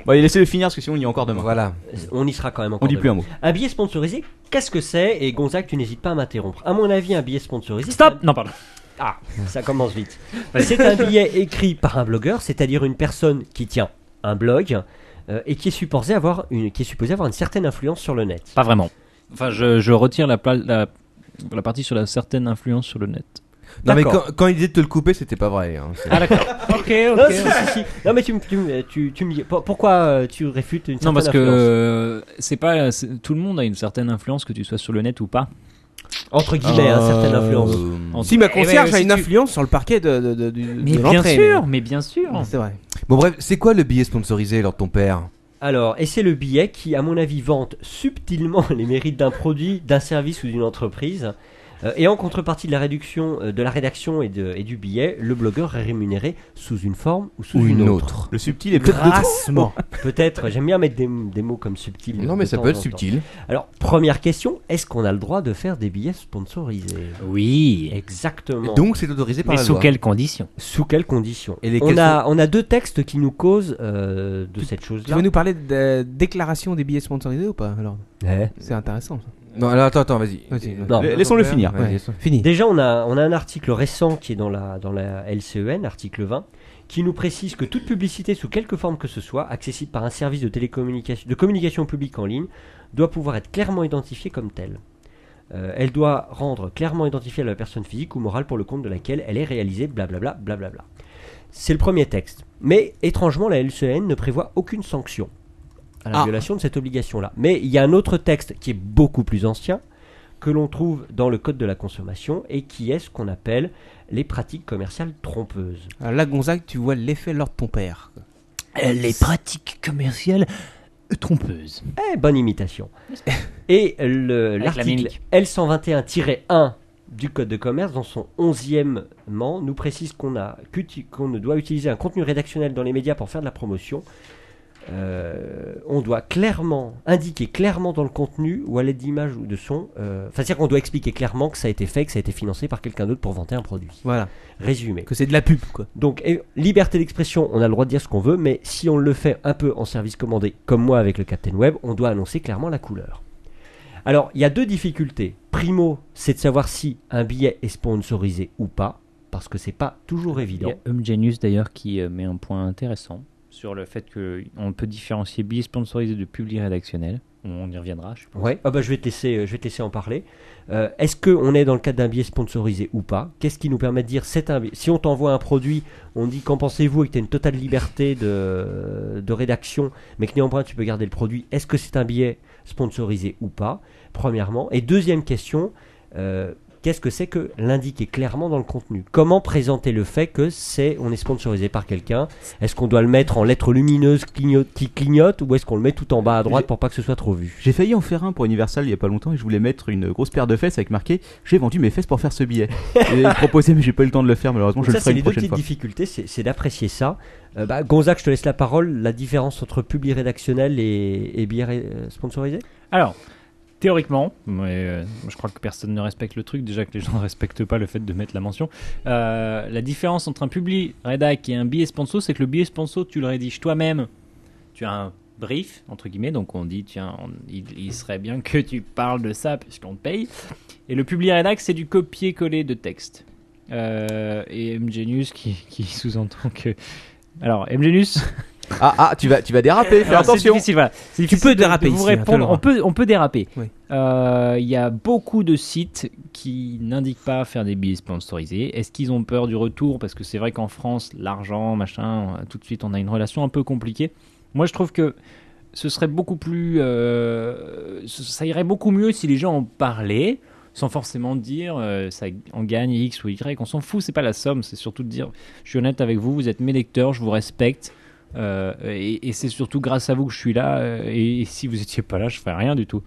C: Bon, allez, laissez-le finir parce que sinon on y est encore demain.
E: Voilà.
G: On y sera quand même encore.
C: On dit
G: demain.
C: plus un mot.
G: Un billet sponsorisé, qu'est-ce que c'est Et Gonzague, tu n'hésites pas à m'interrompre. À mon avis, un billet sponsorisé.
F: Stop Non, pardon.
G: Ah, ça commence vite. C'est un billet écrit par un blogueur, c'est-à-dire une personne qui tient un blog euh, et qui est, supposée avoir une, qui est supposée avoir une certaine influence sur le net.
F: Pas vraiment. Enfin, je, je retire la, pla- la, la partie sur la certaine influence sur le net.
E: Non, mais
G: D'accord.
E: quand, quand il disait de te le couper, c'était pas vrai. hein. C'est-
F: Ah, d'accord. ok,
G: Non, si, si, si. Non, mais tu, me- tu, me- tu, tu me dis pour- pourquoi euh, tu réfutes une certaine
F: Non, parce que
G: influence
F: euh, c'est pas. Euh, c'est- Tout le monde a une certaine influence, que tu sois sur le net ou pas.
G: Entre guillemets, hein, certaines influences.
D: Si ma concierge
G: Eh ben,
D: a
G: si
D: une
G: tu-
D: influence sur le parquet de, de, de- du-
G: Mais
D: de
G: bien
D: l'entrée,
G: sûr, mais bien sûr.
D: Mais C'est vrai.
E: Bon, bref, c'est quoi le billet sponsorisé lors de ton père
G: Alors, et c'est le billet qui, à mon avis, vante subtilement les mérites d'un produit, d'un service ou d'une entreprise. Euh, et en contrepartie de la réduction, euh, de la rédaction et, de- et du billet, le blogueur est rémunéré sous une forme ou sous
E: Ou
G: une,
E: une
G: autre.
E: autre.
C: Le subtil est peut-être de trop.
G: Grassement. peut-être. J'aime bien mettre des, des mots comme subtil.
E: Non, mais
G: de
E: ça
G: temps
E: peut être
G: en temps.
E: subtil.
G: Alors, première question est-ce qu'on a le droit de faire des billets sponsorisés
F: Oui.
G: Exactement.
E: Donc, c'est autorisé par
F: Mais
E: la
F: sous
E: loi.
F: quelles conditions
G: Sous quelles conditions
E: Et lesquelles
G: on a, on a deux textes qui nous causent euh, de cette
D: Tu
G: chose-là.
D: veux nous parler de la déclaration des billets sponsorisés ou pas alors
G: Ouais.
D: C'est intéressant. ça.
E: Non, alors attends, attends, vas-y.
D: Vas-y, vas-y.
G: Non.
C: La- Laissons-le finir.
E: Ouais,
D: Ouais.
E: laissons-
D: Fini.
G: Déjà, on a, on a un article récent qui est dans la, dans la LCEN, article 20, qui nous précise que toute publicité, sous quelque forme que ce soit, accessible par un service de, télécommunication, de communication publique en ligne, doit pouvoir être clairement identifiée comme telle. Euh, elle doit rendre clairement identifiable la personne physique ou morale pour le compte de laquelle elle est réalisée, blablabla, blablabla. C'est le premier texte. Mais étrangement, la LCN ne prévoit aucune sanction à la
D: Ah.
G: violation de cette obligation-là. Mais il y a un autre texte qui est beaucoup plus ancien, que l'on trouve dans le Code de la consommation, et qui est ce qu'on appelle les pratiques commerciales trompeuses.
D: Alors Ah, là, Gonzague, tu vois l'effet lors de ton père.
F: Euh, Les pratiques commerciales trompeuses.
G: Eh, bonne imitation. Et le-
F: Avec la
G: l'article
F: mimique.
G: L121-1 du Code de commerce, dans son 11e man, nous précise qu'on a qu'uti- qu'on ne doit utiliser un contenu rédactionnel dans les médias pour faire de la promotion. Euh, on doit clairement indiquer clairement dans le contenu ou à l'aide d'images ou de sons. euh, Enfin, c'est-à-dire qu'on doit expliquer clairement que ça a été fait, que ça a été financé par quelqu'un d'autre pour vanter un produit.
D: Voilà.
G: Résumé.
D: Que c'est de la pub, quoi.
G: Donc, et- liberté d'expression, on a le droit de dire ce qu'on veut, mais si on le fait un peu en service commandé, comme moi avec le Captain Web, on doit annoncer clairement la couleur. Alors, il y a deux difficultés. Primo, c'est de savoir si un billet est sponsorisé ou pas, parce que c'est pas toujours
F: Il y
G: évident.
F: a Umgenius d'ailleurs qui euh, met un point intéressant sur le fait qu'on peut différencier billets sponsorisés de publi rédactionnel. On y reviendra, je pense.
G: Ouais. Ah bah, je vais te laisser, euh, je vais te laisser en parler. Euh, Est-ce qu'on est dans le cadre d'un billet sponsorisé ou pas Qu'est-ce qui nous permet de dire c'est un billet Si on t'envoie un produit, on dit qu'en pensez-vous et que tu as une totale liberté de, de rédaction, mais que néanmoins tu peux garder le produit, est-ce que c'est un billet sponsorisé ou pas Premièrement. Et deuxième question, euh, qu'est-ce que c'est que l'indiquer clairement dans le contenu Comment présenter le fait que c'est on est sponsorisé par quelqu'un Est-ce qu'on doit le mettre en lettres lumineuses cligno- qui clignotent ou est-ce qu'on le met tout en bas à droite pour pas que ce soit trop vu
C: J'ai failli en faire un pour Universal il y a pas longtemps et je voulais mettre une grosse paire de fesses avec marqué J'ai vendu mes fesses pour faire ce billet. Et proposé, mais j'ai pas eu le temps de le faire, malheureusement,
G: Donc
C: je
G: ça,
C: le ferai
G: c'est
C: une
G: les deux
C: prochaine
G: petites
C: fois.
G: difficultés, c'est c'est d'apprécier ça. Euh, bah, Gonzague, je te laisse la parole. La différence entre publi rédactionnel et, et billet ré- euh, sponsorisé
F: Alors, théoriquement, mais euh, je crois que personne ne respecte le truc, déjà que les gens ne respectent pas le fait de mettre la mention. Euh, la différence entre un publi rédac et un billet sponsor, c'est que le billet sponsor, tu le rédiges toi-même. Tu as un brief, entre guillemets, donc on dit, tiens, on- il, il serait bien que tu parles de ça puisqu'on te paye. Et le publi rédac, c'est du copier-coller de texte. Euh, et Mgenius qui, qui sous-entend que. Alors, Mgenius,
C: Ah, ah, tu vas, tu vas déraper, fais
F: alors, c'est
C: attention.
F: difficile, voilà. C'est difficile
D: peux
F: de- de
D: déraper
F: vous
D: ici, hein, t'as le
F: répondre.
D: droit.
F: on, peut, on peut déraper. Euh,
D: Oui.
F: Il y a beaucoup de sites qui n'indiquent pas faire des billets sponsorisés. Est-ce qu'ils ont peur du retour Parce que c'est vrai qu'en France, l'argent, machin, tout de suite, on a une relation un peu compliquée. Moi, je trouve que ce serait beaucoup plus. euh, ce- ça irait beaucoup mieux si les gens en parlaient sans forcément dire euh, ça, on gagne X ou Y. On s'en fout, c'est pas la somme, c'est surtout de dire je suis honnête avec vous, vous êtes mes lecteurs, je vous respecte. euh, et et c'est surtout grâce à vous que je suis là. euh, et, si vous étiez pas là, je ferais rien du tout.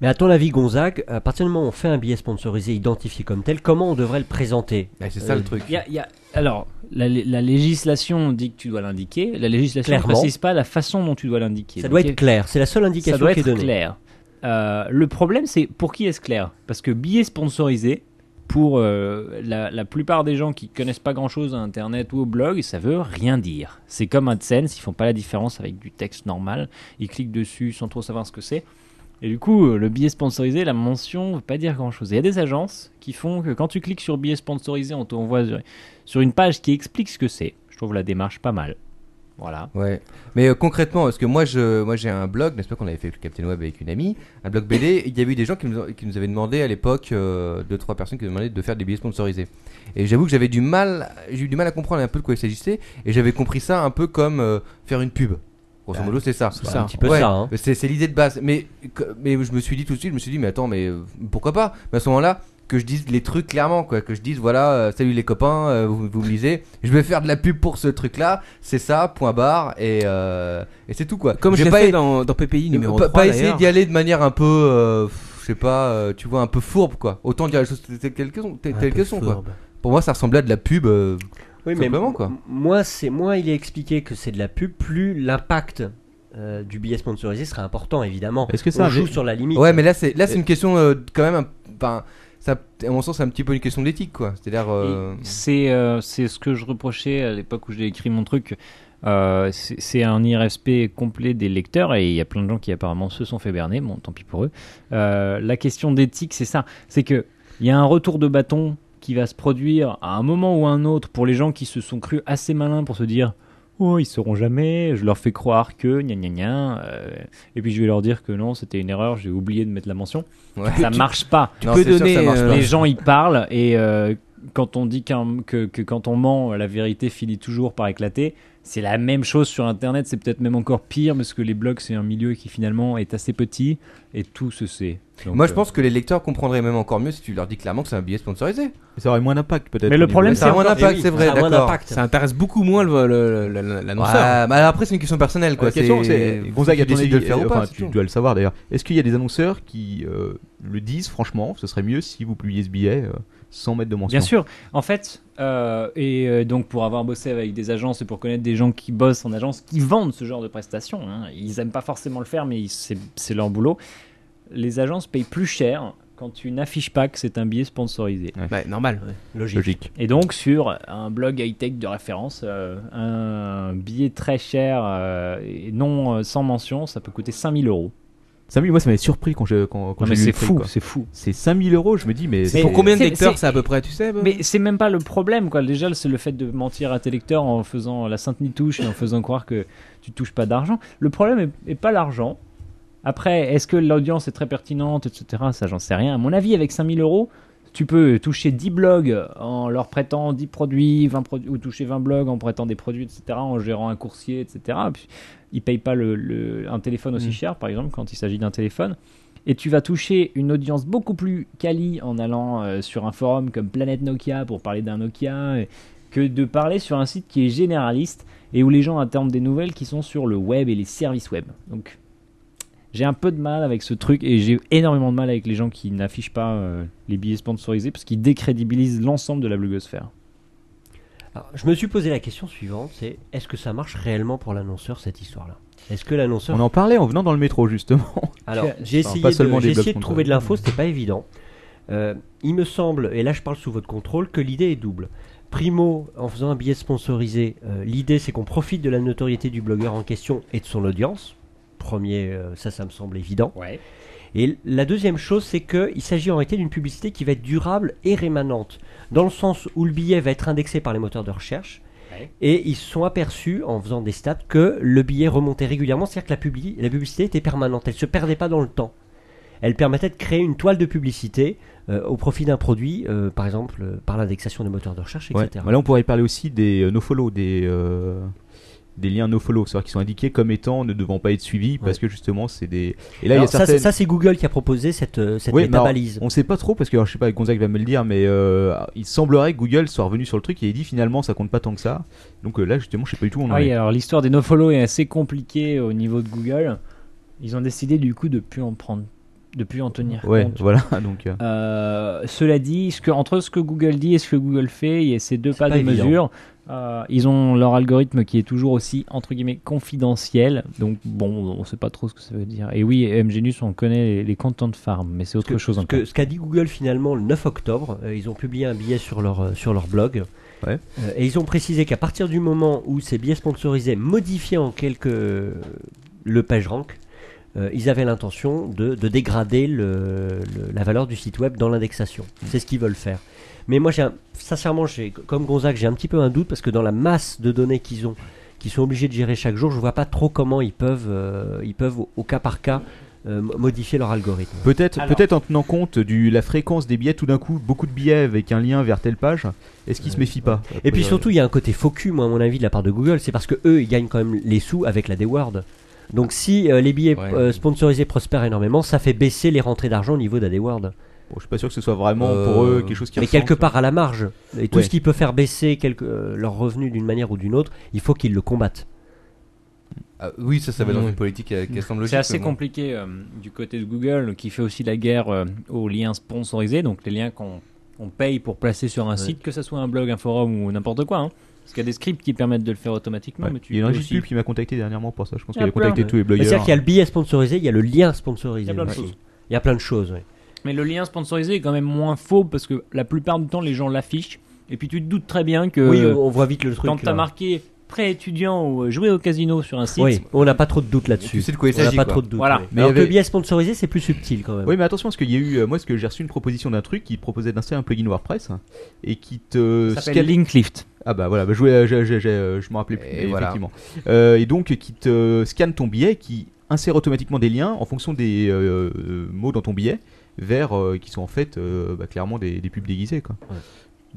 G: Mais à ton avis, Gonzague, à partir du moment où on fait un billet sponsorisé identifié comme tel, comment on devrait le présenter Euh,
E: Bah, c'est ça le truc.
F: Il y a- il y a- alors, la, la législation dit que tu dois l'indiquer. La législation ne
G: Clairement.
F: précise pas la façon dont tu dois l'indiquer.
G: Ça
F: Donc,
G: doit
F: il y a-
G: être clair, c'est la seule indication
F: ça doit
G: qui est
F: être
G: donnée.
F: clair. Euh, le problème, c'est pour qui est-ce clair Parce que billet sponsorisé, pour euh, la, la plupart des gens qui connaissent pas grand-chose à Internet ou au blog, ça veut rien dire. C'est comme AdSense, ils font pas la différence avec du texte normal. Ils cliquent dessus sans trop savoir ce que c'est. Et du coup, euh, le billet sponsorisé, la mention ne veut pas dire grand-chose. Et Il y a des agences qui font que quand tu cliques sur billet sponsorisé, on t'envoie sur- sur une page qui explique ce que c'est. Je trouve la démarche pas mal. Voilà.
E: Ouais. Mais euh, concrètement, parce que moi, je, moi, j'ai un blog, n'est-ce pas, qu'on avait fait avec le Captain Web avec une amie, un blog BD. Il y avait eu des gens qui nous, ont- qui nous avaient demandé à l'époque, euh, deux trois personnes qui nous demandaient de faire des billets sponsorisés. Et j'avoue que j'avais du mal, j'ai eu du mal à comprendre un peu de quoi il s'agissait, et j'avais compris ça un peu comme euh, faire une pub. Grosso modo, c'est ça.
G: C'est ça. Un petit peu ça, hein.
E: Euh, C'est c'est l'idée de base. Mais, que- mais je me suis dit tout de suite, je me suis dit, mais attends, mais euh, pourquoi pas Mais à ce moment-là, que je dise les trucs clairement, quoi. Que je dise, voilà, euh, salut les copains, euh, vous, vous me lisez, je vais faire de la pub pour ce truc-là, c'est ça, point barre, et, euh, et c'est tout, quoi.
D: Comme je
E: J'ai
D: l'ai
E: pas
D: fait
E: e-
D: dans, dans PPI numéro
E: pas,
D: 3.
E: pas essayer d'y
D: d'ailleurs.
E: aller de manière un peu, euh, pff, je sais pas, euh, tu vois, un peu fourbe, quoi. Autant dire les choses telles qu'elles sont, telles
D: Un
E: qu'elles
D: peu
E: sont, quoi.
D: fourbe.
E: Pour moi, ça ressemblait à de la pub, euh,
G: Oui, mais
E: simplement,
G: m-
E: quoi.
G: m- Moins, c'est, moins il est expliqué que c'est de la pub, plus l'impact euh, du billet sponsorisé sera important, évidemment.
C: Est-ce que ça
G: On joue
C: avait-
G: sur la limite.
E: Ouais, mais là, c'est là, c'est une question euh, quand même. un- Enfin, ça, à mon sens, c'est un petit peu une question d'éthique, quoi. C'est-à-dire, euh,
F: C'est euh, c'est ce que je reprochais à l'époque où j'ai écrit mon truc. Euh, c'est c'est un irrespect complet des lecteurs et il y a plein de gens qui apparemment se sont fait berner. Bon, tant pis pour eux. Euh, la question d'éthique, c'est ça. C'est que il y a un retour de bâton qui va se produire à un moment ou à un autre pour les gens qui se sont crus assez malins pour se dire. Oh, ils sauront jamais, je leur fais croire que, gna gna gna, euh, et puis je vais leur dire que non, c'était une erreur, j'ai oublié de mettre la mention.
E: Ouais.
F: Ça
E: Tu-
F: marche pas.
E: tu Non, peux c'est sûr que ça donner, marche euh, pas.
F: Les gens, ils parlent, et euh, quand on dit qu'un- que, que quand on ment, la vérité finit toujours par éclater. C'est la même chose sur Internet, c'est peut-être même encore pire, parce que les blogs, c'est un milieu qui finalement est assez petit, et tout se sait. Donc,
E: moi, je
F: euh,
E: pense que les lecteurs comprendraient même encore mieux si tu leur dis clairement que c'est un billet sponsorisé.
C: Ça aurait moins d'impact, peut-être.
F: Mais le
C: au niveau-
F: problème,
E: Ça a
F: c'est
E: moins
F: encore-
E: d'impact,
F: eh oui,
E: c'est vrai,
G: ça a moins
E: d'accord.
G: d'impact.
D: Ça intéresse beaucoup moins le- le- le- le- l'annonceur.
E: Ouais, bah, après, c'est une question personnelle,
D: Euh,
E: quoi.
C: La question, c'est Gonzague, à
E: tu
C: ton
E: décides
C: avis,
E: de le faire
C: euh,
E: ou pas.
C: enfin,
E: c'est
C: tu
E: tout.
C: dois le savoir d'ailleurs. Est-ce qu'il y a des annonceurs qui euh, le disent franchement Ce serait mieux si vous publiez ce billet euh, sans mettre de mention.
F: Bien sûr. En fait, euh, et euh, donc pour avoir bossé avec des agences et pour connaître des gens qui bossent en agence, qui vendent ce genre de prestations, hein, ils n'aiment pas forcément le faire, mais ils- c'est c'est leur boulot. Les agences payent plus cher quand tu n'affiches pas que c'est un billet sponsorisé.
D: Ouais, Bah, normal. ouais.
G: Logique.
C: Logique.
F: Et donc sur un blog high-tech de référence, euh, un billet très cher euh, et non euh, sans mention, ça peut coûter 5000 euros.
C: Ça, moi, ça m'avait surpris quand j'ai quand, quand
F: Non,
C: j'ai
F: mais
C: lu
F: c'est
C: le truc,
F: fou,
C: quoi.
F: c'est fou.
C: C'est 5000 euros, je me dis, mais.
F: Mais-
D: Pour combien de
F: c'est-
D: lecteurs
F: c'est-
D: c'est à peu près, tu sais Bob
F: Mais c'est même pas le problème, quoi. Déjà, c'est le fait de mentir à tes lecteurs en faisant la sainte touche et en faisant croire que tu touches pas d'argent. Le problème est, est pas l'argent. Après, est-ce que l'audience est très pertinente, etc. Ça, j'en sais rien. À mon avis, avec 5000 euros, tu peux toucher 10 blogs en leur prêtant 10 produits, 20 produits, ou toucher 20 blogs en prêtant des produits, etc., en gérant un coursier, etc. Puis, ils payent pas le, le- un téléphone
D: Hmm.
F: aussi cher, par exemple, quand il s'agit d'un téléphone. Et tu vas toucher une audience beaucoup plus quali en allant euh, sur un forum comme Planète Nokia pour parler d'un Nokia, euh, que de parler sur un site qui est généraliste et où les gens attendent des nouvelles qui sont sur le web et les services web. Donc, j'ai un peu de mal avec ce truc et j'ai énormément de mal avec les gens qui n'affichent pas euh, les billets sponsorisés parce qu'ils décrédibilisent l'ensemble de la blogosphère.
G: Alors, je me suis posé la question suivante, c'est est-ce que ça marche réellement pour l'annonceur cette histoire-là Est-ce que l'annonceur...
C: On en parlait en venant dans le métro, justement.
G: Alors,
C: Enfin,
G: j'ai essayé,
C: pas
G: de,
C: seulement
G: j'ai
C: des blocs
G: essayé de
C: contre-
G: trouver de l'info, c'était pas évident. Euh, il me semble, et là je parle sous votre contrôle, que l'idée est double. Primo, en faisant un billet sponsorisé, euh, l'idée c'est qu'on profite de la notoriété du blogueur en question et de son audience. Premier, euh, ça, ça me semble évident.
F: Ouais.
G: Et la deuxième chose, c'est qu'il s'agit en réalité d'une publicité qui va être durable et rémanente, dans le sens où le billet va être indexé par les moteurs de recherche.
F: Ouais.
G: Et ils se sont aperçus, en faisant des stats, que le billet remontait régulièrement, c'est-à-dire que la, publi- la publicité était permanente, elle ne se perdait pas dans le temps. Elle permettait de créer une toile de publicité euh, au profit d'un produit, euh, par exemple euh, par l'indexation des moteurs de recherche,
C: Ouais.
G: etc.
C: Bah Là, on pourrait parler aussi des euh, nofollow, des, euh, des liens nofollow, c'est-à-dire qui sont indiqués comme étant ne devant pas être suivis parce que justement, c'est des. Et là, il y a
G: Alors, ça,
C: certaines.
G: c'est- ça, c'est Google qui a proposé cette, euh, cette
C: Oui, mais alors,
G: métabalise.
C: on sait pas trop parce que alors, je sais pas, Gonzague va me le dire, mais euh, il semblerait que Google soit revenu sur le truc et ait dit finalement ça compte pas tant que ça. Donc euh, là justement, je sais pas du tout où on en
F: Ah oui,
C: est.
F: alors l'histoire des nofollow est assez compliquée au niveau de Google. Ils ont décidé du coup de plus en prendre, de plus en tenir
C: Ouais,
F: compte.
C: voilà. Donc euh,
F: Euh, cela dit, ce que, entre ce que Google dit et ce que Google fait, il y a ces deux pas,
G: pas
F: de
G: évident.
F: mesure. Euh, ils ont leur algorithme qui est toujours aussi entre guillemets confidentiel. Donc bon, on sait pas trop ce que ça veut dire. Et oui, MGNUS, on connaît les, les content farm, mais c'est autre
G: que-
F: chose
G: ce
F: encore.
G: que- ce qu'a dit Google finalement le 9 octobre, euh, ils ont publié un billet sur leur, euh, sur leur blog.
C: Ouais.
G: Euh, et ils ont précisé qu'à partir du moment où ces billets sponsorisés modifiaient en quelque euh, le PageRank, euh, ils avaient l'intention de, de dégrader le- le- la valeur du site web dans l'indexation. C'est ce qu'ils veulent faire. Mais moi, j'ai un- sincèrement, j'ai- comme Gonzague, j'ai un petit peu un doute parce que dans la masse de données qu'ils ont, qu'ils sont obligés de gérer chaque jour, je vois pas trop comment ils peuvent, euh, ils peuvent au, au cas par cas euh, mo- modifier leur algorithme.
C: Peut-être
G: Alors.
C: peut-être en tenant compte de la fréquence des billets, tout d'un coup, beaucoup de billets avec un lien vers telle page, est-ce qu'ils se méfient pas
G: Et puis surtout, il y a un côté faux cul, moi, à mon avis, de la part de Google. C'est parce que eux, ils gagnent quand même les sous avec la D-Word. Donc si euh, les billets euh, sponsorisés prospèrent énormément, ça fait baisser les rentrées d'argent au niveau d'AdWorld.
C: je suis pas sûr que ce soit vraiment pour eux quelque chose qui
G: Euh, Mais
C: ressemble,
G: quelque
C: tu vois.
G: part à la marge. Et tout
C: Ouais.
G: ce qui peut faire baisser quelque, euh, leurs revenus d'une manière ou d'une autre, il faut qu'ils le combattent.
C: Ah,
E: oui, ça, ça va dans une politique euh, qui semble logique.
F: Mm. C'est assez
E: mais bon.
F: compliqué euh, du côté de Google qui fait aussi la guerre euh, aux liens sponsorisés, donc les liens qu'on on paye pour placer sur un site, que ce soit un blog, un forum ou n'importe quoi. hein. Parce qu'il y a des scripts qui permettent de le faire automatiquement,
C: Ouais.
F: mais tu
C: Il y a une
F: peux
C: régie
F: aussi-
C: de pub qui m'a contacté dernièrement pour ça. Je pense
F: Il y a
C: qu'il a contacté
F: plein.
C: tous les
G: Mais C'est-à-dire
C: blogueurs.
G: qu'il y a le billet sponsorisé, il y a le lien sponsorisé.
F: Il y a plein de
G: aussi.
F: choses.
G: Il y a plein de choses, oui.
F: Mais le lien sponsorisé est quand même moins faux parce que la plupart du temps les gens l'affichent. Et puis tu te doutes très bien que.
G: Oui, on- on voit vite le truc,
F: Quand
G: là.
F: t'as marqué pré-étudiant ou euh, jouer au casino sur un site.
G: Oui, on n'a pas trop de doute là-dessus.
C: Tu sais de quoi il
G: On n'a
C: s'agit,
G: pas
C: quoi.
G: trop de doute.
C: Voilà.
G: oui.
C: Mais
G: Alors
C: il y avait-
G: que le biais sponsorisé, c'est plus subtil quand même.
C: Oui, mais attention, parce qu'il y a eu. euh, moi, ce que j'ai reçu une proposition d'un truc qui te proposait d'installer un plugin WordPress hein, et qui te.
F: Ça s'appelle Linklift.
C: Ah bah voilà, bah, je, voulais- je, je, euh, je- je m'en rappelais plus,
F: Et
C: mais
F: voilà.
C: effectivement. Euh, et donc, qui te scanne ton billet, qui insère automatiquement des liens en fonction des euh, euh, mots dans ton billet vers. euh, qui sont en fait euh, bah, clairement des, des pubs déguisées, quoi.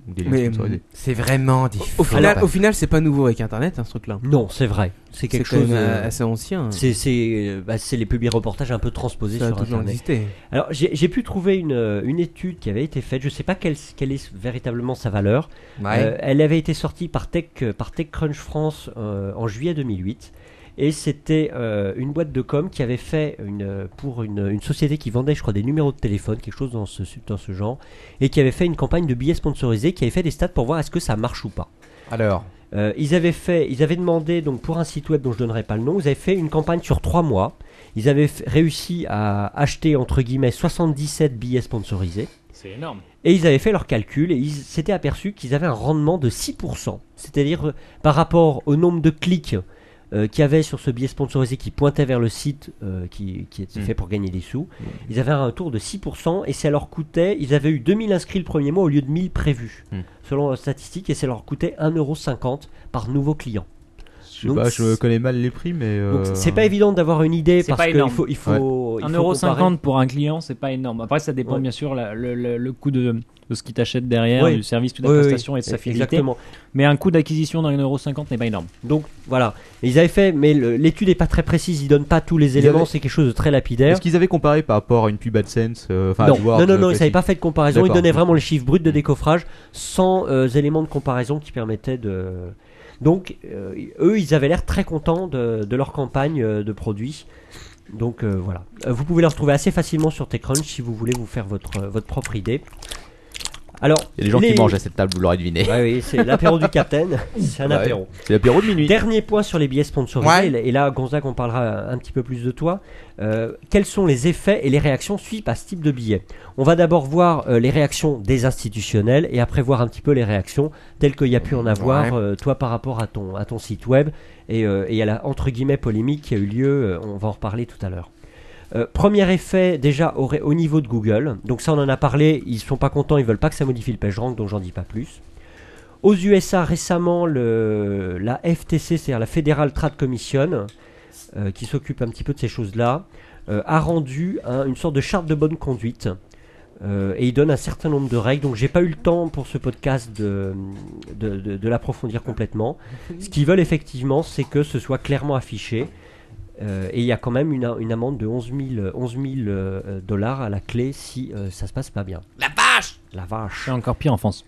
C: Ou des liens
D: Mais,
C: sponsorisés.
E: c'est vraiment
D: Au, au final, au final, c'est pas nouveau avec Internet, hein, ce truc-là.
G: Non, c'est vrai. C'est quelque
D: quand
G: chose
D: même,
G: euh,
D: euh, assez ancien.
G: C'est c'est euh, bah, c'est les publics reportages un peu transposés
D: Ça a
G: sur
D: toujours
G: Internet.
D: existé.
G: Alors j'ai j'ai pu trouver une, euh, une étude qui avait été faite. Je sais pas quelle, quelle est véritablement sa valeur. Euh,
E: Ouais.
G: elle avait été sortie par Tech euh, par TechCrunch France euh, en juillet 2008. Et c'était euh, une boîte de com qui avait fait une, euh, pour une, une société qui vendait, je crois, des numéros de téléphone, quelque chose dans ce, dans ce genre, et qui avait fait une campagne de billets sponsorisés, qui avait fait des stats pour voir est-ce que ça marche ou pas.
E: Alors
G: euh, ils avaient fait, ils avaient demandé donc pour un site web dont je donnerai pas le nom, ils avaient fait une campagne sur trois mois. Ils avaient f- réussi à acheter entre guillemets 77 billets sponsorisés.
F: C'est énorme.
G: Et ils avaient fait leurs calculs et ils s'étaient aperçus qu'ils avaient un rendement de 6%. C'est-à-dire euh, par rapport au nombre de clics euh, qu'il y avait sur ce billet sponsorisé qui pointait vers le site euh, qui,
C: Hmm.
G: qui était
L: Mm.
G: fait pour gagner des sous, ils avaient un tour de 6% et ça leur coûtait, ils avaient eu 2000 inscrits le premier mois au lieu de 1000 prévus,
C: Mm.
G: selon leurs statistiques, et ça leur coûtait 1,50€ par nouveau client.
C: Je sais pas, je connais mal les prix, mais.
G: donc,
C: euh,
G: c'est pas évident d'avoir une idée
F: C'est
G: parce
F: pas
G: qu'il
F: énorme.
G: faut, il faut, il faut comparer.
F: 1,50€ pour un client, c'est pas énorme. Après, ça dépend
G: Ouais.
F: bien sûr la- le, le- le coût de, de ce qui t'achète derrière,
G: Oui.
F: du service, de la
G: Oui, oui,
F: prestation et de sa
G: oui,
F: fidélité.
G: exactement.
F: Mais un coût d'acquisition d'un 1,50€ n'est pas énorme.
G: Donc voilà, Et ils avaient fait, mais le- l'étude n'est pas très précise, ils donnent pas tous les
C: Ils
G: éléments,
C: avaient-
G: c'est quelque chose de très lapidaire.
C: Est-ce qu'ils avaient comparé par rapport à une pub AdSense euh, enfin,
G: non.
C: AdWords,
G: non, non, non,
C: euh,
G: ils n'avaient pas fait de comparaison, ils
C: D'accord.
G: donnaient vraiment les chiffres bruts de décoffrage sans euh, éléments de comparaison qui permettaient de. Donc, euh, eux, ils avaient l'air très contents de, de leur campagne euh, de produits. Donc euh, voilà. Euh, Vous pouvez les retrouver assez facilement sur TechCrunch si vous voulez vous faire votre, euh, votre propre idée. Alors,
C: Il y a des gens qui mangent à cette table, vous l'aurez deviné.
G: Ouais, oui, c'est l'apéro du capitaine. C'est un
C: Ouais.
G: apéro.
C: C'est l'apéro de minuit.
G: Dernier point sur les billets sponsorisés.
C: Ouais.
G: Et là- Et là, Gonzague, on parlera un petit peu plus de toi. Euh, quels sont les effets et les réactions suite à ce type de billet On va d'abord voir euh, les réactions des institutionnels et après voir un petit peu les réactions telles qu'il y a pu en avoir,
E: Ouais.
G: euh, toi, par rapport à ton, à ton site web et, euh, et à la entre guillemets polémique qui a eu lieu. euh, on va en reparler tout à l'heure. Euh, premier effet déjà au, ré- au niveau de Google. Donc ça on en a parlé, ils sont pas contents, ils veulent pas que ça modifie le PageRank, donc j'en dis pas plus. Aux USA récemment, le- la FTC, c'est-à-dire la Federal Trade Commission, euh, qui s'occupe un petit peu de ces choses-là, euh, a rendu un- une sorte de charte de bonne conduite. euh, et il donne un certain nombre de règles. Donc j'ai pas eu le temps pour ce podcast de, de- de- de l'approfondir complètement. Ce qu'ils veulent effectivement, c'est que ce soit clairement affiché. Euh, et il y a quand même une, a- une amende de 11 000, 11 000, euh, dollars à la clé si euh, ça se passe pas bien. La vache La vache
F: C'est encore pire en France.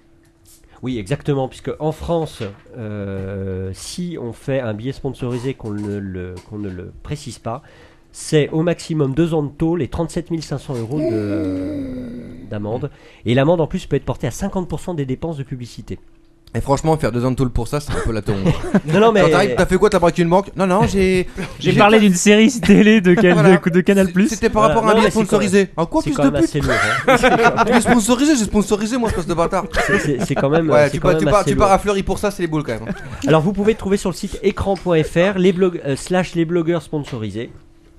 G: oui, exactement, puisque en France, euh, si on fait un billet sponsorisé qu'on ne le, qu'on ne le précise pas, c'est au maximum deux ans de taux, les 37 500 euros de- d'amende. Et l'amende en plus peut être portée à 50% des dépenses de publicité.
E: Et franchement, faire deux ans de tôle pour ça, c'est un peu la tombe.
G: Non, non, mais-
E: Quand t'arrives, t'as fait quoi T'as braqué une banque Non, non, j'ai.
F: J'ai parlé d'une série télé de, Can-
E: Voilà.
F: de, de Canal Plus.
E: C'était par rapport à un billet sponsorisé. En quoi
G: c'est
E: fils
G: quand
E: de
G: même assez
E: pute
G: lourd, hein. C'est quand même-
E: Billet sponsorisé, j'ai sponsorisé moi, espèce de bâtard.
G: C'est- c'est- c'est quand même-
E: Ouais,
G: c'est
E: tu
G: quand
E: pars- tu
G: même
E: pars-
G: assez
E: tu pars à
G: lourd.
E: Fleury pour ça, c'est les boules quand même.
G: Alors vous pouvez trouver sur le site écran.fr les blogs euh, slash les blogueurs sponsorisés.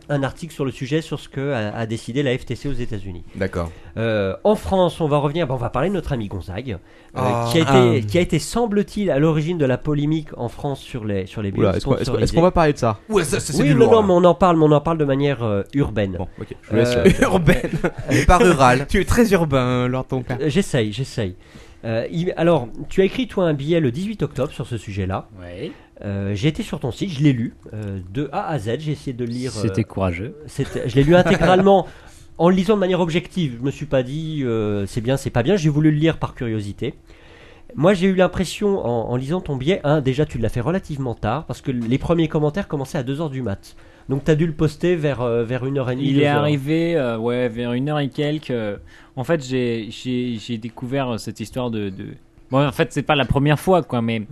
G: un article sur le sujet, sur ce que a, a décidé la FTC aux États-Unis.
E: D'accord.
G: Euh, en France, on va revenir, bah, on va parler de notre ami Gonzague, euh,
E: Ah.
G: qui a été,
E: Ah.
G: qui a été semble-t-il, à l'origine de la polémique en France sur les, sur les
C: Oula,
G: BU
C: est-ce qu'on- est-ce qu'on-
G: sponsorisés.
C: est-ce qu'on va parler de ça Ouais, ça, ça, c'est
G: Oui,
C: du
G: non,
C: lourd,
G: non,
C: là.
G: mais on en parle, mais on en parle de manière euh, urbaine. Bon,
C: ok, je vous laisse, euh, urbaine.
E: Et pas rurale.
D: tu es très urbain, Lord ton père.
G: J'essaye, j'essaye. Euh, il- alors, tu as écrit toi un billet le 18 octobre sur ce sujet-là.
F: Ouais.
G: Euh, j'ai été sur ton site, je l'ai lu euh, de A à Z. J'ai essayé de le lire. euh,
F: C'était courageux.
G: c'était- je l'ai lu intégralement en le lisant de manière objective. Je me suis pas dit euh, c'est bien, c'est pas bien. J'ai voulu le lire par curiosité. Moi, j'ai eu l'impression en, en lisant ton billet, un, déjà tu l'as fait relativement tard parce que les premiers commentaires commençaient à 2h du mat. Donc tu as dû le poster vers, euh, vers 1h30.
F: Il est arrivé euh, ouais, vers une heure et quelques. euh, en fait, j'ai- j'ai j'ai découvert euh, cette histoire de. de- Bon, en fait, c'est pas la première fois, quoi, mais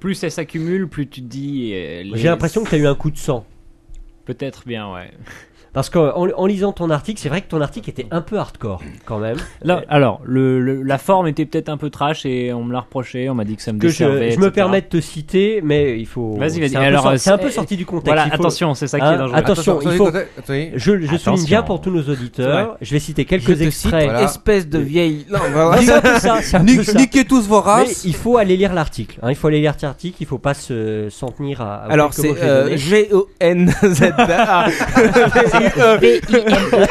F: plus elle s'accumule, plus tu te dis. euh, les-
G: J'ai l'impression que tu as eu un coup de sang.
F: Peut-être bien, ouais.
G: Parce qu'en en, en lisant ton article, c'est vrai que ton article était un peu hardcore quand même.
F: Là, alors, le, le- la forme était peut-être un peu trash et on me l'a reproché, on m'a dit que ça me
G: que je,
F: desservait.
G: je me
F: etc.
G: permets de te citer, mais il faut.
F: Vas-y, vas-y.
G: C'est un, peu
F: Alors,
G: sor-
F: euh,
G: c'est un peu
F: c'est-
G: sorti du contexte.
F: voilà,
G: il faut- Hein,
F: attention, c'est ça qui est dangereux.
G: Attention,
E: Attention,
G: il faut.
E: attendez, attendez.
G: Je, je souligne
F: Attention.
G: bien pour tous nos auditeurs. Je vais citer quelques
D: te cite,
G: extraits.
E: voilà.
D: Espèce de vieille. Non,
G: Ah, c'est un peu ça, c'est un peu
E: Nique-
G: ça.
E: Niquez tous vos
G: Mais
E: races.
G: il faut aller lire l'article. hein, il faut aller lire cet article. Il faut pas se- s'en tenir à. à
D: Alors
G: quelques
D: c'est
G: mots que
D: euh,
G: j'ai donnés.
D: G-O-N-Z-A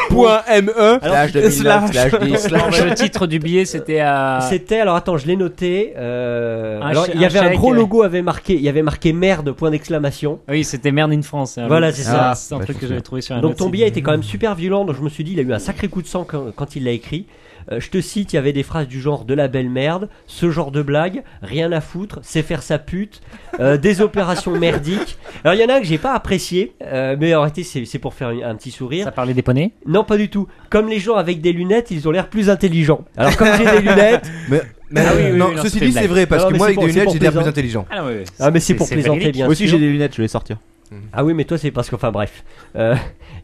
D: point
F: E.
D: M-E
C: Slash 2009, slash 10,
F: Alors, le titre du billet, c'était à.
G: C'était alors attends, je l'ai noté. euh,
F: euh, Un
G: alors
F: chè-
G: il y
F: un
G: avait un
F: chèque,
G: gros
F: euh.
G: logo avait marqué, il y avait marqué merde point d'exclamation.
F: Oui, c'était Merde in France. hein,
G: Voilà,
F: le-
G: c'est
E: ça.
F: C'est un
E: Bah,
F: truc
E: je
F: que
E: me
F: j'avais trouvé sur un
G: Donc
F: autre
G: ton
F: site.
G: billet était quand même super violent, donc je me suis dit, il a eu un sacré coup de sang quand, quand il l'a écrit. Euh, je te cite, il y avait des phrases du genre de la belle merde, ce genre de blague, rien à foutre, c'est faire sa pute, euh, des opérations merdiques. Alors il y en a un que j'ai pas apprécié, euh, mais en réalité c'est c'est pour faire un, un petit sourire.
F: Ça parlait des poneys
G: Non, pas du tout. Comme les gens avec des lunettes, ils ont l'air plus intelligents. Alors comme j'ai des lunettes,
E: Mais, mais
F: Ah oui, oui,
E: non,
F: oui, non,
E: ceci
F: c'était
E: dit,
F: une
E: c'est vrai, parce
G: Non,
E: que
G: mais
E: moi,
G: c'est
E: avec
G: pour-
E: des
G: c'est
E: lunettes,
G: pour
E: j'ai l'air plus
G: plaisanter.
E: intelligent.
F: Ah non, mais,
G: ah mais c'est pour plaisanter bien
C: Moi aussi,
G: sûr.
C: j'ai des lunettes, je vais les sortir.
F: Mm.
G: Ah oui, mais toi, c'est parce que, enfin bref. Euh,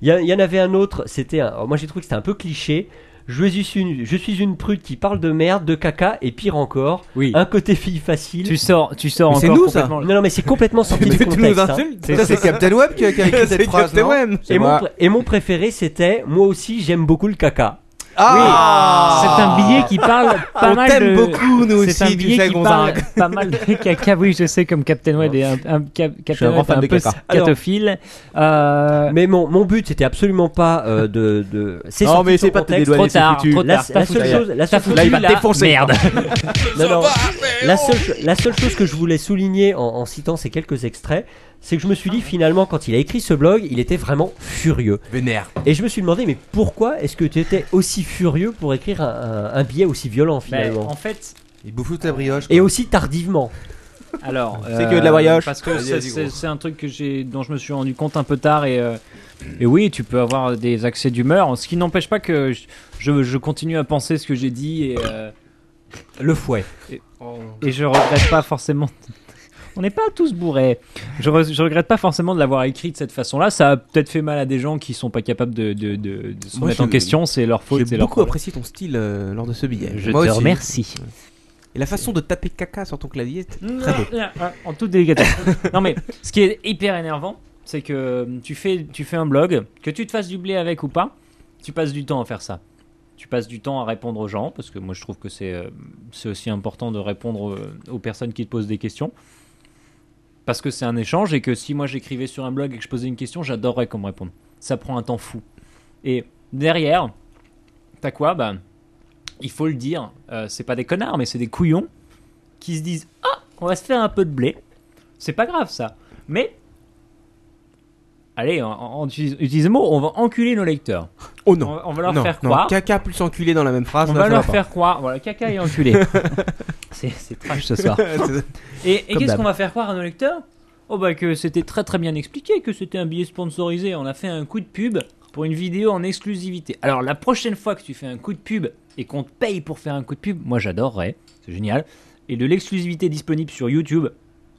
G: Il y, en- il y en avait un autre, c'était. un- Moi, j'ai trouvé que c'était un peu cliché. Je suis, une, je suis une prude qui parle de merde, de caca, et pire encore,
F: Oui.
G: un côté fille facile.
F: Tu sors, tu sors
D: Mais c'est
F: encore
D: nous, ça.
F: complètement.
G: Non, non, mais c'est complètement sorti du contexte. hein.
E: Ça, c'est Captain Web qui a qui a écrit cette phrase. non
G: Et, mon,
E: moi.
G: pr- et mon préféré, c'était Moi aussi, j'aime beaucoup le caca.
E: Ah
F: C'est un billet qui parle pas
D: Ah, On
F: mal
D: t'aime
F: de.
D: beaucoup, nous
F: C'est un
D: aussi, tu
F: billet
D: sais,
F: qui parle
D: Gonzague.
F: pas mal de caca. Oui, je sais, comme Captain Web est un, un cap- Captain
C: un grand
F: Web est
C: fan
F: un
C: de
F: peu
C: caca.
F: scatophile. Euh,
G: Mais mon, mon but, c'était absolument pas euh, de. de... C'est
C: Non,
G: sorti
C: mais
G: de son
C: c'est pas
G: contexte.
C: te dédouaner,
F: trop
C: c'est
F: tard,
C: foutu.
F: trop
G: La,
F: tard.
G: la
F: t'as
G: seule
F: foutu
G: chose, la seule chose-
F: Là, il va défoncer. Merde.
G: Non, non. La seule, cho- la seule chose que je voulais souligner en, en citant ces quelques extraits, c'est que je me suis dit finalement quand il a écrit ce blog, il était vraiment furieux.
E: Vénère.
G: Et je me suis demandé mais pourquoi est-ce que tu étais aussi furieux pour écrire un, un- un billet aussi violent
F: Mais
G: finalement
F: Ben, en fait,
E: Il bouffe toute la brioche.
G: Et
E: quoi.
G: aussi tardivement.
F: alors. euh,
C: C'est que de la brioche.
F: Parce que
E: Vas-y,
F: c'est-
E: vas-y, gros.
F: c'est c'est un truc que j'ai, dont je me suis rendu compte un peu tard et. euh, Et oui, tu peux avoir des accès d'humeur, ce qui n'empêche pas que je, je- je continue à penser ce que j'ai dit et, euh,
G: Le fouet.
E: Oh.
F: et je regrette pas forcément. On n'est pas tous bourrés. Je, re- je regrette pas forcément de l'avoir écrit de cette façon-là. Ça a peut-être fait mal à des gens qui sont pas capables de, de- de- de se
D: Moi,
F: mettre en
D: je-
F: question. C'est leur faute.
D: J'ai
F: C'est leur
D: beaucoup
F: problème.
D: apprécié ton style euh, lors de ce billet.
F: Je
E: Moi
F: te
E: aussi.
F: remercie.
D: Et la façon de taper caca sur ton clavier. c'est-
F: Mm. Ah, En toute délicatesse. non mais ce qui est hyper énervant, c'est que euh, tu fais, tu fais un blog, que tu te fasses du blé avec ou pas, tu passes du temps à faire ça. Tu passes du temps à répondre aux gens, parce que moi je trouve que c'est euh, c'est aussi important de répondre euh, aux personnes qui te posent des questions. Parce que c'est un échange et que si moi j'écrivais sur un blog et que je posais une question, j'adorerais qu'on me réponde. Ça prend un temps fou. Et derrière, t'as quoi Bah, il faut le dire, euh, c'est pas des connards, mais c'est des couillons qui se disent Ah, on va se faire un peu de blé. C'est pas grave ça. Mais. Allez, on, on utilise, utilise le mot, on va enculer nos lecteurs.
D: Oh
F: On,
D: non.
F: va- on va leur
D: non,
F: faire
D: non.
F: croire.
D: Caca plus enculé dans la même phrase.
F: on
D: non,
F: va
D: ça
F: leur
D: pas.
F: faire croire. Voilà, caca et enculé. c'est, c'est trash ce soir. Et, et
D: Comme
F: qu'est-ce
D: d'hab.
F: qu'on va faire croire à nos lecteurs Oh bah que c'était très très bien expliqué, que c'était un billet sponsorisé. On a fait un coup de pub pour une vidéo en exclusivité. Alors la prochaine fois que tu fais un coup de pub et qu'on te paye pour faire un coup de pub, moi j'adorerais, c'est génial. Et de l'exclusivité disponible sur YouTube.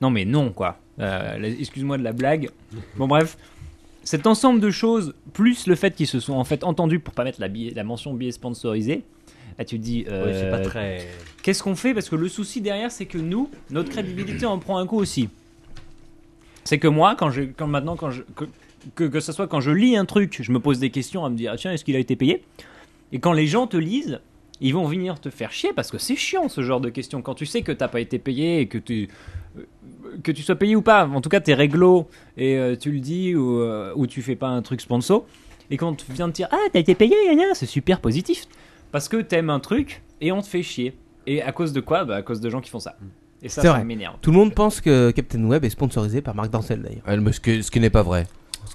F: Non mais non quoi. Euh, la- Excuse-moi de la blague. Bon bref. Cet ensemble de choses, plus le fait qu'ils se sont en fait entendus pour pas mettre la, billet- la mention billet sponsorisé, là tu te dis, euh,
G: Ouais, c'est pas très.
F: qu'est-ce qu'on fait Parce que le souci derrière, c'est que nous, notre crédibilité en prend un coup aussi. C'est que moi, quand je, quand maintenant, quand je, que- que, que ce soit quand je lis un truc, je me pose des questions à me dire, ah, tiens, est-ce qu'il a été payé Et quand les gens te lisent, ils vont venir te faire chier parce que c'est chiant ce genre de questions. Quand tu sais que t'as pas été payé et que tu. euh, Que tu sois payé ou pas, en tout cas t'es réglo et euh, tu le dis ou, euh, ou tu fais pas un truc sponsor. Et quand tu viens de dire Ah, t'as été payé, gna gna c'est super positif parce que t'aimes un truc et on te fait chier. Et à cause de quoi Bah à cause de gens qui font ça. Et ça,
D: C'est
F: ça
D: vrai.
F: m'énerve.
D: Tout le monde pense que Captain Web est sponsorisé par Marc Dorcel d'ailleurs.
E: ce, que- ce qui n'est pas vrai.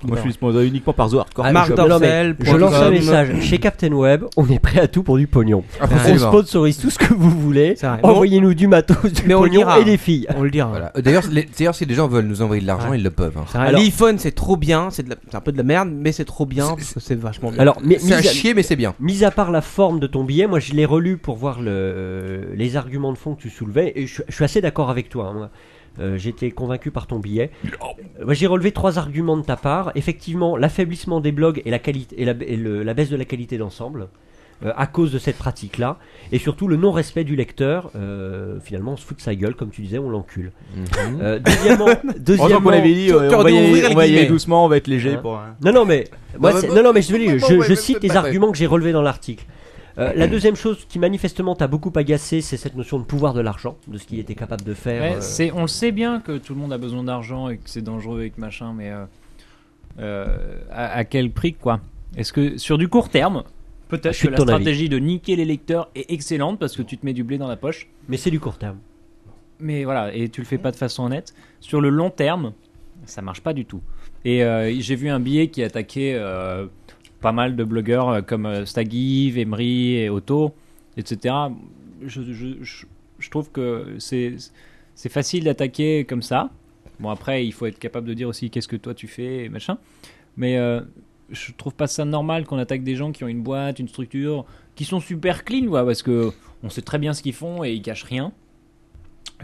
C: Moi, je suis sponsorisé uniquement par Zoar.
D: Ah, Marc
G: Non, non, mais
D: Dorcel.
G: je lance un message chez Captain Web, on est prêt à tout pour du pognon.
E: Ah,
G: on
E: Absolument.
G: sponsorise tout ce que vous voulez.
D: C'est vrai.
G: Envoyez-nous du matos, du
D: Mais on le
G: pognon
D: dira.
G: et des filles.
D: On le dira.
E: Voilà. Euh, D'ailleurs, les- d'ailleurs, si les gens veulent nous envoyer de l'argent,
D: Ouais.
E: ils le peuvent. hein.
D: C'est vrai,
G: Alors-
D: L'iPhone c'est trop bien, c'est de la- c'est un peu de la merde, mais c'est trop bien
E: C'est-
D: parce que c'est vachement bien.
G: Alors, mais,
E: C'est un
G: mis à-
E: chier, mais c'est bien.
G: Mis à part la forme de ton billet, moi je l'ai relu pour voir le- euh, les arguments de fond que tu soulevais et je, je suis assez d'accord avec toi. hein, moi. Euh, J'étais convaincu par ton billet. Euh, moi, J'ai relevé trois arguments de ta part. Effectivement, l'affaiblissement des blogs et la, qualité, et la, et le- la baisse de la qualité d'ensemble euh, à cause de cette pratique-là. Et surtout le non-respect du lecteur. Euh, finalement, on se fout de sa gueule, comme tu disais, on l'encule. Euh, deuxièmement,
C: Mhm. Heureusement
G: deuxièmement-
C: qu'on avait dit, euh,
D: Cœur
C: on va y
D: d'ouvrir les
C: aller, on va y aller
D: guillemets.
C: doucement, on va être léger
G: Hein.
C: pour. un-
G: Non, non, mais, moi,
E: bah,
G: c'est-
E: bah,
G: non, non, mais je veux dire,
E: bah,
G: je,
E: ouais,
G: je
E: mais
G: cite
E: peut-être
G: les
E: pas vrai.
G: arguments que j'ai relevés dans l'article. Euh,
F: Mm.
G: la deuxième chose qui manifestement t'a beaucoup agacé, c'est cette notion de pouvoir de l'argent, de ce qu'il était capable de faire.
F: Ouais,
G: euh,
F: c'est- on le sait bien que tout le monde a besoin d'argent et que c'est dangereux et que machin, mais euh, euh, à, à quel prix quoi Est-ce que sur du court terme,
G: Je
F: peut-être
G: suis de
F: que la
G: ton avis.
F: stratégie de niquer les lecteurs est excellente parce que tu te mets du blé dans la poche,
G: Mais c'est du court terme.
F: mais voilà, et tu le fais pas de façon honnête. Sur le long terme, ça marche pas du tout. Et euh, j'ai vu un billet qui attaquait euh, pas mal de blogueurs euh, comme euh, Stagiv, Emery et Otto, etc. Je, je- je- je trouve que c'est c'est facile d'attaquer comme ça. Bon, après, il faut être capable de dire aussi qu'est-ce que toi tu fais et machin. Mais euh, je trouve pas ça normal qu'on attaque des gens qui ont une boîte, une structure, qui sont super clean, quoi, parce que on sait très bien ce qu'ils font et ils cachent rien.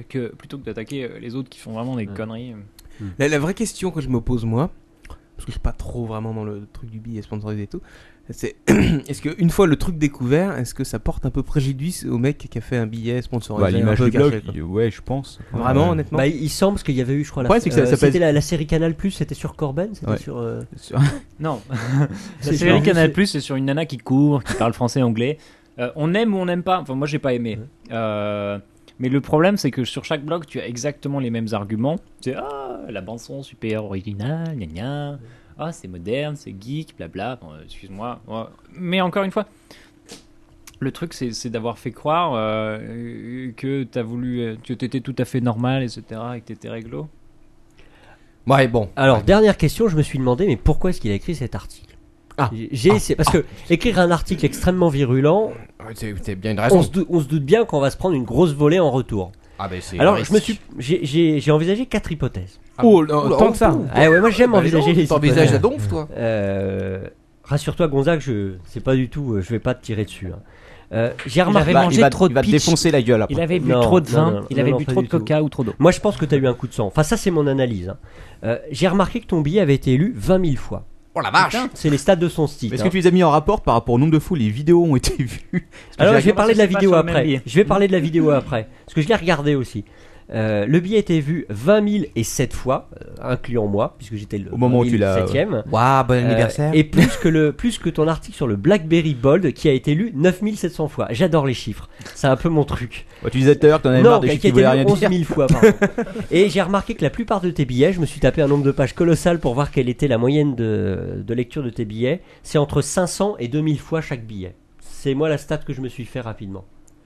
F: Que, plutôt que d'attaquer euh, les autres qui font vraiment des
G: Ouais.
F: conneries. euh,
C: Hmm.
D: La, la vraie question que je me pose moi, parce que je suis pas trop vraiment dans le truc du billet sponsorisé et tout, c'est est-ce que une fois le truc découvert, est-ce que ça porte un peu préjudice au mec qui a fait un billet sponsorisé
C: Bah, l'image
D: un peu
C: du blog,
D: caché, quoi.
C: il- ouais, je pense.
D: Vraiment
C: Ouais.
D: honnêtement.
G: Bah, il il semble parce qu'il y avait eu, je crois, la, euh,
C: Ouais, c'est que ça- ça
G: c'était
C: pèse-
G: la, la série Canal Plus, c'était sur Corben, c'était
C: Ouais.
G: sur. euh,
F: Non,
G: c'est
F: la série
G: sur-
F: Canal Plus, c'est sur une nana qui court, qui parle français, anglais. Euh, on aime ou on n'aime pas. Enfin, moi, j'ai pas aimé. Euh, mais le problème, c'est que sur chaque blog, tu as exactement les mêmes arguments. Tu sais, ah, la bande son super originale, gna gna. Ah, c'est moderne, c'est geek, blabla. Bon, euh, Excuse-moi. Ouais. Mais encore une fois, le truc, c'est c'est d'avoir fait croire euh, euh, que t'as voulu, euh, que t'étais tout à fait normal, etc., et que t'étais réglo.
E: Ouais, bon.
G: Alors, dernière question, je me suis demandé, mais pourquoi est-ce qu'il a écrit cet article
D: Ah.
G: J'ai- J'ai essayé, parce que écrire un article extrêmement virulent,
E: Ah, C'est c'est bien une
G: on
E: raison.
G: se, dou- on se doute bien qu'on va se prendre une grosse volée en retour.
E: Ah, ben, c'est
G: Alors,
E: un
G: je me
E: risque.
G: suis, j'ai- j'ai j'ai envisagé quatre hypothèses.
E: Ah,
D: Oh,
E: bon.
D: tant que ça.
G: Ah ouais, moi j'aime
E: Bah, dis donc,
G: envisager les
E: T'envisages
G: hypothèses.
E: la donf, toi
G: Euh, rassure-toi, Gonzague, je c'est pas du tout. euh, Je vais pas te tirer dessus. hein. Euh, J'ai
F: Il
G: remarqué.
F: avait mangé
C: Il va,
F: trop de
C: il va te
F: pitch.
C: défoncer la gueule après.
F: Il avait bu
G: Non,
F: trop de
G: non,
F: vin,
G: non,
F: il
G: non,
F: avait
G: non,
F: bu
G: pas
F: trop
G: du
F: de
G: tout.
F: coca ou trop d'eau.
G: Moi, je pense que t'as eu un coup de sang. Enfin, ça, c'est mon analyse. hein. Euh, J'ai remarqué que ton billet avait été lu 20 000 fois.
E: Oh la vache
G: C'est les stades de son hein. style.
C: Est-ce que tu les as mis en rapport par rapport au nombre de fous Les vidéos ont été vues.
G: Alors,
F: J'ai
G: je vais
F: regardé
G: parler de
F: ça,
G: la
F: c'est pas
G: vidéo
F: sur le même
G: après.
F: billet.
G: Je vais parler de la vidéo après. Parce que je l'ai regardé aussi. Euh, le billet était vu 20 000 et 7 fois, euh, incluant moi, puisque j'étais le
C: Au moment où tu l'as,
G: 7ème.
E: Waouh, bon anniversaire.
G: Euh, et plus que, le, plus que ton article sur le Blackberry Bold qui a été lu 9700 fois. J'adore les chiffres. C'est un peu mon truc.
C: Ouais, tu disais tout à l'heure que t'en avais
G: non,
C: marre des
G: qui a
C: chiffres qui
G: été
C: voulaient rien
G: lu 11
C: dire.
G: 000 fois. pardon. Et j'ai remarqué que la plupart de tes billets, je me suis tapé un nombre de pages colossal pour voir quelle était la moyenne de, de lecture de tes billets. C'est entre 500 et 2000 fois chaque billet. C'est moi la stat que je me suis fait rapidement.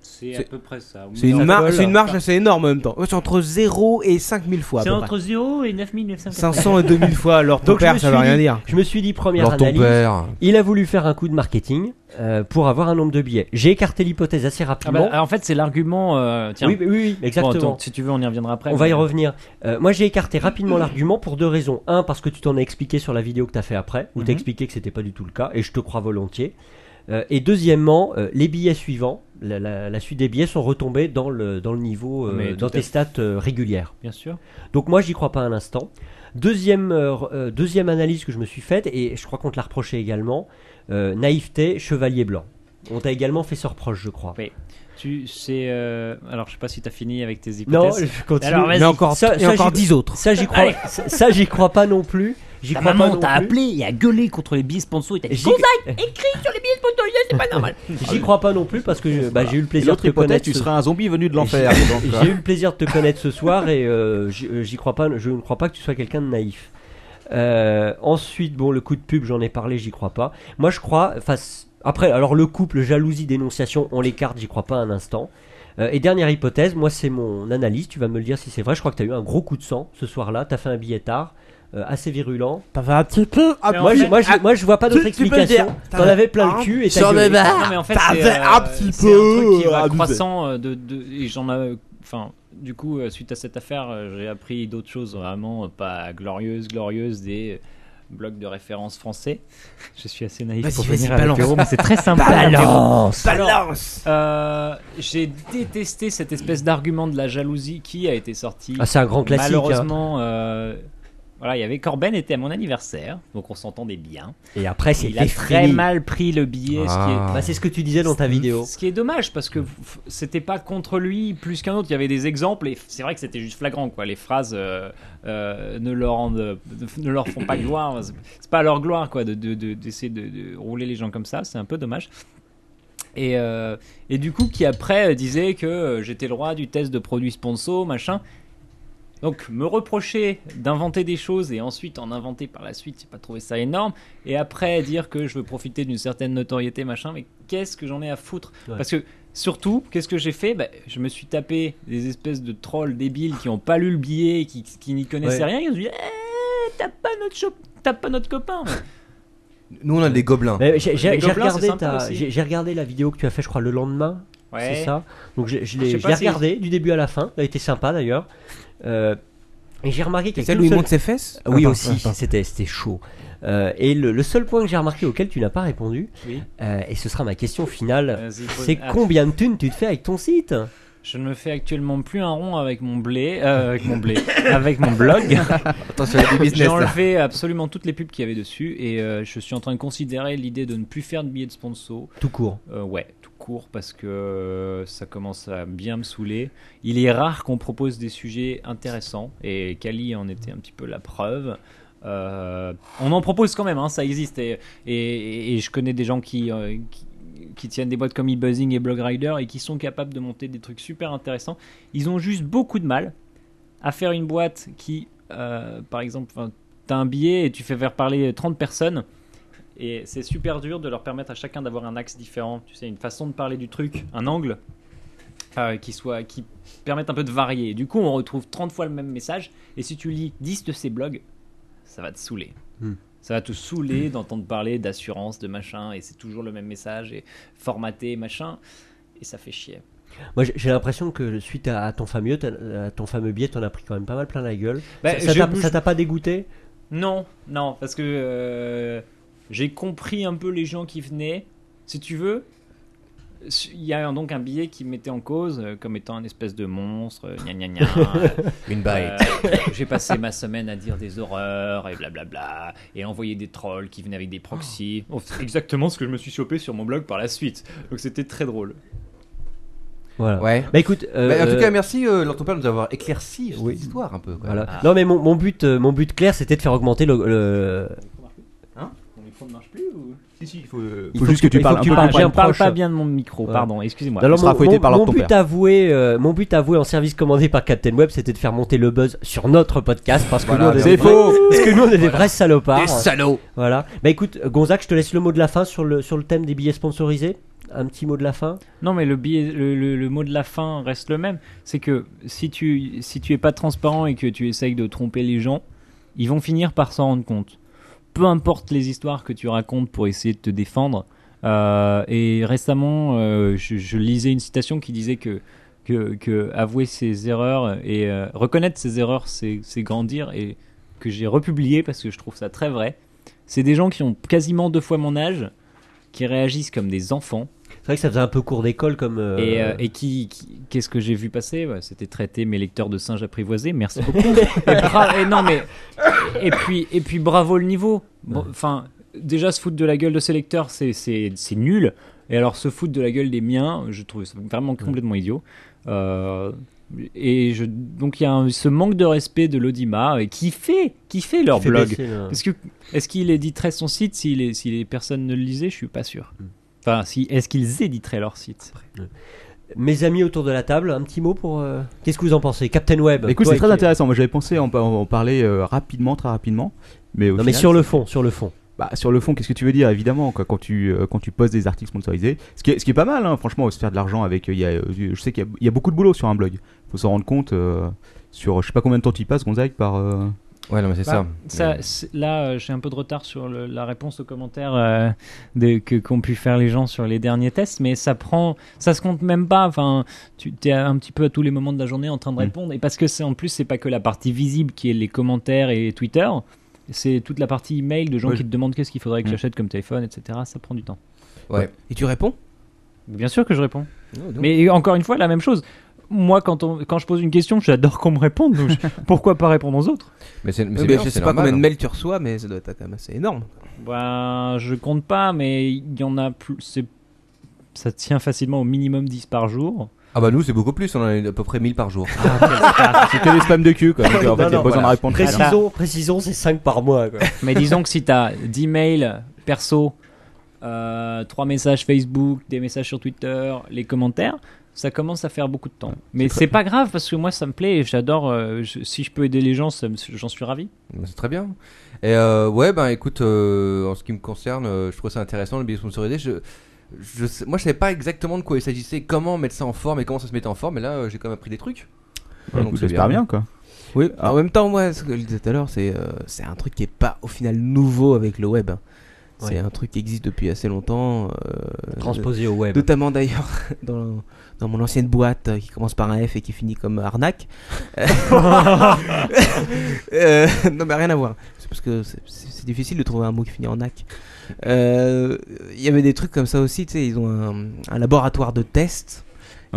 F: C'est
D: à
F: peu près ça.
D: C'est une, mar- c'est une marge assez énorme en même temps. Ouais, C'est entre 0 et 5000 fois. à peu près.
F: 0 et 9900.
D: 500 et 2000 fois, alors ton
G: Donc, je
D: père,
G: me
D: ça
G: suis
D: veut rien
G: dit-
D: dire.
G: Je me suis dit, première
E: Alors, ton
G: analyse,
E: père.
G: il a voulu faire un coup de marketing euh, pour avoir un nombre de billets. J'ai écarté l'hypothèse assez rapidement.
F: Ah bah, en fait, c'est l'argument. euh, tiens.
G: oui, oui, oui, exactement.
F: Bon, attends, si tu veux, on y reviendra après.
G: On va y
F: mais-
G: revenir. Euh, moi, j'ai écarté rapidement l'argument pour deux raisons. Un, parce que tu t'en as expliqué sur la vidéo que t'as fait après, où t'as
F: Mhm.
G: expliqué que c'était pas du tout le cas, et je te crois volontiers. Euh, et deuxièmement, euh, les billets suivants, la, la- la suite des billets sont retombés dans le, dans le niveau, euh,
F: Mais tout
G: dans
F: à
G: tes
F: fait.
G: stats euh, régulières.
F: Bien sûr.
G: Donc moi, j'y crois pas un instant. Deuxième, euh, euh, deuxième analyse que je me suis faite, et je crois qu'on te l'a reproché également, euh, naïveté, chevalier blanc. On t'a également fait ce reproche, je crois.
F: Oui. Tu sais. euh, Alors, je sais pas si t'as fini avec tes
G: Non,
F: hypothèses.
G: je continue.
F: Alors, vas-y.
D: Mais encore,
G: Ça-
D: et
G: ça,
D: encore
G: j'y-
D: 10 autres.
G: Ça j'y crois,
F: Allez.
G: ça, ça, j'y crois pas non plus. J'y
F: Ta
G: crois
F: maman
G: pas non
F: t'a
G: plus.
F: appelé et a gueulé contre les billets sponsors. Et t'as dit
G: J'y-
F: Gonzague, écris sur les billets sponsors, c'est pas normal.
G: J'y crois pas non plus parce que je- bah, j'ai eu le plaisir de
C: L'autre
G: te
C: hypothèse,
G: connaître.
C: tu
G: ce-
C: serais un zombie venu de l'enfer,
G: J'ai-
C: donc, euh.
G: J'ai eu le plaisir de te connaître ce soir et euh, j'y euh, j'y crois pas. Je ne crois pas que tu sois quelqu'un de naïf. Euh, ensuite, bon, le coup de pub, j'en ai parlé, j'y crois pas. Moi, je crois. Enfin, c- après, alors le couple, jalousie, dénonciation, on l'écarte, j'y crois pas un instant. Euh, et dernière hypothèse, moi, c'est mon analyse. Tu vas me le dire si c'est vrai. Je crois que t'as eu un gros coup de sang ce soir-là. T'as fait un billet tard. euh, assez virulent. T'as fait un petit peu.
F: un
G: moi,
F: petit-
G: je, moi, je-
F: ah,
G: moi, je vois pas d'autre
F: tu- tu peux le
G: explication.
F: dire.
G: T'en avais plein le cul et t'as gueulé.
F: Non, mais en fait, c'est, euh, c'est un truc qui va croissant euh, de, de- et j'en ai enfin du coup euh, suite à cette affaire euh, j'ai appris d'autres choses vraiment euh, pas glorieuses glorieuses des euh, blocs de référence français je suis assez naïf
M: Vas-y,
F: pour
M: vas-y,
F: venir
M: balance.
F: avec Euro, mais c'est très simple
M: Balance.
F: Alors,
M: Balance.
F: euh, j'ai détesté cette espèce d'argument de la jalousie qui a été sorti
G: Ah, c'est un grand classique,
F: malheureusement euh, voilà, il y avait Corben était à mon anniversaire, donc on s'entendait bien.
G: Et après,
F: il
G: c'était
F: a très
G: fini.
F: mal pris le billet, ce qui
G: Ah.
F: est-
G: Bah, c'est ce que tu disais dans ta vidéo.
F: Ce qui est dommage parce que f- f- c'était pas contre lui plus qu'un autre. Il y avait des exemples et f- c'est vrai que c'était juste flagrant quoi. Les phrases euh, euh, ne leur rendent- ne leur font pas gloire. C'est- C'est pas à leur gloire quoi de- de- de- d'essayer de, de rouler les gens comme ça. C'est un peu dommage. Et, euh, et du coup, qui après euh, disait que euh, j'étais le roi du test de produits sponsor, machin. Donc, me reprocher d'inventer des choses et ensuite en inventer par la suite, j'ai pas trouvé ça énorme. Et après, dire que je veux profiter d'une certaine notoriété, machin, mais qu'est-ce que j'en ai à foutre
G: Ouais.
F: Parce que, surtout, qu'est-ce que j'ai fait Bah, Je me suis tapé des espèces de trolls débiles qui ont pas lu le billet, qui, qui n'y connaissaient
E: Ouais.
F: rien. Ils ont dit Eh, T'as pas, notre chop- t'as pas notre copain mais.
E: Nous, on a des gobelins.
G: Mais j'ai- J'ai
F: Les
G: j'ai
F: gobelins,
G: regardé,
F: c'est sympa
G: ta-
F: aussi.
G: j'ai- j'ai regardé la vidéo que tu as fait, je crois, le lendemain.
F: Ouais.
G: C'est ça. Donc je, je
F: Je sais
G: l'ai je
F: pas
G: l'ai
F: si-
G: regardé du début à la fin. Elle a été sympa d'ailleurs. Euh, et j'ai remarqué qu'il y a
D: celle
G: qu'une
D: où il
G: seule-
D: monte ses fesses
G: Ah Oui,
D: Attends,
G: aussi.
D: attends.
G: C'était c'était chaud. Euh, et le, le seul point que j'ai remarqué auquel tu n'as pas répondu,
F: Oui.
G: euh, et ce sera ma question finale,
F: Vas-y, pose-
G: c'est
F: ah.
G: combien de thunes tu te fais avec ton site
F: Je ne me fais actuellement plus un rond avec mon blé, euh, avec mon blé, avec mon blog.
E: Attention, il y a du business,
F: J'ai
E: là.
F: enlevé absolument toutes les pubs qu'il y avait dessus et euh, je suis en train de considérer l'idée de ne plus faire de billets de sponsor.
G: Tout court.
F: Euh, ouais, tout court parce que euh, ça commence à bien me saouler. Il est rare qu'on propose des sujets intéressants et Kali en était un petit peu la preuve. Euh, on en propose quand même, hein, ça existe et, et- et je connais des gens qui, euh, qui qui tiennent des boîtes comme eBuzzing et BlogRider et qui sont capables de monter des trucs super intéressants. Ils ont juste beaucoup de mal à faire une boîte qui, euh, par exemple, enfin, t'as un billet et tu fais faire parler 30 personnes. Et c'est super dur de leur permettre à chacun d'avoir un axe différent, tu sais, une façon de parler du truc, un angle euh, qui, soit, qui permette un peu de varier. Du coup, on retrouve 30 fois le même message. Et si tu lis 10 de ces blogs, ça va te saouler.
G: Hmm.
F: Ça va te saouler d'entendre parler d'assurance, de machin, et c'est toujours le même message, et formaté, machin, et ça fait chier.
G: Moi, j'ai- j'ai l'impression que suite à, à ton fameux, t'as- à ton fameux billet, t'en as pris quand même pas mal plein la gueule.
F: Bah,
G: Ça- ça
F: je-
G: t'a- ça t'a pas dégoûté
F: Non, non, parce que euh, j'ai compris un peu les gens qui venaient. Si tu veux, su- il y a un- donc un billet qui me mettait en cause euh, comme étant un espèce de monstre, euh, gna gna gna. euh,
E: Une bite.
F: euh, j'ai passé ma semaine à dire des horreurs et blablabla, et à envoyer des trolls qui venaient avec des proxys. Oh, c'est exactement ce que je me suis chopé sur mon blog par la suite. Donc c'était très drôle.
G: Voilà.
E: Ouais.
G: Bah écoute. euh,
E: Mais en tout
G: euh,
E: cas, merci, euh, Lord Topper, de nous avoir éclairci cette histoire un peu. quoi. Ah.
G: Voilà.
F: Ah.
G: Non mais mon, mon but, euh, mon but clair, c'était de faire augmenter le. le-
F: Hein Mon micro ne marche plus ou Si, si, il faut.
G: il euh, il faut que
F: Ah, je ne parle
G: proche.
F: pas bien de mon micro,
G: Ouais.
F: pardon, excusez-moi.
G: Alors
F: Il
G: mon,
F: sera fouetté
G: mon-
F: par l'ordre
G: mon
F: de ton
G: but
F: père.
G: avoué, euh, mon but avoué en service commandé par Captain Web, c'était de faire monter le buzz sur notre podcast parce que
F: Voilà,
G: nous, on est
F: c'est
G: des vrais-
F: faux.
G: parce que nous on est des
F: Voilà.
G: vrais salopards.
F: Des salauds.
G: Voilà. Bah écoute, euh, Gonzague, je te laisse le mot de la fin sur le sur le thème des billets sponsorisés. Un petit mot de la fin.
F: Non, mais le, billet- le, le- le mot de la fin reste le même. C'est que si tu si tu es pas transparent et que tu essayes de tromper les gens, ils vont finir par s'en rendre compte. Peu importe les histoires que tu racontes pour essayer de te défendre. Euh, et récemment, euh, je, je lisais une citation qui disait que que, que avouer ses erreurs et euh, reconnaître ses erreurs, c'est c'est grandir et que j'ai republié parce que je trouve ça très vrai. C'est des gens qui ont quasiment deux fois mon âge, qui réagissent comme des enfants.
G: C'est vrai que ça faisait un peu cours d'école comme. euh,
F: Et, euh, et qui, qui- qu'est-ce que j'ai vu passer Ouais, C'était traiter mes lecteurs de singes apprivoisés. Merci beaucoup. et, bra- et non mais et puis et puis bravo le niveau. Bon, Enfin déjà se foutre de la gueule de ses lecteurs c'est c'est c'est nul. Et alors se foutre de la gueule des miens, je trouve ça vraiment complètement idiot. Euh, Et je, donc il y a un- ce manque de respect de l'audimat euh, qui fait, qui fait leur
G: fait
F: blog.
G: baisser euh. le-
F: Parce que est-ce qu'il éditerait son site si les, si les personnes ne le lisaient Je suis pas sûr.
G: Hmm.
F: Enfin, si, est-ce qu'ils éditeraient leur site
G: Mes amis autour de la table, un petit mot pour. euh, Qu'est-ce que vous en pensez Captain Web
C: Bah, écoute,
G: toi
C: c'est très
G: qui-
C: intéressant. Moi, j'avais pensé en, pa- en parler euh, rapidement, très rapidement. Mais
G: Non, mais sur le fond, sur le fond.
C: Bah, sur le fond, qu'est-ce que tu veux dire Évidemment, quoi, quand tu euh, quand tu postes des articles sponsorisés, ce qui est, ce qui est pas mal, hein, franchement, se faire de l'argent avec. euh, il y a, euh, je sais qu'il y a- il y, a beaucoup de boulot sur un blog. Faut s'en rendre compte. euh, sur, je sais pas combien de temps tu y passes, Gonzague, par. euh,
E: Ouais, non, mais c'est
F: Bah, c'est- là, euh, j'ai un peu de retard sur le- la réponse aux commentaires euh, de- que qu'ont pu faire les gens sur les derniers tests, mais ça prend, ça se compte même pas. Enfin, tu es un petit peu à tous les moments de la journée en
E: Mm.
F: train de répondre, et parce que c'est en plus, c'est pas que la partie visible qui est les commentaires et Twitter, c'est toute la partie email de gens
D: Ouais,
F: qui
D: je-
F: te demandent qu'est-ce qu'il faudrait que
D: Mm.
F: j'achète comme téléphone, etc. Ça prend du temps.
E: Ouais. Et tu réponds
F: Bien sûr que je réponds.
E: Oh, donc.
F: Mais encore une fois, la même chose. Moi, quand, on- quand je pose une question, j'adore qu'on me réponde. donc je- pourquoi pas répondre aux autres
E: Mais c'est- hein.
D: Oui, mais je sais pas combien de mails tu reçois, mais ça doit être quand même assez énorme.
F: Ben, je compte pas, mais il y en a plus. c'est- Ça tient facilement au minimum 10 par jour.
E: Ah bah nous c'est beaucoup plus, on en a à peu près 1000 par jour.
D: Ah,
F: Ah, C'est que des spams de cul, quoi. Donc, en fait, il y a pas besoin de répondre.
G: Précisons, précisons, c'est 5 par mois. Quoi.
F: Mais disons que si t'as 10 mails perso, 3 messages Facebook, des messages sur Twitter, les commentaires, ça commence à faire beaucoup de temps. Mais c'est pas grave parce que moi ça me plaît et j'adore. euh, je- si je peux aider les gens, ça me- j'en suis ravi.
E: Bah, C'est très bien. Et euh, ouais, ben écoute, euh, en ce qui me concerne, euh, je trouve ça intéressant le billet sponsorisé. Je, je, sais- moi, je savais pas exactement de quoi il s'agissait, comment mettre ça en forme et comment ça se mettait en forme, mais là, euh, j'ai quand même appris des trucs.
C: Bah, écoute, j'espère bien, quoi.
D: Oui, en même temps, moi, ce que je disais tout à l'heure, c'est euh, c'est un truc qui est pas au final nouveau avec le web. hein. C'est
G: Ouais.
D: un truc qui existe depuis assez longtemps. euh,
G: Transposé au web.
D: Notamment d'ailleurs dans, dans mon ancienne boîte euh, qui commence par un F et qui finit comme arnaque. Euh, non, mais rien à voir. C'est parce que c'est- c'est c'est difficile de trouver un mot qui finit en ac. Euh, Il y avait des trucs comme ça aussi, tu sais, ils ont un, un laboratoire de tests.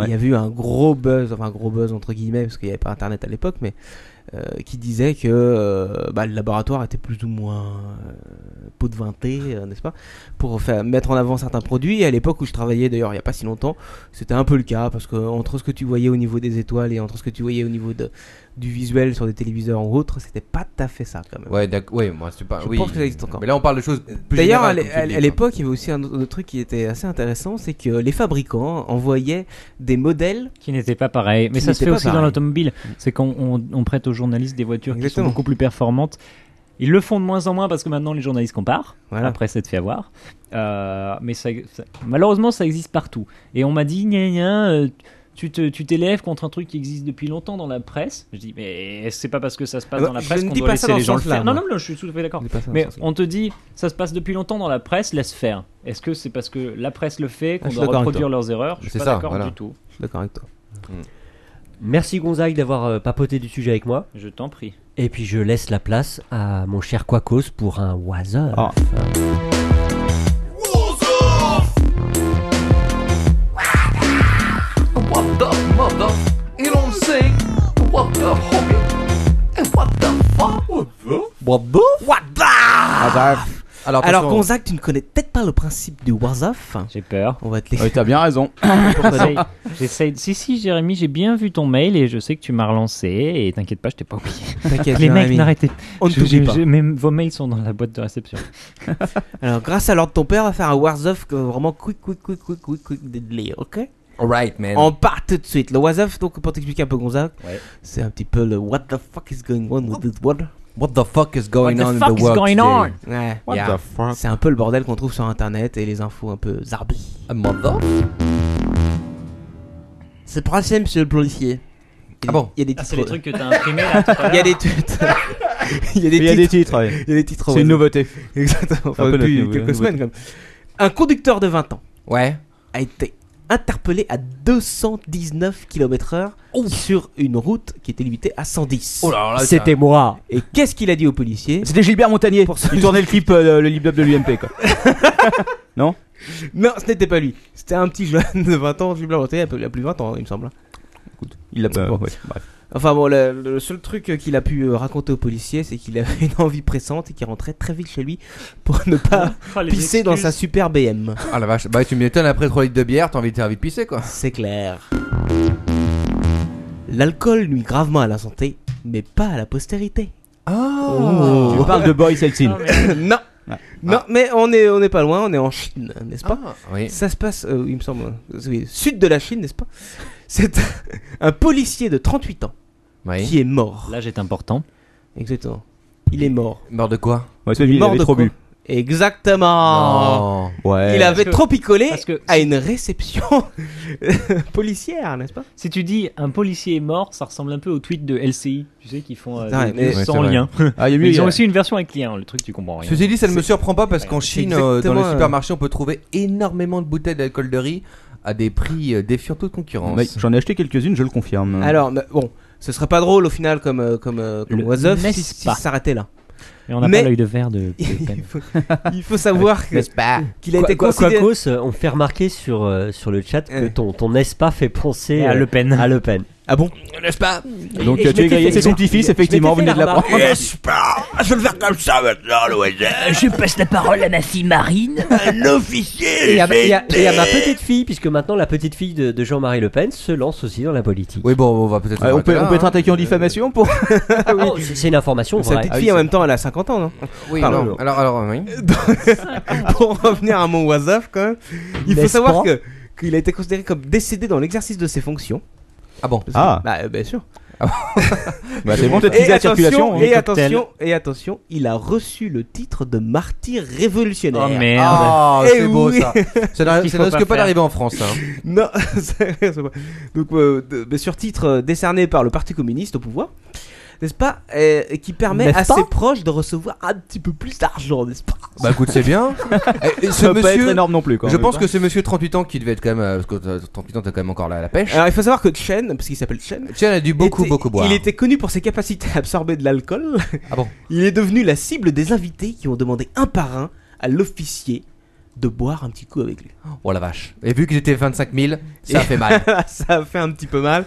D: Il y avait eu un gros buzz, enfin un gros buzz entre guillemets, parce qu'il n'y avait pas internet à l'époque, mais euh, qui disait que euh, bah, le laboratoire était plus ou moins euh, pot de vinté, euh, n'est-ce pas, pour faire, mettre en avant certains produits. Et à l'époque où je travaillais, d'ailleurs, il n'y a pas si longtemps, c'était un peu le cas, parce que entre ce que tu voyais au niveau des étoiles et entre ce que tu voyais au niveau de, du visuel sur des téléviseurs ou autres, c'était pas tout à fait ça quand même.
E: Ouais, d'accord. Ouais, moi, c'est pas.
D: Je
E: oui.
D: pense que ça existe encore.
E: Mais là, on parle de choses. plus
D: D'ailleurs, à
E: générales,
D: l'é-
E: comme tu
D: à
E: le dis,
D: à l'époque, il y avait aussi un autre autre truc qui était assez intéressant, c'est que les fabricants envoyaient des modèles
F: qui n'étaient pas pareils. Mais ça se fait aussi dans
D: pareils.
F: l'automobile. C'est qu'on on- on prête aux journalistes des voitures
D: Mm. Exactement.
F: qui sont beaucoup plus performantes. Ils le font de moins en moins parce que maintenant les journalistes comparent.
D: Voilà.
F: Après, c'est de fait avoir. Euh, mais ça- ça- malheureusement, ça existe partout. Et on m'a dit, gna gna, euh, tu te- tu t'élèves contre un truc qui existe depuis longtemps dans la presse. Je dis, mais c'est pas parce que ça se passe
D: Ah bah,
F: dans la
D: je
F: presse
D: ne
F: qu'on
D: dis
F: doit
D: pas
F: laisser
D: ça dans
F: les
D: ce
F: gens le
D: sens-là,
F: faire. Non,
D: moi.
F: non, non, je suis tout à fait d'accord.
D: Je ne dis pas ça dans
F: Mais
D: ce sens-là.
F: on te dit, ça se passe depuis longtemps dans la presse, laisse faire. Est-ce que c'est parce que la presse le
D: Ah,
F: fait qu'on
D: je suis
F: doit
D: d'accord avec
F: reproduire
D: toi.
F: leurs erreurs Je suis
D: C'est
F: pas
D: ça,
F: d'accord
D: voilà.
F: du tout. Mm.
D: Je suis d'accord avec toi.
G: Merci Gonzague d'avoir euh, papoté du sujet avec moi.
F: Je t'en prie.
G: Et puis je laisse la place à mon cher Quacos pour un Wazer.
D: Ah.
A: What the mother? You don't say what the hobby? And what the fuck? What the?
D: What the
E: Ah, bah, Alors,
D: Alors,
E: attention.
D: Gonzague, tu ne connais peut-être pas le principe du Wazaf.
F: J'ai peur.
D: On va te laisser.
C: Ouais, Ah. t'as bien raison.
F: J'essaye- J'essaye. Si, si, Jérémy, j'ai bien vu ton mail et je sais que tu m'as relancé. Et t'inquiète pas, je t'ai pas oublié.
D: T'inquiète,
F: Les mecs,
D: Jérémy.
F: n'arrêtez
D: On ne
F: Je-
D: t'oublie
F: je-
D: pas.
F: je- mes- Vos mails sont dans la boîte de réception.
D: Alors, grâce à l'ordre de ton père, on va faire un Warzaf que vraiment quick, quick, quick, quick, quick, quick, deadly, ok
E: Alright, man.
D: On part tout de suite. Le Warzaf, donc, pour t'expliquer un peu, Gonzague,
E: Ouais.
D: c'est un petit peu le What the fuck is going on with this world
E: What the fuck is going
D: What the
E: on in
D: fuck
E: the
D: is
E: world
D: going
E: today?
D: on Ouais,
E: What
D: yeah.
E: the fuck?
D: C'est un peu le bordel qu'on trouve sur internet et les infos un peu zarbi.
E: A mother?
D: C'est le principe, monsieur le policier. Ah bon Il y a des titres.
F: c'est les trucs que t'as imprimés, là, tout à
D: Il y a des
F: l'heure.
D: titres. Il y a des
C: Il y a des
D: titres.
C: titres, ouais.
D: Il y a des titres.
C: C'est
D: ouais.
C: une nouveauté.
D: Exactement.
C: C'est un peu
D: Enfin, depuis
C: notre nouveau-
D: quelques semaines, quand même.
C: nouveauté.
D: Un conducteur de 20 ans.
E: Ouais.
D: A été interpellé à 219 km/h sur une route qui était limitée à 110.
E: Oh là là,
G: C'était moi.
D: Et qu'est-ce qu'il a dit aux policiers
C: C'était Gilbert Montagnier. Il tournait le clip, euh, le lip de l'UMP, quoi. non
D: Non, ce n'était pas lui. C'était un petit jeune de 20 ans, Gilbert Roté, il a plus 20 ans, hein, il me semble.
C: Il l'a pas.
D: Bon.
C: ouais, bref.
D: Enfin bon, le, le seul truc qu'il a pu euh, raconter aux policiers, c'est qu'il avait une envie pressante et qu'il rentrait très vite chez lui pour ne pas
F: Oh, les
D: pisser dans
F: excuses.
D: sa super BM.
E: Ah la vache, bah tu m'étonnes après 3 litres de bière, t'as envie de faire vite pisser quoi.
D: C'est clair. L'alcool nuit gravement à la santé, mais pas à la postérité. Ah,
C: Oh. Tu parles de Boy Celtic.
D: Non.
E: Ah.
D: Non, mais on est, on est pas loin, on est en Chine, n'est-ce pas
E: oui.
D: Ça se passe, euh, il me semble, euh, oui, sud de la Chine, n'est-ce pas C'est un policier de 38 ans
E: Oui.
D: qui est mort.
F: L'âge est important.
D: Exactement. Il est mort.
E: Mort de quoi
C: Ouais, celui-là, il
D: Mort
C: avait
D: de
C: trop
D: quoi
C: bu.
D: Exactement.
E: Non. Ouais.
D: Il avait
F: Parce que-
D: trop picolé
F: parce que-
D: à une réception policière, n'est-ce pas
F: Si tu dis un policier est mort, ça ressemble un peu au tweet de LCI, tu sais, qui font euh,
D: C'est vrai,
F: des trucs
D: mais-
F: sans
E: Ouais, c'est
F: lien.
C: Ah, il y a eu-
F: Mais ils ont
C: il y a-
F: aussi une version avec lien, le truc, tu comprends rien.
E: Ceci dit, ça ne me surprend pas parce qu'en Chine, euh, dans les
D: exactement, euh,
E: supermarchés, on peut trouver énormément de bouteilles d'alcool de riz à des prix euh, défiant toute
C: Ouais,
E: concurrence.
C: J'en ai acheté quelques-unes, je le confirme.
D: Alors, mais Bah, bon, ce serait pas drôle au final comme, euh, comme, euh, comme
F: Le-
D: was-of
F: n'est-ce
D: si, si
F: pas
D: ça s'arrêtait là.
F: Et on n'a
D: Mais-
F: pas l'œil de verre de, Ben. de peine.
D: il, faut, il faut savoir que-
G: N'est-ce
D: qu'il a
G: Quoi-
D: été
G: quoi-
D: considéré...
G: Quacos, euh, on fait remarquer sur, euh, sur le chat que
D: Ouais.
G: ton, ton pas fait penser
F: Et à
G: euh,
F: Le Pen.
G: à Le Pen.
D: Ah bon
E: N'est-ce pas
C: Donc,
G: Et
C: tu
G: je
C: as tué
G: m'étais
C: Gaillet,
G: fait-
C: c'est son petit-fils,
G: je m'étais
C: effectivement,
G: fait
C: venu de
G: la
C: l'apprendre.
G: remarque.
I: Je vais le faire comme ça maintenant, l'OSF.
F: Euh,
J: Je passe la parole à ma fille Marine.
D: Ah,
I: Un officier
G: Et à, et à- et à ma petite fille, puisque maintenant la petite fille de, de Jean-Marie Le Pen se lance aussi dans la politique.
E: Oui, bon, on va peut-être.
C: Ouais, on, peut,
E: s'arrêter
C: on
E: là,
C: peut être
E: hein.
C: attaqué en diffamation pour.
G: Ah, oh, c'est c'est une information
D: Sa
G: vraie.
D: petite fille en même temps, elle a 50 ans, non
E: Ah Oui,
D: Pardon.
E: non. Alors, alors, oui.
D: Pour revenir à mon was-of quand même, il faut
G: N'est-ce
D: savoir
G: pas
D: que qu'il a été considéré comme décédé dans l'exercice de ses fonctions.
E: Ah bon
C: Ah,
D: Bah, euh, bien sûr.
C: bah, c'est bon, peut-être
D: Et
C: qu'ils la
D: attention,
C: circulation. hein.
D: et
F: cocktail.
D: attention, et attention, il a reçu le titre de martyr révolutionnaire.
F: Oh merde.
E: Ah,
D: Eh
E: c'est beau
D: oui.
E: ça. Ça n'a-
F: qu'il
E: ça
F: faut
E: ne risque
F: pas
E: pas
F: faire.
E: d'arriver en France. hein.
D: Non, c'est c'est pas- donc euh, de- mais sur titre euh, décerné par le Parti communiste au pouvoir, n'est-ce pas, euh, et qui permet
G: N'est-ce
D: à
G: pas
D: ses proches de recevoir un petit peu plus d'argent, n'est-ce pas
E: Bah écoute, c'est bien. Et- et ce
C: Ça peut pas être
E: monsieur,
C: énorme non plus. Quoi,
E: je
C: en même
E: pense
C: temps.
E: que ce monsieur de 38 ans qui devait être quand même. euh, Parce que euh, 38 ans, t'as quand même encore la, la pêche.
D: Alors il faut savoir que Chen, parce qu'il s'appelle Chen,
E: Tiens, elle a dû beaucoup,
D: était-
E: beaucoup boire.
D: Il était connu pour ses capacités à absorber de l'alcool.
E: Ah bon
D: Il est devenu la cible des invités qui ont demandé un par un à l'officier de boire un petit coup avec lui.
E: Oh la vache. Et vu que j'étais 25 000, ça a
D: Et-
E: fait mal.
D: Ça a fait un petit peu mal.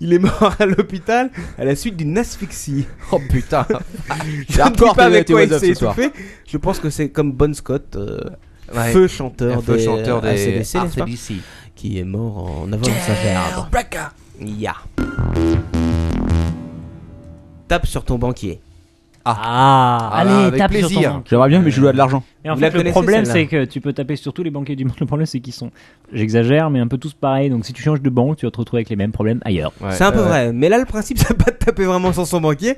D: Il est mort à l'hôpital à la suite d'une asphyxie.
E: Oh putain.
D: Je ne
E: hardcore
D: dis pas
E: que
D: avec
E: t'es
D: quoi
E: aux
D: il
E: œufs
D: s'est
E: ce soir.
D: étouffé. Je pense que c'est comme Bon Scott, euh,
E: Ouais.
D: feu chanteur
E: Un feu
D: des
E: chanteur des
D: ACDC, n'est-ce pas
E: ACDC.
D: qui est mort en avant de sa gerbe. Ya. Tape sur ton banquier.
F: Ah,
E: Ah,
F: allez,
E: avec
F: tape sur
E: plaisir.
F: ton banquier.
C: J'aimerais bien, mais je lui dois de l'argent.
F: Et en
D: Vous la
F: fait, le
D: connaissez,
F: problème,
D: celle-là
F: c'est que tu peux taper sur tous les banquiers du monde. Le problème, c'est qu'ils sont, j'exagère, mais un peu tous pareils. Donc, si tu changes de banque, tu vas te retrouver avec les mêmes problèmes ailleurs.
E: Ouais,
D: c'est un peu
E: ouais.
D: vrai. Mais là, le principe, c'est pas de taper vraiment sur son banquier.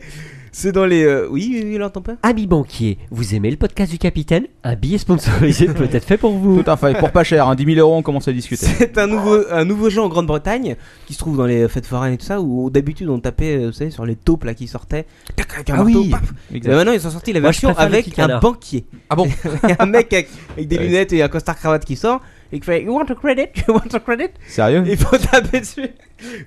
D: C'est dans les. euh, Oui, oui, oui, là, t'en peux
G: Amis banquiers, vous aimez le podcast du capitaine Un billet sponsorisé peut être fait pour vous.
C: Tout à fait, pour pas cher, hein, 10 000 euros, on commence à discuter.
D: C'est un nouveau, un nouveau jeu en Grande-Bretagne qui se trouve dans les fêtes foraines et tout ça, où d'habitude on tapait, euh, vous savez, sur les taupes là qui sortaient. Tac, avec un
E: Ah oui,
D: marteau, paf.
C: exact.
D: Mais maintenant ils sont sortis la
G: Moi, je
D: version
G: préfère les
D: avec
G: petits
D: un
G: canards.
D: banquier.
E: Ah bon
D: Il y a un mec avec, avec des
C: Ouais.
D: lunettes et un costard cravate qui sort et qui fait You want a credit You want a credit
C: Sérieux
D: Et Il faut taper dessus.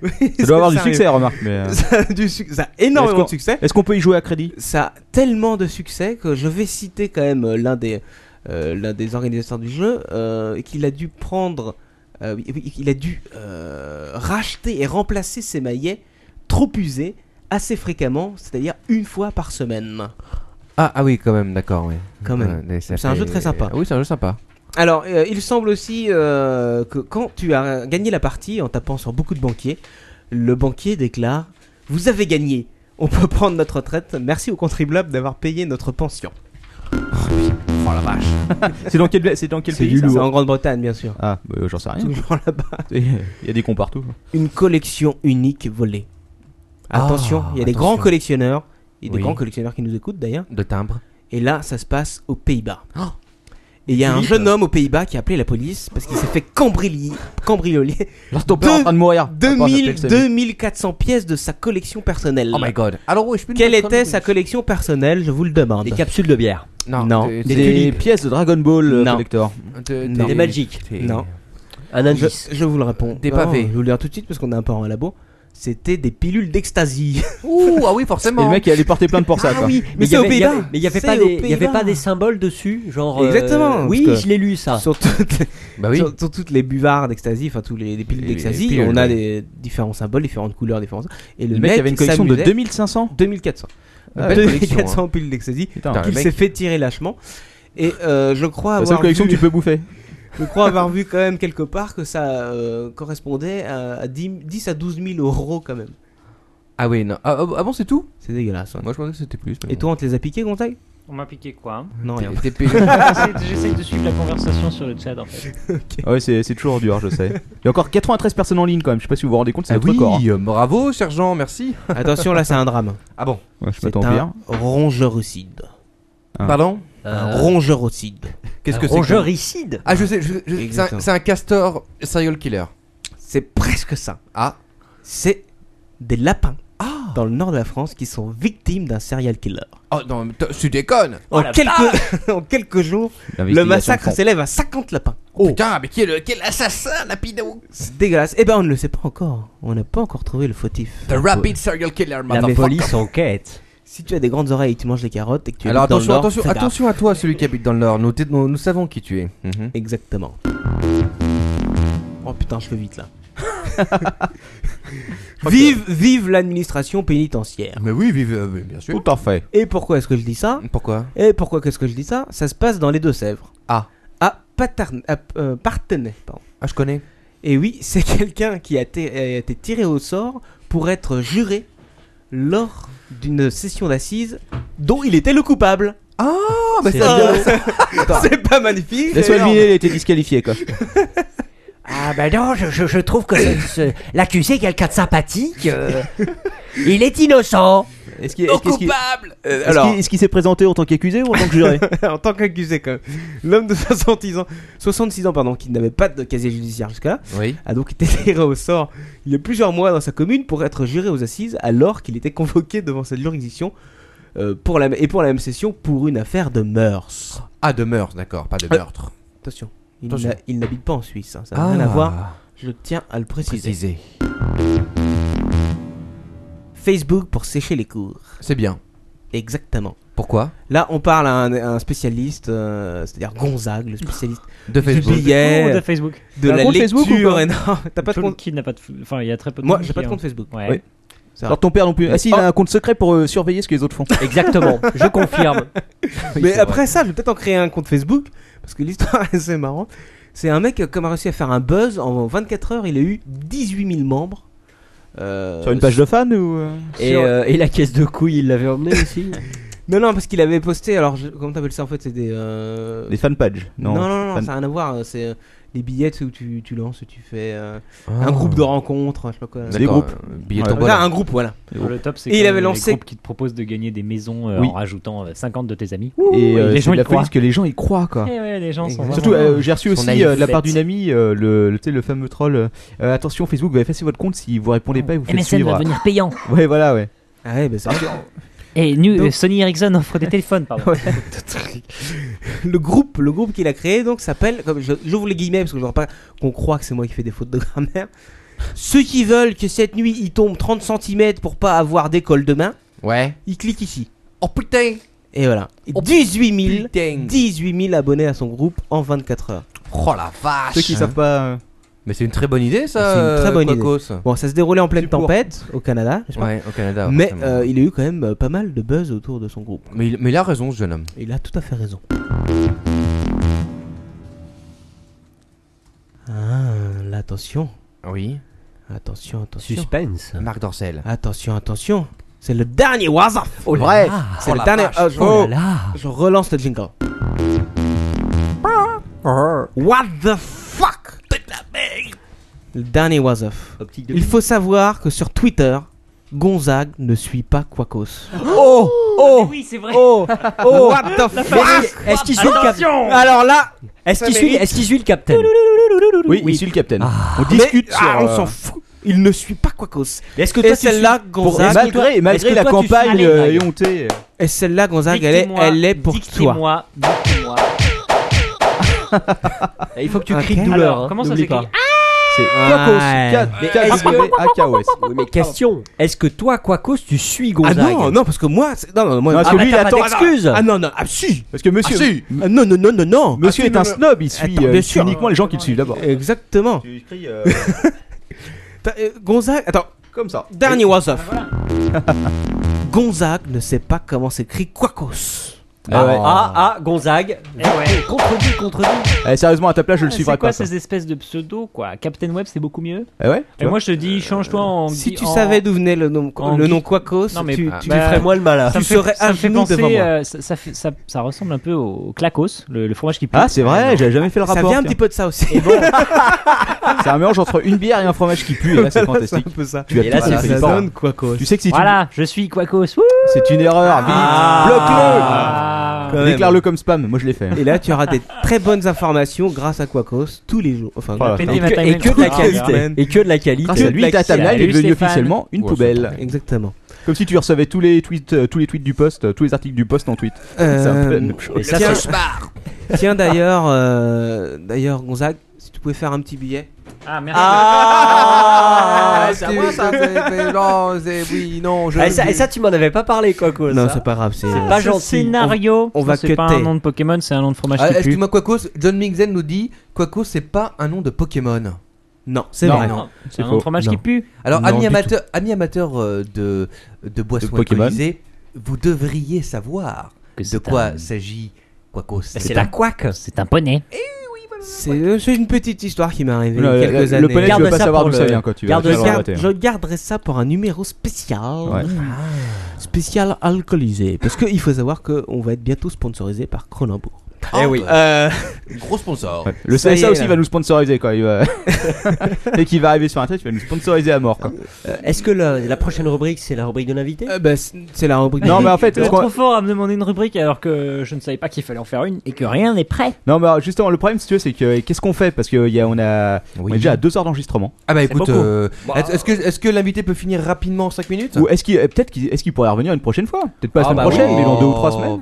D: Oui,
C: Ça
D: c'est
C: doit avoir du
D: sérieux.
C: succès, remarque. Mais... euh,
D: Ça a, du suc- ça a
C: Est-ce
D: énormément
C: qu'on-
D: de succès.
C: Est-ce qu'on peut y jouer à crédit
D: Ça a tellement de succès que je vais citer quand même euh, l'un des, euh, l'un des organisateurs du jeu euh, qu'il a dû prendre, euh, oui, oui, il a dû euh, racheter et remplacer ses maillets trop usés assez fréquemment, c'est-à-dire une fois par semaine.
E: Ah, ah oui, quand même, d'accord, oui.
D: Quand même.
E: Ouais, ça
D: C'est un
E: fait- Ah
D: jeu très sympa.
E: Oui, c'est un jeu sympa.
D: Alors, euh, il semble aussi euh, que quand tu as gagné la partie en tapant sur beaucoup de banquiers, le banquier déclare Vous avez gagné, on peut prendre notre retraite, merci aux contribuables d'avoir payé notre pension.
E: Oh la vache.
C: C'est dans quel, c'est dans quel
D: C'est
C: pays ça
D: en Grande-Bretagne, bien sûr.
C: Ah, bah, j'en sais rien.
D: Toujours là-bas.
C: Il y a des cons partout.
D: Une collection unique volée.
E: Ah,
D: Attention, il y a des
E: attention.
D: grands collectionneurs, et des
E: Oui.
D: grands collectionneurs qui nous écoutent d'ailleurs.
E: De timbre.
D: Et là, ça se passe aux Pays-Bas. et il y a un jeune homme aux Pays-Bas qui a appelé la police parce qu'il s'est fait cambrioler. cambrioler
C: Leur est en train de mourir.
D: 2000, 2400 pièces de sa collection personnelle.
E: Oh my god. Alors, oui, je peux
D: Quelle était sa collection personnelle Je vous le demande.
G: Des capsules de bière.
E: Non.
D: Non.
E: t'es-
C: Des,
E: t'es-
C: pièces de Dragon Ball euh,
D: Non.
C: collector.
E: t'es- t'es-
D: Non.
G: Des Magic.
E: t'es-
D: Non.
G: Un
D: je,
G: indice.
D: je vous le réponds.
E: Des
D: Non,
E: pavés.
D: Je vous le dis tout de suite parce qu'on est un peu en labo. C'était des pilules d'extasie.
E: Ouh, ah oui,
C: Et
E: forcément.
C: le mec, il allait porter plainte pour ça.
D: Ah
C: quoi.
D: oui, mais,
G: il y
D: c'est aux
G: avait- il y
D: Pays-Bas.
G: avait- Mais il n'y avait,
D: C'est
G: pas
D: aux
G: des- il y avait
D: Pays-Bas.
G: pas des symboles dessus genre, euh,
D: Exactement,
G: oui,
D: parce que-
G: je l'ai lu ça.
D: Sur toutes, les,
E: Bah oui.
D: sur- sur toutes les buvards d'extasie, enfin tous les, les pilules
E: Les- les
D: d'extasie,
E: pilules,
D: on a
E: oui.
D: des différents symboles, différentes couleurs, différentes. Et
C: Le mec, avait une collection de
D: s'amusait.
C: 2500.
D: 2400.
E: Ah, belle collection,
D: 2400 pilules d'extasie
C: hein. Putain,
E: Putain,
D: qu'il
E: le mec-
D: s'est fait tirer lâchement. Et euh, je crois
C: la
D: avoir.
C: seule collection
D: vu-
C: que tu peux bouffer.
D: Je crois avoir vu quand même quelque part que ça euh, correspondait à, à 10, 10 à 12 000 euros quand même.
E: Ah oui, non. Ah, ah, ah bon, c'est tout
D: C'est dégueulasse.
E: Moi, je pensais que c'était plus. mais
D: Et
E: bon.
D: toi, on te les a piqués, Gontaille
F: On m'a piqué quoi hein
D: Non, rien.
E: T'es- t'es-
F: J'essaie de suivre la conversation sur le chat en fait.
C: Ah Ouais, c'est c'est toujours dur, je sais. Il y a encore 93 personnes en ligne quand même. Je sais pas si vous vous rendez compte, c'est
E: Ah
C: notre
E: oui,
C: record. hein.
E: euh, bravo, sergent, merci.
D: Attention, là, c'est un drame.
E: Ah bon
C: Ouais, je
D: C'est
C: m'attends bien.
D: un rongeuricide.
E: Pardon Euh,
D: Un rongeuricide.
E: Qu'est-ce que c'est que-
G: Rongeuricide
E: Ah, je sais, je- je- c'est un-
D: Euh, Exactement.
E: c'est un castor serial killer.
D: C'est presque ça.
E: Ah,
D: C'est des lapins dans le nord de la France qui sont victimes d'un serial killer.
E: oh non, mais t- tu déconnes
G: Oh
D: En, quelques... en quelques jours, le massacre s'élève à 50 lapins.
E: Oh.
D: Oh.
E: Putain, mais qui est le, quel assassin, Lapido
D: C'est dégueulasse. Eh ben, on ne le sait pas encore. On n'a pas encore trouvé le fautif.
E: The Rapid Serial Killer,
G: La
E: motherfucker.
G: police enquête.
D: Si tu as des grandes oreilles et que tu manges des carottes et que tu
E: Alors
D: habites dans le
E: attention,
D: Nord,
E: attention,
D: fais gaffe.
E: attention à toi, celui qui habite dans le Nord. Nous, t'es- nous, nous savons qui tu es. Mhm.
D: Exactement. Oh putain, je fais vite là. vive, vive l'administration pénitentiaire.
E: Mais oui, vive, euh, oui, bien sûr.
C: Tout à fait.
D: Et pourquoi est-ce que je dis ça
E: Pourquoi
D: Et pourquoi qu'est-ce que je dis ça Ça se passe dans les Deux-Sèvres.
E: Ah.
D: À, Paterne- à, euh, Partenay. pardon.
E: Ah, je connais.
D: Et oui, c'est quelqu'un qui a été, a été tiré au sort pour être juré lors d'une session d'assises dont il était le coupable.
E: Ah, bah
D: C'est-
E: ça,
D: C'est pas magnifique
C: Laisse-moi deviner, il a été disqualifié quoi.
G: Ah ben non, je, je- je trouve que ce- ce- l'accusé est quelqu'un de sympathique. euh, il est innocent.
C: Est-ce qu'il est-ce qu'il- est-ce qu'il-
D: Euh,
C: est-ce
D: alors,
C: qu'il- est-ce qu'il s'est présenté en tant qu'accusé ou en tant que juré
D: en tant qu'accusé, quand même, l'homme de 66 ans, 66 ans pardon, qui n'avait pas de casier judiciaire jusqu'à-là,
E: Oui.
D: a donc été tiré au sort il y a plusieurs mois dans sa commune pour être juré aux assises alors qu'il était convoqué devant cette juridiction euh, pour la, m- et pour la même session pour une affaire de mœurs.
E: Ah, de meurtre, d'accord, pas de meurtre.
D: Attention, il
E: Attention.
D: n'a- il n'habite pas en Suisse, hein, ça
C: Ah.
D: n'a rien à voir, je tiens à le préciser.
E: Précisé.
D: Facebook pour sécher les cours,
E: C'est bien.
D: exactement.
E: Pourquoi
D: Là, on parle à un, à un spécialiste, euh, c'est-à-dire Gonzague, le spécialiste
E: Ah. De
D: du
E: Facebook.
D: billet,
F: Oh, de Facebook.
D: de
C: T'as un
D: la
C: compte Facebook
D: lecture
C: ou pas
D: et non, t'as pas de compte
F: Qui n'a pas de. f- Enfin, il y a très peu de.
D: Moi,
F: monde
D: j'ai pas
F: qui
D: de
F: a-
D: compte Facebook.
F: Ouais.
C: Oui.
D: Ça
C: Alors ton père non plus. Ah
E: Oh.
C: si, il a un compte secret pour euh, surveiller ce que les autres font.
G: Exactement, je confirme.
D: Mais après ça, je vais peut-être en créer un compte Facebook parce que l'histoire est assez marrante. C'est un mec euh, comme a réussi à faire un buzz en 24 heures, il a eu 18 000 membres. Euh,
C: Sur une page de fan ou euh,
G: Et,
C: sur-
G: euh, et la caisse de couilles, il l'avait emmené aussi.
D: Non, non, parce qu'il avait posté. Alors, je- comment t'appelles ça en fait C'est des. euh,
C: des fan pages
D: Non, non, non,
C: fan-
D: ça n'a rien à voir. euh, C'est euh, les billets tu sais, où tu, tu lances, tu fais euh, un groupe de rencontres, je sais pas quoi.
C: Ah. Des groupes.
E: Billet
C: Ouais.
E: tombant.
D: Voilà, un groupe, voilà.
F: Alors, le top, c'est
D: Et il
F: quand même
D: avait lancé-
F: les groupes qui te proposent de gagner des maisons euh,
C: Oui.
F: en rajoutant euh, 50 de tes amis.
C: Et
F: Oui,
C: euh,
F: les
C: c'est
F: gens
C: de
F: y
C: la
F: croient.
C: folie, parce que les gens y croient quoi.
F: Eh ouais, les gens sont
D: Exactement.
C: Surtout,
F: vraiment-
C: euh, j'ai reçu
F: Ils sont
C: aussi
F: naïfs.
C: euh, de la part d'une
F: Faites.
C: amie euh, le, le, tu sais, le fameux troll. euh, euh, attention, Facebook va effacer votre compte si vous répondez pas et vous faites
F: MSN
C: suivre.
F: va devenir payant.
C: Ouais, voilà, ouais.
D: Ah ouais, bah, ça-
F: Et Euh, Sony Ericsson offre des téléphones, pardon.
D: le groupe, le groupe qu'il a créé donc s'appelle, comme je- j'ouvre les guillemets parce que je voudrais pas qu'on croit que c'est moi qui fais des fautes de grammaire. Ceux qui veulent que cette nuit il tombe 30 cm pour pas avoir d'école demain,
E: Ouais.
D: ils cliquent ici.
E: Oh putain Oh,
D: Et voilà. Et 18 000,
E: Putain
D: 18 000 abonnés à son groupe en 24 heures.
E: Oh la vache
C: Ceux qui savent pas. euh,
E: Mais c'est une très bonne idée ça
D: C'est une très
E: euh,
D: bonne idée.
E: Quacos.
D: Bon, ça se déroulait en pleine
E: Du pour.
D: tempête au Canada, n'est-ce pas
E: Ouais, au Canada.
D: mais
E: forcément.
D: euh, il a eu quand même euh, pas mal de buzz autour de son groupe.
E: mais, il, mais il a raison ce jeune homme.
D: Il a tout à fait raison. Ah, là, attention,
E: Oui.
D: attention, attention.
G: Suspense.
E: Marc Dorcel.
D: Attention, attention. C'est le dernier Warzap.
G: Oh là
D: Bref,
G: là.
D: c'est
E: Oh
D: le
E: la
D: dernier.
E: vache.
D: Ah, je,
G: Oh là là.
D: je relance le jingle. What the fuck Le dernier Warzap.
G: Optique de
D: Il faut savoir que sur Twitter, Gonzague ne suit pas Quacos.
G: Oh,
F: Ah, oui, c'est vrai.
D: Oh Oh What the fuck
G: Est-ce qu'il suit le cap-
D: Alors là,
G: Est-ce qu'il
D: Ça
G: suit
D: mérite.
G: Est-ce qu'il suit le capitaine
C: Oui, il suit le capitaine. on
D: mais-
C: discute sur.
D: ah, on
C: euh,
D: s'en fout. Il ne suit pas Quacos.
G: Est-ce que
D: Et celle-là,
C: Pour,
D: Gonzague,
C: malgré malgré
G: que
C: la
G: toi, tu
C: campagne
G: suis-
C: euh,
G: Allez,
C: éhontée.
D: et celle-là, Gonzague, elle est, elle est pour toi.
F: Dictez-moi, dictez-moi.
G: Il faut que tu
D: Ok. Ah,
G: cries de douleur.
F: Alors,
G: hein,
F: comment ça
G: n'oublie
F: s'écrit
G: pas.
C: C'est
D: Ouais.
G: Mais
C: Quacos.
G: est-ce que-
C: KOS.
G: Oui, mais question. Est-ce que toi, Quacos, tu suis
D: Ah
G: Gonzague
D: non, non, parce que moi, c'est- non, non, moi,
C: Non,
D: ah,
C: parce que
G: bah,
C: lui, il
G: t'as pas
C: attend.
G: d'excuse.
D: ah non, non, ah si,
C: Parce que monsieur.
D: Ah non, non, non, non, non.
C: Monsieur est un snob, il suit
D: Attends,
C: euh,
D: bien
C: il suit
D: sûr.
C: uniquement les gens qui le suivent d'abord.
D: Exactement.
C: Tu écris euh,
D: T'as- euh, Gonzague, attends,
C: comme ça. Ah,
D: dernier was off. Gonzague ne sait pas comment s'écrit Quacos.
G: Ah,
C: ouais.
G: ah, ah, Gonzague.
F: Eh
G: Contredit, contredit.
C: Eh, sérieusement, à ta place, je le
F: Ah,
C: suivrai
F: C'est quoi
C: pas. quoi.
F: ces espèces de pseudos quoi Captain Web c'est beaucoup mieux.
C: Eh ouais, tu
F: Et
C: vois.
F: moi je te dis change-toi en
D: Si
F: gui-
D: tu
F: en-
D: savais d'où venait le nom,
F: en
D: le
F: gui-
D: nom Quacos,
F: Non, mais
D: tu,
F: ah,
D: tu
F: bah,
D: ferais moi le malin.
F: ça
D: Tu
F: me fait-
D: serais
F: ça
D: à
F: me fait
D: genoux
F: penser,
D: devant moi.
F: euh, ça, ça fait- ça- ça ressemble un peu au clacos, le, le fromage qui pue.
C: Ah, c'est vrai, j'avais jamais fait le
F: Ça
C: rapport.
F: vient un petit
D: peu de ça aussi.
C: c'est un mélange entre une bière et un fromage qui pue, et là, c'est
D: Voilà,
C: fantastique.
D: c'est un peu ça.
C: Tu as
D: Et
C: tout
D: là,
C: à
D: ça
C: fait tort.
D: donne Quacos.
C: Tu sais que si tu-
F: Voilà, je suis Quacos. Wouh
C: C'est une erreur, vite,
D: Ah. Quand
C: bloque-le
D: même.
C: Déclare-le comme spam, moi je l'ai fait. hein.
D: Et là, tu auras des très bonnes informations grâce à Quacos tous les jours. Enfin,
C: Voilà.
D: grâce à-
C: Et que- et que de la qualité.
D: Et que de la qualité.
C: Grâce à lui, ta timeline est devenue officiellement une
D: Ouais,
C: poubelle.
D: c'est- Exactement.
C: Comme si tu recevais tous les tweets, euh, tous les tweets du post, euh, tous les articles du post en tweet.
D: Euh,
C: C'est un peu la même chose.
D: tiens- Tiens d'ailleurs, euh, d'ailleurs Gonzague, si tu pouvais faire un petit billet.
F: Ah,
D: merde.
F: merci.
D: Ah,
E: c'est à moi, ça, c'est- mais non, c'est- oui, non, je-
G: Ah, et, ça, et ça, tu m'en avais pas parlé, hein. quoi, quoi.
D: Non,
G: ça.
D: c'est pas grave, c'est-
G: C'est pas
D: Ce
G: gentil.
D: scénario,
G: On- on va
F: C'est pas
G: cutter.
F: un nom de Pokémon, c'est un nom de fromage
E: Ah,
F: qui pue.
E: Excuse-moi, Quacos, John Mingzen nous dit Quacos, c'est pas un nom de Pokémon.
D: Non,
F: c'est Non, vrai. non, c'est un nom de fromage qui pue.
E: Alors,
F: Non,
E: amis
F: du
E: amateurs, amis amateurs euh, de, de boissons
C: Pokémon.
E: alcoolisées, vous devriez savoir de quoi s'agit Quacos.
D: c'est Eh la
G: couac.
F: C'est un poney.
D: C'est euh, c'est une petite histoire qui m'est arrivée
C: Le-
D: il y a quelques
C: le- le
D: années.
C: poney, tu Garde veux pas ça savoir pour d'où le- ça vient, quoi, tu vas-
D: Garde-
C: tu vas le
D: garde-
C: rater, hein.
D: je garderai ça pour un numéro spécial. Ah.
C: Ouais.
D: Spécial alcoolisé. Parce qu'il faut savoir qu'on va être bientôt sponsorisé par Cronenbourg.
E: Eh oui.
D: Euh,
E: Gros sponsor.
C: Ouais. Le
D: Ça y
C: CSA
D: est,
C: aussi
D: là.
C: va nous sponsoriser quoi. Il va... Dès qu'il va arriver sur un truc, il va nous sponsoriser à mort quoi.
D: Euh,
G: Est-ce que la, la prochaine rubrique, c'est la rubrique de l'invité
D: bah, C'est la rubrique
C: Non, mais en fait,
F: Vous êtes
C: ce qu'on-
F: trop fort à me demander une rubrique alors que je ne savais pas qu'il fallait en faire une et que rien n'est prêt.
C: Non, mais alors, justement, le problème, si tu veux, c'est que qu'est-ce qu'on fait Parce qu'on on a... on est déjà à deux heures d'enregistrement.
E: Ah bah
C: C'est
E: écoute,
C: beaucoup.
E: euh, est-ce est-ce que, est que l'invité peut finir rapidement en 5 minutes
C: Ou est-ce qu'il euh, peut-être qu'il est-ce qu'il pourrait revenir une prochaine fois Peut-être pas la
E: Ah
C: semaine
E: bah
C: prochaine,
E: oui.
C: mais dans deux ou trois
E: Oh.
C: semaines.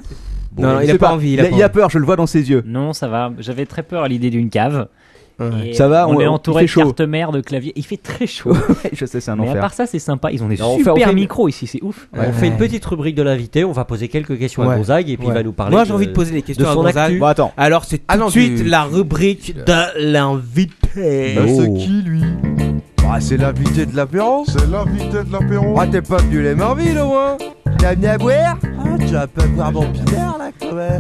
E: Bon, Non,
C: je
E: il a
C: sais
E: pas envie, il a pas
C: il a
E: envie.
C: peur, je le vois dans ses yeux.
F: Non, ça va. J'avais très peur à l'idée d'une cave. Et
C: Ça va, on-
F: est
C: on- il
F: entouré
C: fait
F: de
C: chaud.
F: cartes mères, de claviers. Il fait très chaud.
C: je sais, c'est un
F: Mais à
C: enfer.
F: part ça, c'est sympa. Ils ont des
G: Non, on fait-
F: super
G: on fait une-
F: micros ici, c'est ouf.
G: On fait une petite rubrique de l'invité, on va poser quelques questions à
D: Ouais.
G: Gonzague et puis
D: Ouais.
G: il va nous parler.
D: Moi, j'ai envie de poser des questions
G: de
D: à
G: son
D: Gonzague.
G: actu.
D: Bon, attends. Alors, c'est tout
G: Ah non,
D: de suite
G: du-
D: la rubrique
G: euh,
D: de
C: Oh.
D: l'invité.
E: lui Ah, c'est l'invité de l'apéro C'est l'invité de l'apéro Ah, t'es pas venu les Marville au moins T'as venu à boire Ah, tu vas pas boire mon pinard là quand même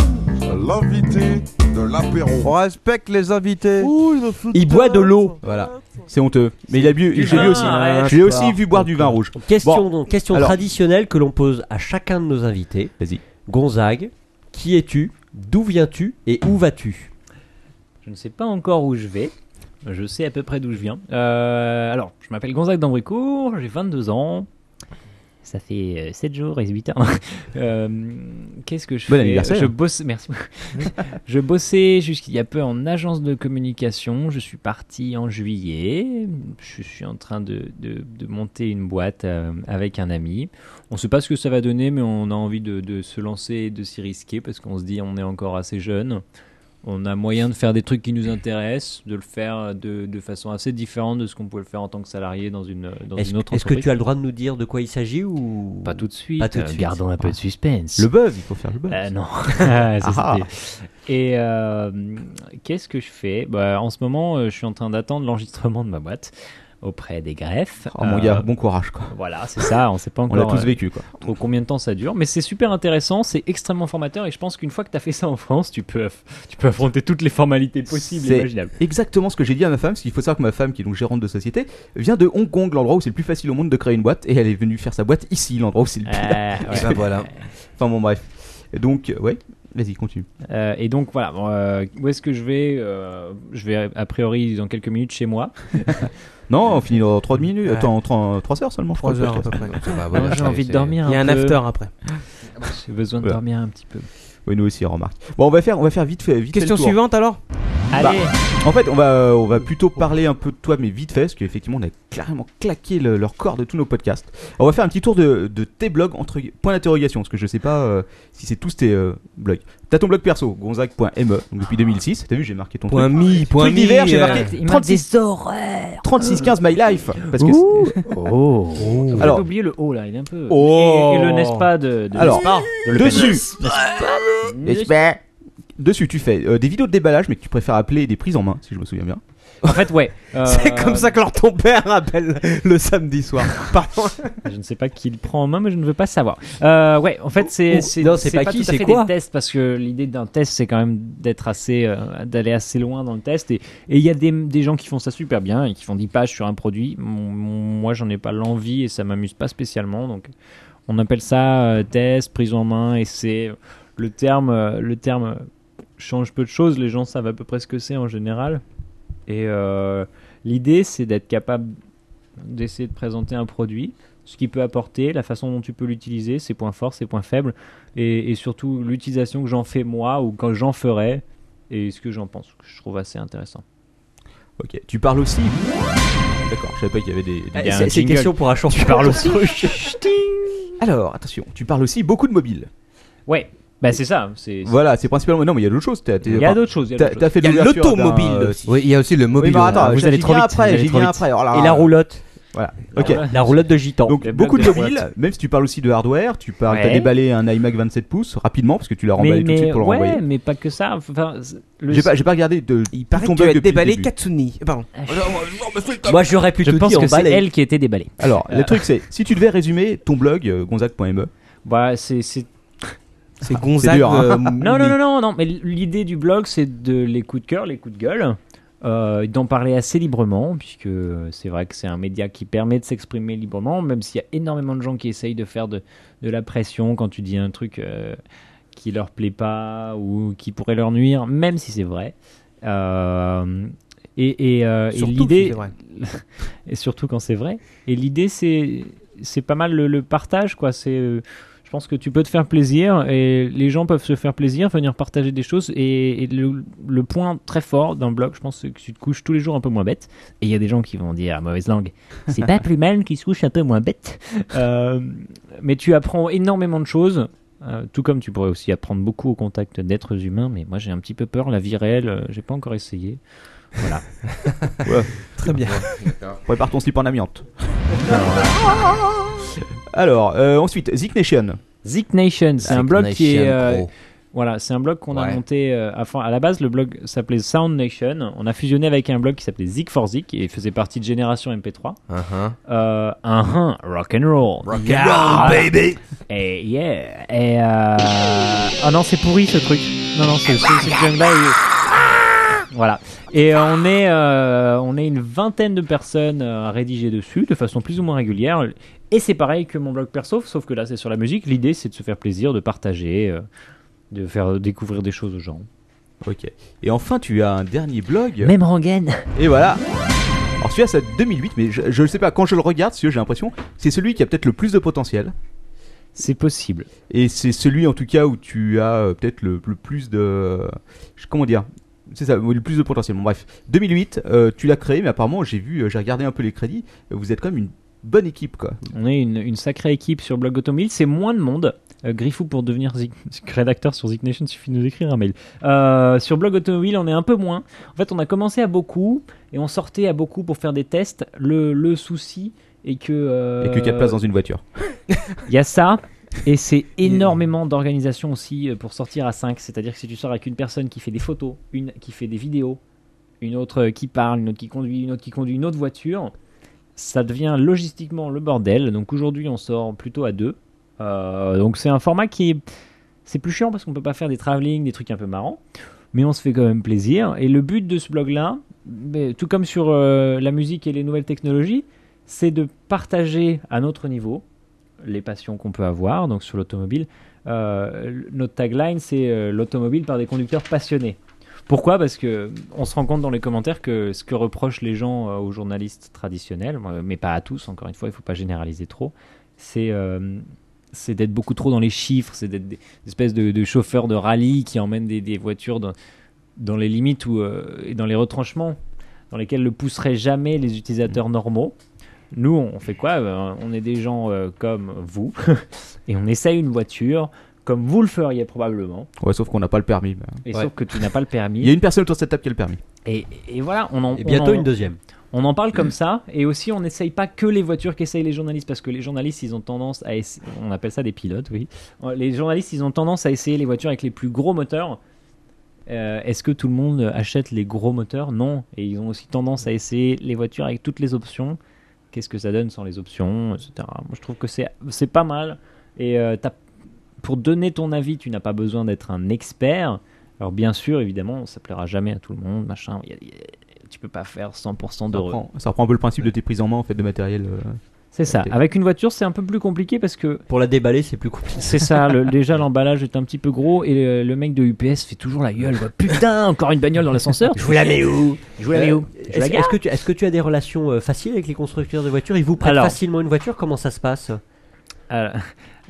E: L'invité de l'apéro On respecte les invités
G: Il boit de l'eau.
C: Voilà. C'est honteux. Mais il a bu,
G: Du
C: je l'ai
G: vin,
C: vu aussi.
G: arrête,
C: Je l'ai aussi
G: sport.
C: vu boire du vin rouge.
G: Question,
C: Bon.
G: donc, question
C: Alors,
G: traditionnelle que l'on pose à chacun de nos invités.
C: Vas-y.
G: Gonzague, qui es-tu D'où viens-tu Et où vas-tu
F: Je ne sais pas encore où je vais. Je sais à peu près d'où je viens. Euh, alors, je m'appelle Gonzague d'Ambricourt, j'ai 22 ans. Ça fait 7 jours et 8 heures. Euh, Qu'est-ce que je
C: Bon
F: fais
C: anniversaire.
F: Je bosse, merci. je bossais jusqu'il y a peu en agence de communication. Je suis parti en juillet. Je suis en train de, de- de monter une boîte euh, avec un ami. On ne sait pas ce que ça va donner, mais on a envie de, de se lancer, et de s'y risquer parce qu'on se dit on est encore assez jeune. On a moyen de faire des trucs qui nous intéressent, de le faire de, de façon assez différente de ce qu'on pouvait le faire en tant que salarié dans une, dans
G: Est-ce
F: une autre
G: est-ce que
F: entreprise.
G: tu as le droit de nous dire de quoi il s'agit ou
F: Pas tout de suite.
G: Pas tout de
F: euh,
G: suite.
F: Gardons un peu de suspense.
C: Le buzz, il faut faire le buzz.
F: Euh, non. Ça,
C: Ah.
F: c'était- Et euh, qu'est-ce que je fais Bah, En ce moment, euh, je suis en train d'attendre l'enregistrement de ma boîte auprès des greffes.
C: Oh, mon
F: Euh,
C: gars, bon courage quoi.
F: Voilà, c'est ça, on sait pas
C: On
F: encore
C: l'a tous
F: euh,
C: vécu, quoi.
F: trop combien de temps ça dure, mais c'est super intéressant, c'est extrêmement formateur et je pense qu'une fois que tu as fait ça en France, tu peux, aff- tu peux affronter toutes les formalités possibles et
C: C'est
F: imaginables.
C: Exactement ce que j'ai dit à ma femme, parce qu'il faut savoir que ma femme, qui est donc gérante de société, vient de Hong Kong, l'endroit où c'est le plus facile au monde de créer une boîte, et elle est venue faire sa boîte ici, l'endroit où c'est le plus.
F: Ah, ouais.
E: Et ben voilà.
C: Enfin bon, bref. Et donc, euh, ouais, vas-y, continue.
F: Euh, et donc voilà, bon, euh, où est-ce que je vais Euh, Je vais a priori dans quelques minutes chez moi.
C: Non, on finit dans 3 minutes, attends, 3, heures seulement, je crois.
D: Trois
C: le
D: heures,
C: podcast.
D: à peu près. Ah,
E: Ça va,
F: Oh,
E: voilà,
F: J'ai
E: ça y est,
F: envie de
E: c'est-
F: dormir.
D: Il y a un
F: peu.
D: after après.
F: Ah bah, J'ai besoin de
C: Ouais.
F: dormir un petit peu.
C: Oui, nous aussi, remarque. Bon, on va faire, on va faire vite fait. Vite fait le
D: Question
C: tour. Bah,
D: suivante hein. alors Bah,
F: Allez,
C: En fait, on va, euh, on va plutôt parler un peu de toi, mais vite fait, parce qu'effectivement, on a clairement claqué le, leur corps de tous nos podcasts. Alors, on va faire un petit tour de, de tes blogs, entre gu- point d'interrogation, parce que je sais pas euh, si c'est tous tes euh, blogs. T'as ton blog perso, gonzague.me, donc
F: Ah.
C: depuis 2006. T'as vu, j'ai marqué ton
D: Point
C: truc.
D: mi, point
C: Truc
D: mi.
C: d'hiver, j'ai
D: euh,
C: marqué
F: il m'a des
C: 36
F: horreurs.
C: 36-15 My Life. Parce que
F: Ouh.
C: c'est-
F: Oh. Vous
C: Alors-
F: avez oublié le haut là, il est un peu.
C: Oh.
F: Et, et le n'est-ce pas de, de
C: Alors,
F: n'est-ce pas de Le Pen.
C: dessus,
F: N'est-ce pas
C: ben, dessus, tu fais euh, des vidéos de déballage, mais que tu préfères appeler des prises en main, si je me souviens bien.
F: En fait, ouais.
D: C'est
F: euh,
D: comme ça que leur ton père appelle le samedi soir. Pardon.
F: Je ne sais pas qui le prend en main, mais je ne veux pas savoir. Euh, ouais, en fait,
D: Ou-
F: c'est c'est
D: Oh. non, c'est
F: c'est
D: pas
F: pas,
D: qui,
F: tout à
D: c'est
F: fait
D: quoi
F: des tests parce que l'idée d'un test, c'est quand même d'être assez, euh, d'aller assez loin dans le test. Et et il y a des, des gens qui font ça super bien et qui font 10 pages sur un produit. Mon- mon- moi, j'en ai pas l'envie et ça m'amuse pas spécialement. Donc, on appelle ça euh, test, prise en main, et c'est euh, le terme, euh, le terme change peu de choses. Les gens savent à peu près ce que c'est en général. Et euh, l'idée, c'est d'être capable d'essayer de présenter un produit, ce qu'il peut apporter, la façon dont tu peux l'utiliser, ses points forts, ses points faibles, et, et surtout l'utilisation que j'en fais moi ou quand j'en ferai, et ce que j'en pense, que je trouve assez intéressant.
C: Ok, tu parles aussi D'accord, je savais pas qu'il y avait des. des-
F: Ah, Il y a c'est- un c'est jingle. question pour un chanteur.
C: Tu parles aussi
F: Chut, ting.
C: Alors, attention, tu parles aussi beaucoup de mobile.
F: Ouais, bah c'est ça. c'est- c'est-
C: Voilà, c'est principalement. Non, mais il y a d'autres choses. t'as- t'es-
F: Il y a
C: enfin,
F: d'autres choses, il y a
C: t'as-
F: d'autres
C: T'as
F: choses.
C: fait
F: Il y a
C: l'ouverture
F: l'automobile
C: d'un-
F: aussi.
E: Oui, il y a aussi le mobile.
C: Oui, mais attends,
E: Vous
C: j'y
E: allez
C: viens
E: trop vite, vous
C: après,
E: allez
C: j'y
E: trop
C: viens
E: vite.
C: après. Oh là
E: Et
C: là.
E: la roulotte.
C: hein. Voilà.
E: La
C: Ok.
E: roulotte. La roulotte de gitan.
C: Donc
E: Les blocs
C: beaucoup de
E: de
C: mobile.
E: roulotte.
C: Même si tu parles aussi de hardware, tu parles. T'as
F: Ouais.
C: déballé un iMac 27 pouces rapidement parce que tu l'as remballé tout de suite pour le
F: ouais,
C: renvoyer.
F: mais pas que ça. Enfin, c'est- le-
C: J'ai pas, j'ai pas regardé de. Il
D: paraît que tu as déballé Katsuni. Pardon.
F: Ah,
G: Moi, j'aurais plutôt
C: Je pense
G: dit on
C: que c'est
G: balaye.
C: elle qui
F: était déballée.
C: Alors,
F: Euh.
C: le truc c'est, si tu devais résumer ton blog euh, gonzague.me.
F: Bah, c'est. C'est
C: Gonzague, dur, hein. euh,
F: non, non, non, non, non, mais l'idée du blog, c'est de les coups de cœur, les coups de gueule, euh, d'en parler assez librement, puisque c'est vrai que c'est un média qui permet de s'exprimer librement, même s'il y a énormément de gens qui essayent de faire de, de la pression quand tu dis un truc euh, qui leur plaît pas ou qui pourrait leur nuire, même si c'est vrai. Euh, et et, euh, et
D: Surtout si
F: l'idée.
D: c'est vrai.
F: et surtout quand c'est vrai. Et l'idée, c'est c'est pas mal le, le partage, quoi. C'est, euh, je pense que tu peux te faire plaisir et les gens peuvent se faire plaisir, venir partager des choses. Et, et le, le point très fort d'un blog, je pense, c'est que tu te couches tous les jours un peu moins bête. Et il y a des gens qui vont dire mauvaise langue, c'est pas plus mal qu'ils se couchent un peu moins bête. Euh, mais tu apprends énormément de choses. euh, tout comme tu pourrais aussi apprendre beaucoup au contact d'êtres humains, mais moi j'ai un petit peu peur, la vie réelle, euh, j'ai pas encore essayé. Voilà.
D: Très bien.
C: Prépare ton slip en amiante. Alors, euh, ensuite, Zik Nation.
F: Zik Nation, c'est un blog qui est. euh,
C: Pro.
F: voilà, c'est un blog qu'on
C: Ouais.
F: a monté. euh, à, fin- à la base, le blog s'appelait Sound Nation. On a fusionné avec un blog qui s'appelait Zik for Zik et faisait partie de Génération MP3.
E: Uh-huh.
F: Euh, un un, rock and roll.
E: Rock and roll, baby.
F: Et yeah. Et euh, oh non, c'est pourri ce truc. Non non, c'est c'est- c'est Jungle voilà. Et euh, on est, euh, on est une vingtaine de personnes euh, à rédiger dessus de façon plus ou moins régulière. Et c'est pareil que mon blog perso, sauf que là c'est sur la musique. L'idée c'est de se faire plaisir, de partager, euh, de faire euh, découvrir des choses aux gens.
C: Ok. Et enfin, tu as un dernier blog.
F: Même rengaine.
C: Et voilà. Alors celui-là, c'est 2008, mais je, je le sais pas. Quand je le regarde, celui-là, j'ai l'impression, c'est celui qui a peut-être le plus de potentiel.
F: C'est possible.
C: Et c'est celui, en tout cas, où tu as euh, peut-être le, le plus de, je- comment dire, c'est ça, le plus de potentiel. Bon, bref, 2008, euh, tu l'as créé, mais apparemment, j'ai vu, euh, j'ai regardé un peu les crédits. Vous êtes quand même une bonne équipe, quoi.
F: On est une, une sacrée équipe sur Blog Automobile. C'est moins de monde. Euh, Griffou, pour devenir Zik- rédacteur sur Zik Nation, suffit de nous écrire un mail. Euh, sur Blog Automobile, on est un peu moins. En fait, on a commencé à beaucoup et on sortait à beaucoup pour faire des tests. Le, le souci est que. euh,
C: Et que 4 places dans une voiture.
F: il y a ça. Et c'est énormément d'organisation aussi euh, pour sortir à 5. C'est-à-dire que si tu sors avec une personne qui fait des photos, une qui fait des vidéos, une autre euh, qui parle, une autre qui conduit, une autre qui conduit une autre voiture, ça devient logistiquement le bordel. Donc aujourd'hui, on sort plutôt à deux. Euh, donc c'est un format qui est. C'est plus chiant parce qu'on peut pas faire des travelling, des trucs un peu marrants. Mais on se fait quand même plaisir. Et le but de ce blog-là, ben, tout comme sur euh, la musique et les nouvelles technologies, c'est de partager à notre niveau les passions qu'on peut avoir, donc sur l'automobile. Euh, l- notre tagline, c'est euh, l'automobile par des conducteurs passionnés. Pourquoi Parce que on se rend compte dans les commentaires que ce que reprochent les gens euh, aux journalistes traditionnels, euh, mais pas à tous, encore une fois, il ne faut pas généraliser trop, c'est euh, c'est d'être beaucoup trop dans les chiffres, c'est d'être des, des espèces de, de chauffeurs de rallye qui emmènent des, des voitures dans, dans les limites ou euh, et dans les retranchements dans lesquels le pousseraient jamais les utilisateurs normaux. Nous, on fait quoi Ben, On est des gens euh, comme vous et on essaye une voiture comme vous le feriez probablement.
C: Ouais, sauf qu'on n'a pas le permis. bah.
F: Et sauf que tu n'as pas le permis.
C: Il y a une personne autour de cette table qui a le permis.
F: Et, et voilà, on en
C: Et
F: on
C: bientôt
F: en-
C: une deuxième.
F: On en parle comme ça, et aussi on n'essaye pas que les voitures qu'essayent les journalistes, parce que les journalistes, ils ont tendance à essa- on appelle ça des pilotes, oui. Les journalistes, ils ont tendance à essayer les voitures avec les plus gros moteurs, euh, est-ce que tout le monde achète les gros moteurs Non. Et ils ont aussi tendance à essayer les voitures avec toutes les options. Qu'est-ce que ça donne sans les options, etc. Moi, je trouve que c'est c'est pas mal. Et euh, t'as- pour donner ton avis, tu n'as pas besoin d'être un expert. Alors bien sûr, évidemment, ça plaira jamais à tout le monde, machin. Il y a- il y a- tu peux pas faire 100%
C: Ça
F: d'heureux.
C: reprend, ça reprend un peu le principe de tes prises en main en fait de matériel. euh,
F: C'est ça.
C: adapté.
F: Avec une voiture, c'est un peu plus compliqué parce que.
G: Pour la déballer, c'est plus compliqué.
F: C'est ça. le- déjà, l'emballage est un petit peu gros et euh, le mec de UPS fait toujours la gueule. quoi. Putain, encore une bagnole dans l'ascenseur.
G: Je vous la mets où
F: Je vous la mets
G: Euh,
F: où Je
G: Est-ce
F: la gare
G: est-ce que, tu- est-ce que tu as des relations euh, faciles avec les constructeurs de voitures Ils vous prêtent
F: Alors.
G: facilement une voiture Comment ça se passe
F: Alors,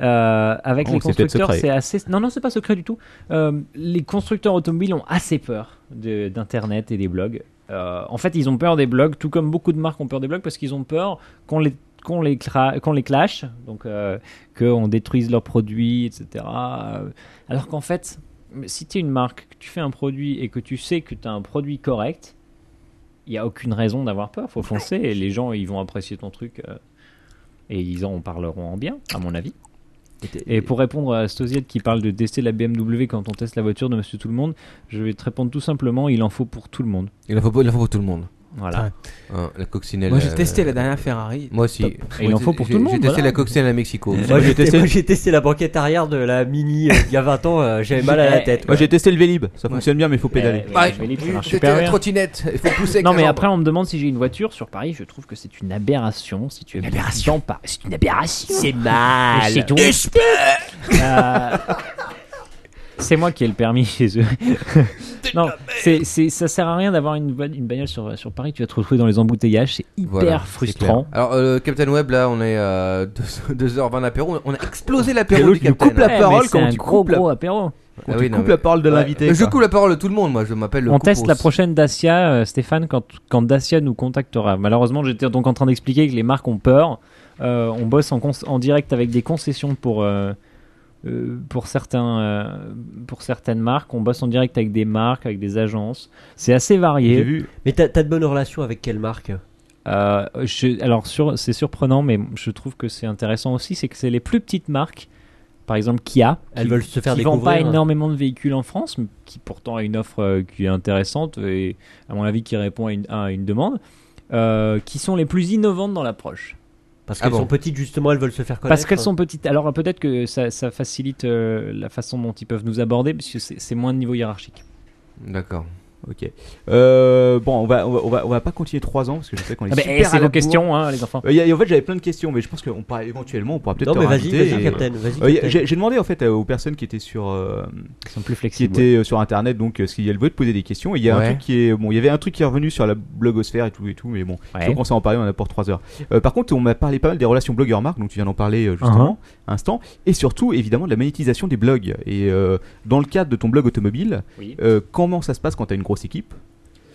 F: euh, avec
G: Oh,
F: les
G: c'est peut-être
F: constructeurs,
G: secret.
F: c'est assez. Non, non, c'est pas secret du tout. Euh, les constructeurs automobiles ont assez peur de- d'Internet et des blogs. Euh, en fait, ils ont peur des blogs, tout comme beaucoup de marques ont peur des blogs, parce qu'ils ont peur qu'on les qu'on les, cra- qu'on les clash, donc euh, qu'on détruise leurs produits, etc. Euh, Alors qu'en fait, si tu es une marque, que tu fais un produit et que tu sais que tu as un produit correct, il n'y a aucune raison d'avoir peur, faut foncer et les gens ils vont apprécier ton truc euh, et ils en parleront en bien, à mon avis. Et pour répondre à Stosiel qui parle de tester la BMW quand on teste la voiture de Monsieur Tout le Monde, je vais te répondre tout simplement il en faut pour tout le monde.
E: Il en faut, il en faut pour tout le monde.
F: Voilà.
E: Hein, la coccinelle.
D: Moi, j'ai
E: euh,
D: testé la dernière Ferrari.
E: Moi aussi.
D: Top.
E: Et il en faut pour tout le monde, voilà.
G: Moi, j'ai testé, moi, j'ai testé la banquette arrière de la Mini euh, il y a 20 ans, euh, j'avais mal à la tête.
C: Moi
G: quoi.
C: j'ai testé le Vélib, ça
G: Ouais.
C: fonctionne bien mais il faut pédaler.
F: Ouais, ouais, Vélib, ça marche super bien. Non, mais après, on me demande si j'ai une voiture sur Paris. Je trouve que c'est une aberration. Si tu es aberration, pas. C'est une aberration.
G: C'est mal.
F: Mais C'est tout.
G: Espèce
F: Euh, C'est moi qui ai le permis chez eux. non, c'est, c'est- ça sert à rien d'avoir une, bonne- une bagnole sur, sur Paris. Tu vas te retrouver dans les embouteillages. C'est hyper
E: Voilà, c'est
F: frustrant.
E: clair. Alors, euh, Captain Web, là, on est à 2h20 apéro. On a explosé l'apéro.
C: Et l'autre,
E: du
C: il nous
E: Captain.
C: coupe la Ouais, parole mais
F: c'est quand un tu gros, coupes la- gros apéro.
E: Ah
C: tu
E: oui, non,
C: coupes
E: mais-
C: la parole de
E: Ouais.
C: l'invité,
E: Je
C: quoi.
E: coupe la parole de tout le monde, moi. Je m'appelle le
F: On teste
E: Coupos.
F: la prochaine Dacia, euh, Stéphane, quand, quand Dacia nous contactera. Malheureusement, j'étais donc en train d'expliquer que les marques ont peur. Euh, on bosse en, cons- en direct avec des concessions pour, euh, euh, pour, certains, euh, pour certaines marques. On bosse en direct avec des marques, avec des agences. C'est assez varié.
G: Mais t'as t'as de bonnes relations avec quelle marque
F: Euh, je- alors, sur- c'est surprenant, mais je trouve que c'est intéressant aussi, c'est que c'est les plus petites marques, par exemple Kia,
G: Elles
F: qui-
G: veulent se faire
F: qui vendent pas
G: découvrir.
F: énormément de véhicules en France, mais qui pourtant a une offre euh, qui est intéressante et, à mon avis, qui répond à une, à une demande, euh, qui sont les plus innovantes dans l'approche.
G: Parce
C: Ah
G: qu'elles sont petites, justement, elles veulent se faire connaître.
F: Parce qu'elles sont petites. Alors euh, peut-être que ça, ça facilite euh, la façon dont ils peuvent nous aborder, parce que c'est c'est moins de niveau hiérarchique.
E: D'accord.
C: Ok. Euh, bon, on va, on va, on va, on va pas continuer 3 ans parce que je sais qu'on est.
F: Ah bah,
C: super à
F: eh, c'est
C: la
F: vos
C: bourre.
F: questions, hein, les enfants.
C: Euh, y a- y a- en fait, j'avais plein de questions, mais je pense qu'on pourra éventuellement, on pourra peut-être.
G: Non,
C: te
G: mais vas-y,
C: réinviter
G: vas-y,
C: et-
G: Captain, vas-y,
C: Euh, y a-
G: Captain.
C: J'ai j'ai demandé en fait euh, aux personnes qui étaient sur. euh,
F: sont plus
C: Qui étaient euh, sur internet, donc euh, ce qu'il y a le vote de poser des questions. Et Il y a un
E: Ouais.
C: truc qui est bon, il y avait un truc qui est revenu sur la blogosphère et tout et tout, mais bon,
F: Ouais.
C: je pense à en parler, on en a pour 3 heures. Euh, par contre, on m'a parlé pas mal des relations blogueur marque, donc tu viens d'en parler euh, justement,
F: Uh-huh.
C: un instant, et surtout évidemment de la monétisation des blogs. Et euh, dans le cadre de ton blog automobile,
F: Oui.
C: euh, comment ça se passe quand t'as une grosse équipe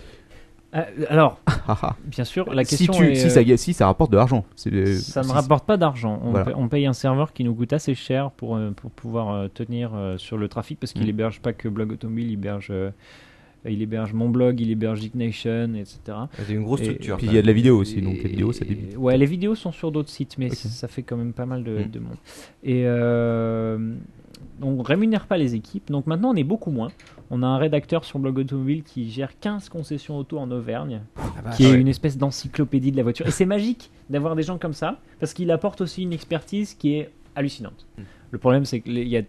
F: Euh, alors,
C: Ah, ah.
F: bien sûr, la
C: si,
F: question
C: tu,
F: est,
C: si,
F: euh,
C: ça, si ça rapporte de l'argent, c'est, euh,
F: Ça ne
C: si-
F: rapporte pas d'argent. On,
C: Voilà.
F: paye- on paye un serveur qui nous coûte assez cher pour, euh, pour pouvoir euh, tenir euh, sur le trafic parce qu'il
C: Mm.
F: héberge pas que Blog Automobile, il héberge, euh, il héberge mon blog, il héberge Ignition, etc.
C: Ah,
E: C'est une grosse
F: Et-
E: structure.
C: Puis il y a de la vidéo aussi, donc la vidéo ça débute.
F: Ouais, les vidéos sont sur d'autres sites, mais ça- ça fait quand même pas mal de, de monde. Et euh, on rémunère pas les équipes, donc maintenant on est beaucoup moins. On a un rédacteur sur Blog Automobile qui gère 15 concessions auto en Auvergne,
G: bah,
L: vache.
F: qui est
L: Ouais.
F: une espèce d'encyclopédie de la voiture. Et c'est magique d'avoir des gens comme ça, parce qu'il apporte aussi une expertise qui est hallucinante.
C: Hmm.
F: Le problème, c'est que les- il y a-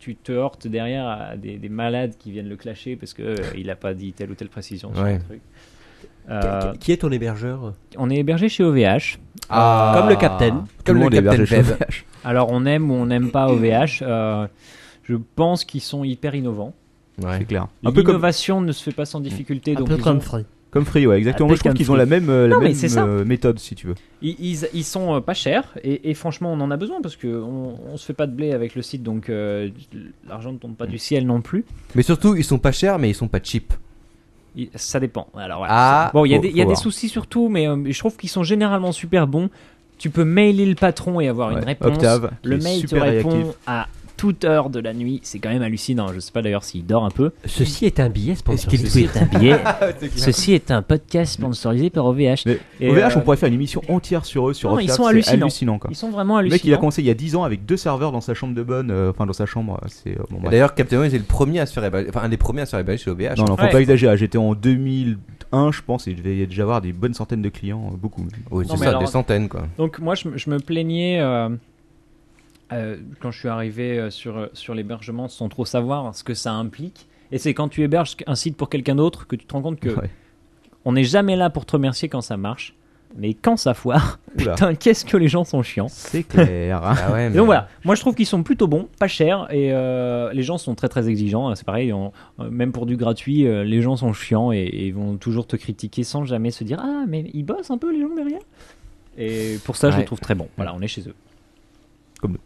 F: tu te heurtes derrière à des, des malades qui viennent le clasher parce qu'il il a pas dit telle ou telle précision sur
E: Ouais.
F: le truc. Euh,
G: Qui- Qui est ton hébergeur
F: On est hébergé chez OVH.
G: Ah. Comme le Captain.
F: Tout
G: Comme le
F: monde est
G: Captain
F: hébergé chez
G: Bev.
F: OVH. Alors on aime ou on n'aime pas OVH. euh, je pense qu'ils sont hyper innovants.
C: C'est clair. Un peu comme
F: L'innovation ne se fait pas sans difficulté. donc ils ont-
C: Comme Free, ouais, exactement.
F: Un peu
C: Je trouve
F: comme
C: qu'ils ont
F: Free.
C: la même, euh, la
F: Non, mais
C: même,
F: c'est ça.
C: euh, méthode, si tu veux.
F: Ils, ils- ils sont euh, pas chers et, et franchement on en a besoin parce que on, on se fait pas de blé avec le site donc euh, l'argent ne tombe pas du ciel non plus.
E: Mais surtout, ils sont pas chers, mais ils sont pas cheap.
F: Il- Ça dépend. Alors, voilà.
E: Ah,
F: bon, il y a,
E: faut-
F: des, il y a
E: faut
F: des
E: voir.
F: soucis surtout, mais euh, je trouve qu'ils sont généralement super bons. Tu Ah peux mailer le patron et avoir une
C: Ouais,
F: réponse.
C: Octave, qui
F: le
C: est
F: mail te
C: super
F: répond
C: réactif.
F: à toute heure de la nuit. C'est quand même hallucinant. Je sais pas d'ailleurs s'il dort un peu.
G: Ceci est un billet sponsorisé.
F: Ceci est un billet.
G: C'est clair.
F: Ceci est un podcast sponsorisé par OVH. Et,
C: OVH,
F: euh,
C: on pourrait faire une émission entière sur eux, sur
F: Non,
C: Upcast,
F: ils sont
C: c'est
F: hallucinants.
C: quoi.
F: Ils sont vraiment
C: Le mec, il a
F: hallucinants.
C: commencé il y a 10 ans avec deux serveurs dans sa chambre de bonne, euh, enfin dans sa chambre. C'est euh, bon,
N: Et
C: bref.
N: D'ailleurs, Captain Web est le premier à se faire éballer- enfin un des premiers à se faire éballer chez OVH.
C: Non, non, faut pas exagérer. J'étais en 2001, je pense, et je devais déjà avoir des bonnes centaines de clients, euh, beaucoup.
N: Oui,
F: Non, mais alors-
N: quoi.
F: Donc moi, je, me- je me plaignais euh, euh, quand je suis arrivé euh, sur, euh, sur l'hébergement sans trop savoir ce que ça implique. Et c'est quand tu héberges un site pour quelqu'un d'autre que tu te rends compte que
C: Ouais.
F: on n'est jamais là pour te remercier quand ça marche. Mais quand ça foire,
C: Oula.
F: putain, qu'est-ce que les gens sont chiants.
C: C'est clair.
N: Ah ouais,
F: hein. Et
N: mais-
F: Donc voilà, moi je trouve qu'ils sont plutôt bons, pas chers, et euh, les gens sont très très exigeants, hein, c'est pareil, on- euh, même pour du gratuit, euh, les gens sont chiants et, et vont toujours te critiquer sans jamais se dire Ah, mais ils bossent un peu les gens derrière Et pour ça, je
O: Ouais.
F: les trouve très bons. Voilà, on est chez eux.
C: Comme nous.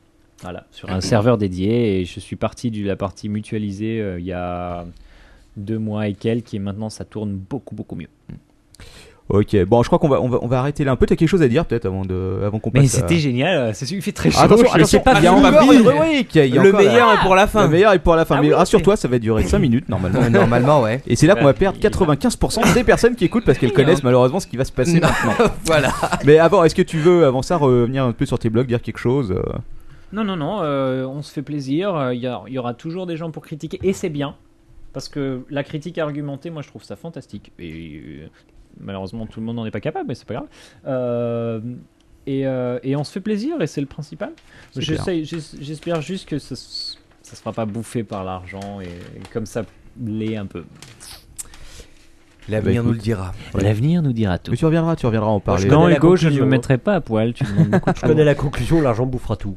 F: Voilà, sur un serveur dédié, et je suis parti de la partie mutualisée euh, il y a deux mois et quelques, et maintenant ça tourne beaucoup beaucoup mieux.
C: Ok, bon, je crois qu'on va, on va, on va arrêter là un peu. T'as quelque chose à dire peut-être avant, de- avant qu'on
F: Mais
C: passe à-
F: c'était génial, euh, c'est il fait très chaud.
C: Ah, Attention,
F: je
C: attention,
F: sais pas
C: il y a
F: vu.
C: encore une rubrique, il y a
E: Le
C: encore la-
E: meilleur est pour la fin.
C: Le meilleur est pour la fin. mais rassure-toi, ça va durer 5 minutes normalement.
N: Normalement, ouais.
C: Et c'est là qu'on va perdre 95% des personnes qui écoutent parce qu'elles connaissent malheureusement ce qui va se passer maintenant.
N: voilà.
C: Mais avant, est-ce que tu veux, avant ça, revenir un peu sur tes blogs, dire quelque chose euh,
F: Non, non, non, euh, on se fait plaisir. euh, Il y, a- il y aura toujours des gens pour critiquer et c'est bien. Parce que la critique argumentée, moi je trouve ça fantastique. Et euh, malheureusement, tout le monde n'en est pas capable, mais c'est pas grave. Euh, et, euh, et on se fait plaisir et c'est le principal.
C: C'est
F: J'essaye- j'es- J'espère juste que ça, s- ça se fera pas bouffer par l'argent et, et comme ça l'est un peu.
C: Bah,
N: L'avenir
C: écoute.
N: nous le dira.
C: Ouais.
F: L'avenir nous dira tout.
C: Mais tu reviendras, tu reviendras en parler.
F: Non, Hugo, je ne me
G: conclusion.
F: mettrai pas à poil. Tu demandes beaucoup de
G: Je connais
F: choses.
G: la conclusion, l'argent bouffera tout.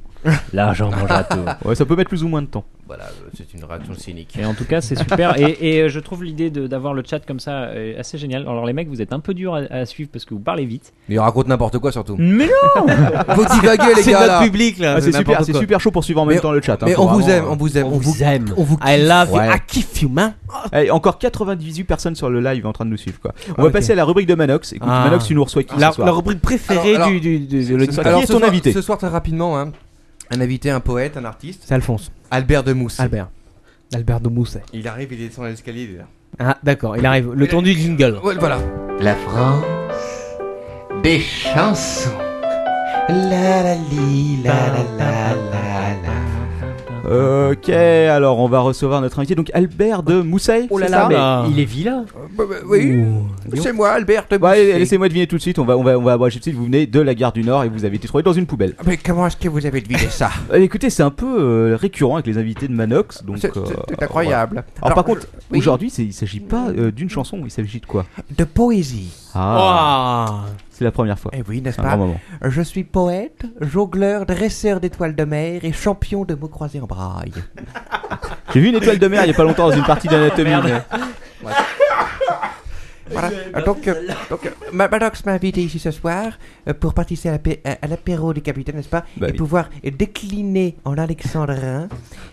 F: L'argent mangera tout.
C: Ouais, ça peut mettre plus ou moins de temps.
N: Voilà, euh, c'est une réaction cynique.
F: Et en tout cas, c'est super. et, et, euh, je trouve l'idée de- d'avoir le chat comme ça euh, assez génial. Alors, les mecs, vous êtes un peu durs à, à suivre parce que vous parlez vite.
N: Mais il raconte n'importe quoi surtout.
F: Mais non
N: Faut divaguer les
E: C'est
N: gars
E: notre
N: là.
E: public là.
C: Ah, c'est super,
E: n'importe
C: c'est
E: quoi.
C: super chaud pour suivre en même
N: Mais-
C: temps le chat. hein,
N: Mais
C: faut
N: on vous
C: vraiment,
N: aime, on vous aime, on vous
G: aime.
N: on vous
E: I love you,
N: Ouais.
E: I kiffe you, man.
C: euh, allez, encore 98 personnes sur le live en train de nous suivre. Quoi. On
E: Ah,
C: va
E: ok.
C: passer à la rubrique de Manox. Écoute,
E: Ah.
C: Manox, tu nous reçois qui
E: La,
C: ce soir
E: la rubrique préférée
N: Alors,
E: du,
N: alors,
E: du, du- de
C: ce
E: l'auditeur.
C: soir- Alors,
N: ce
C: ton
N: soir-
C: invité
N: Ce soir très rapidement, hein, un invité, un poète, un artiste,
E: C'est Alphonse.
N: Albert de Mousse.
E: Albert. Albert de Mousset.
N: Il arrive, il descend l'escalier. il est là.
E: Ah, d'accord, il arrive. Le
N: Il
E: temps du jingle.
N: Ouais, voilà.
D: La France des chansons. La la li, la la la la la.
C: Ok, alors on va recevoir notre invité, donc Albert de Mousseille.
G: Oh là
C: c'est
G: là,
C: ça
E: Ah.
G: mais il est vilain.
N: Bah, bah, oui, c'est moi, Albert de
C: Bon, Eh bah, allez,
N: Mousset.
C: laissez-moi deviner tout de suite, on va, on va, on va abréger tout de suite. Vous venez de la gare du Nord et vous avez été trouvé dans une poubelle.
N: Ah, Mais comment est-ce que vous avez deviné ça
C: Euh, écoutez, c'est un peu euh, récurrent avec les invités de Manox, donc.
N: C'est
C: euh,
N: c'est incroyable.
C: voilà. Alors, par
N: Alors, euh,
C: contre,
N: oui.
C: aujourd'hui, c'est- il s'agit pas euh, d'une chanson, il s'agit de quoi
N: De poésie.
C: Ah,
E: Oh.
C: c'est la première fois.
N: Eh oui, n'est-ce
C: C'est un
N: pas
C: grand moment.
N: Je suis poète, jongleur, dresseur d'étoiles de mer et champion de mots croisés en braille.
C: J'ai vu une étoile de mer il y a pas longtemps dans une partie d'anatomie. mais-
N: Voilà. Donc, euh, donc euh, Ma- Maddox m'a invité ici ce soir euh, pour participer à l'apé- à à l'apéro du capitaine, n'est-ce pas
C: Bah
N: Et
C: oui.
N: pouvoir euh, décliner en alexandrin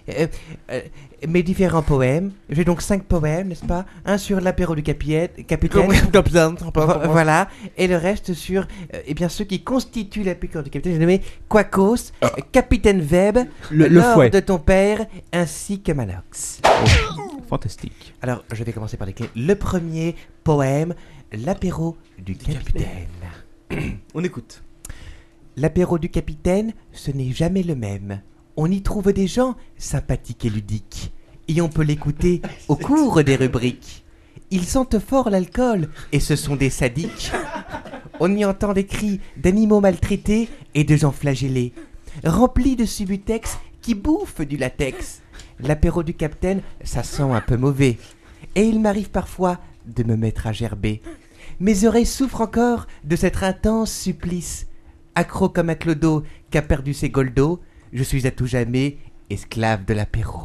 N: euh, euh, mes différents poèmes. J'ai donc cinq poèmes, n'est-ce pas Un sur l'apéro du capiet- capitaine. Vo- Voilà, et le reste sur euh, eh bien, ceux qui constituent la piqûre du capitaine. J'ai nommé Quacos, euh, Capitaine
E: Le-
N: Webb, euh,
E: Ah. le
N: Lord
E: fouet.
N: de ton père, ainsi que Malox.
C: Fantastique.
N: Alors, je vais commencer par décliner le premier poème, L'apéro du capitaine.
E: On écoute.
N: L'apéro du capitaine, ce n'est jamais le même. On y trouve des gens sympathiques et ludiques. Et on peut l'écouter au cours des rubriques. Ils sentent fort l'alcool et ce sont des sadiques. On y entend des cris d'animaux maltraités et de gens flagellés, remplis de subutex qui bouffent du latex. L'apéro du capitaine, ça sent un peu mauvais. Et il m'arrive parfois de me mettre à gerber. Mes oreilles souffrent encore de cet intense supplice. Accro comme un clodo qui a perdu ses goldos, je suis à tout jamais esclave de l'apéro.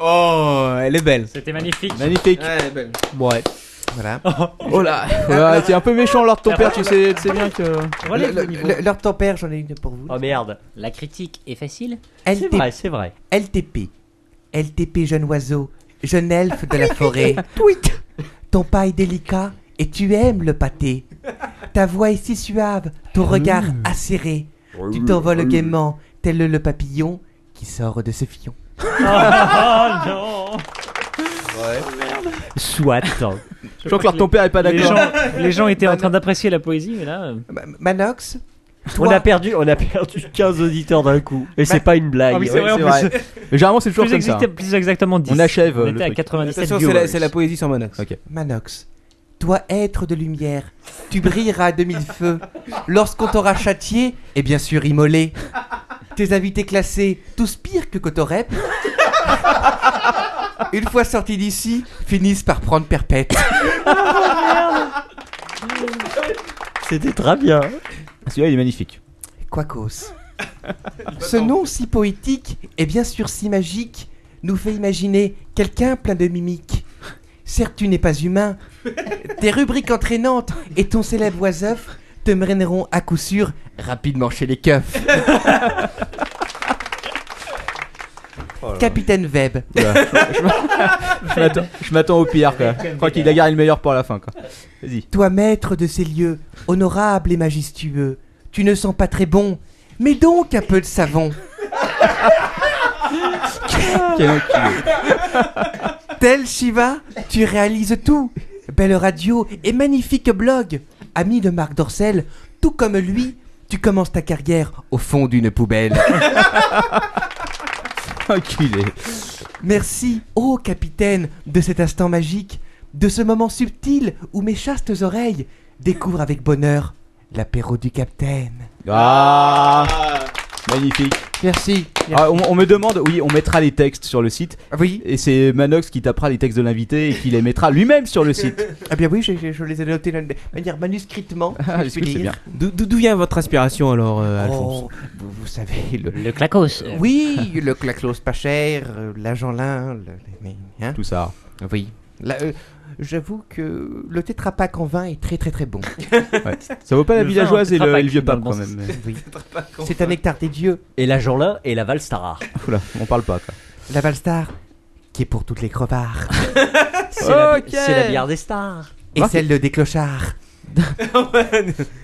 E: Oh, elle est belle.
F: C'était magnifique.
C: Magnifique.
E: elle est belle.
N: Ouais. Voilà.
C: Oh là, ouais, t'es un peu méchant, Lord ton père, tu sais, tu sais bien que.
F: Relève
N: Le-
F: le
N: le-
F: niveau.
N: le- Leur ton père, j'en ai une pour vous.
G: Oh merde.
F: La critique est facile.
G: C'est
N: LTP,
G: vrai, c'est vrai.
N: LTP. LTP, jeune oiseau, jeune elfe de la forêt. Tweet. Ton pas est délicat et tu aimes le pâté. Ta voix est si suave, ton regard acéré. Tu t'envoles gaiement, tel le papillon qui sort de ce fion.
F: non
G: Soit.
C: Je crois que ton père est pas
F: Les
C: d'accord.
F: gens, les gens étaient en train d'apprécier la poésie, mais là. euh,
N: Manox
G: On a perdu, on a perdu 15 auditeurs d'un coup. Et c'est pas une blague.
C: Ah oui, c'est vrai, en plus. Mais généralement, c'est toujours
G: Plus
C: comme ça. hein.
G: exact- plus exactement 10.
C: On achève.
G: On
C: euh,
G: était
C: le
G: à
C: truc.
G: 97
D: Attention, c'est la, c'est la poésie sans Manox.
C: Ok.
N: Manox, toi être de lumière, tu brilleras à demi-feu. Lorsqu'on t'aura châtié, et bien sûr immolé, tes invités classés, tous pires que Cotorep, une fois sortis d'ici, finissent par prendre perpète.
G: Oh, C'était très bien.
C: Ah, Celui-là, il est magnifique.
N: Quacos. Ce nom si poétique et bien sûr si magique nous fait imaginer quelqu'un plein de mimiques. Certes, tu n'es pas humain. Tes rubriques entraînantes et ton célèbre oiseuf te mèneront à coup sûr rapidement chez les keufs. Capitaine Webb.
C: Je m'attends- Je m'attends au pire, quoi. Je crois qu'il a gardé le meilleur pour la fin, quoi. Vas-y.
N: Toi, maître de ces lieux, honorable et majestueux, tu ne sens pas très bon, mais donc un peu de savon.
C: Quel enculé.
N: Tel Shiva, tu réalises tout. Belle radio et magnifique blog. Ami de Marc Dorcel, tout comme lui, tu commences ta carrière au fond d'une poubelle.
C: Enculé.
N: Merci, ô capitaine, de cet instant magique, de ce moment subtil où mes chastes oreilles découvrent avec bonheur l'apéro du capitaine.
C: Ah Magnifique.
N: Merci. Ah
C: Ah, on, on me demande, oui, on mettra les textes sur le site.
N: Oui.
C: Et c'est Manox qui tapera les textes de l'invité et qui les mettra lui-même sur le site.
N: Ah bien oui, je, je- je les ai notés de manière manuscritement. si
C: Ah,
N: je
C: c'est
N: puis
C: cool, c'est
N: dire.
C: bien.
D: D'o- d'o- D'où vient votre inspiration alors, euh, Alphonse
N: Oh, vous, vous savez, le, Euh,
G: Le clacos.
N: Oui, le claclos pas cher, euh, l'agent lin, le- mais, hein.
C: Tout ça.
N: Oui. Là, euh, J'avoue que le tétrapac en vin est très très très bon.
C: Ça vaut pas la
F: Le
C: villageoise
F: vin,
C: et
F: on
C: le,
F: peut
C: et le vieux
F: pas
C: pape
F: le
C: quand
F: penser
C: même. mais-
N: Oui. C'est un nectar des dieux.
G: Et la Jeanlin et la Valstarar.
C: Oula, on parle pas quoi.
N: La Valstar, qui est pour toutes les crevards.
G: C'est la, c'est la bière des stars.
N: Et
C: Marc-
N: celle de des clochards.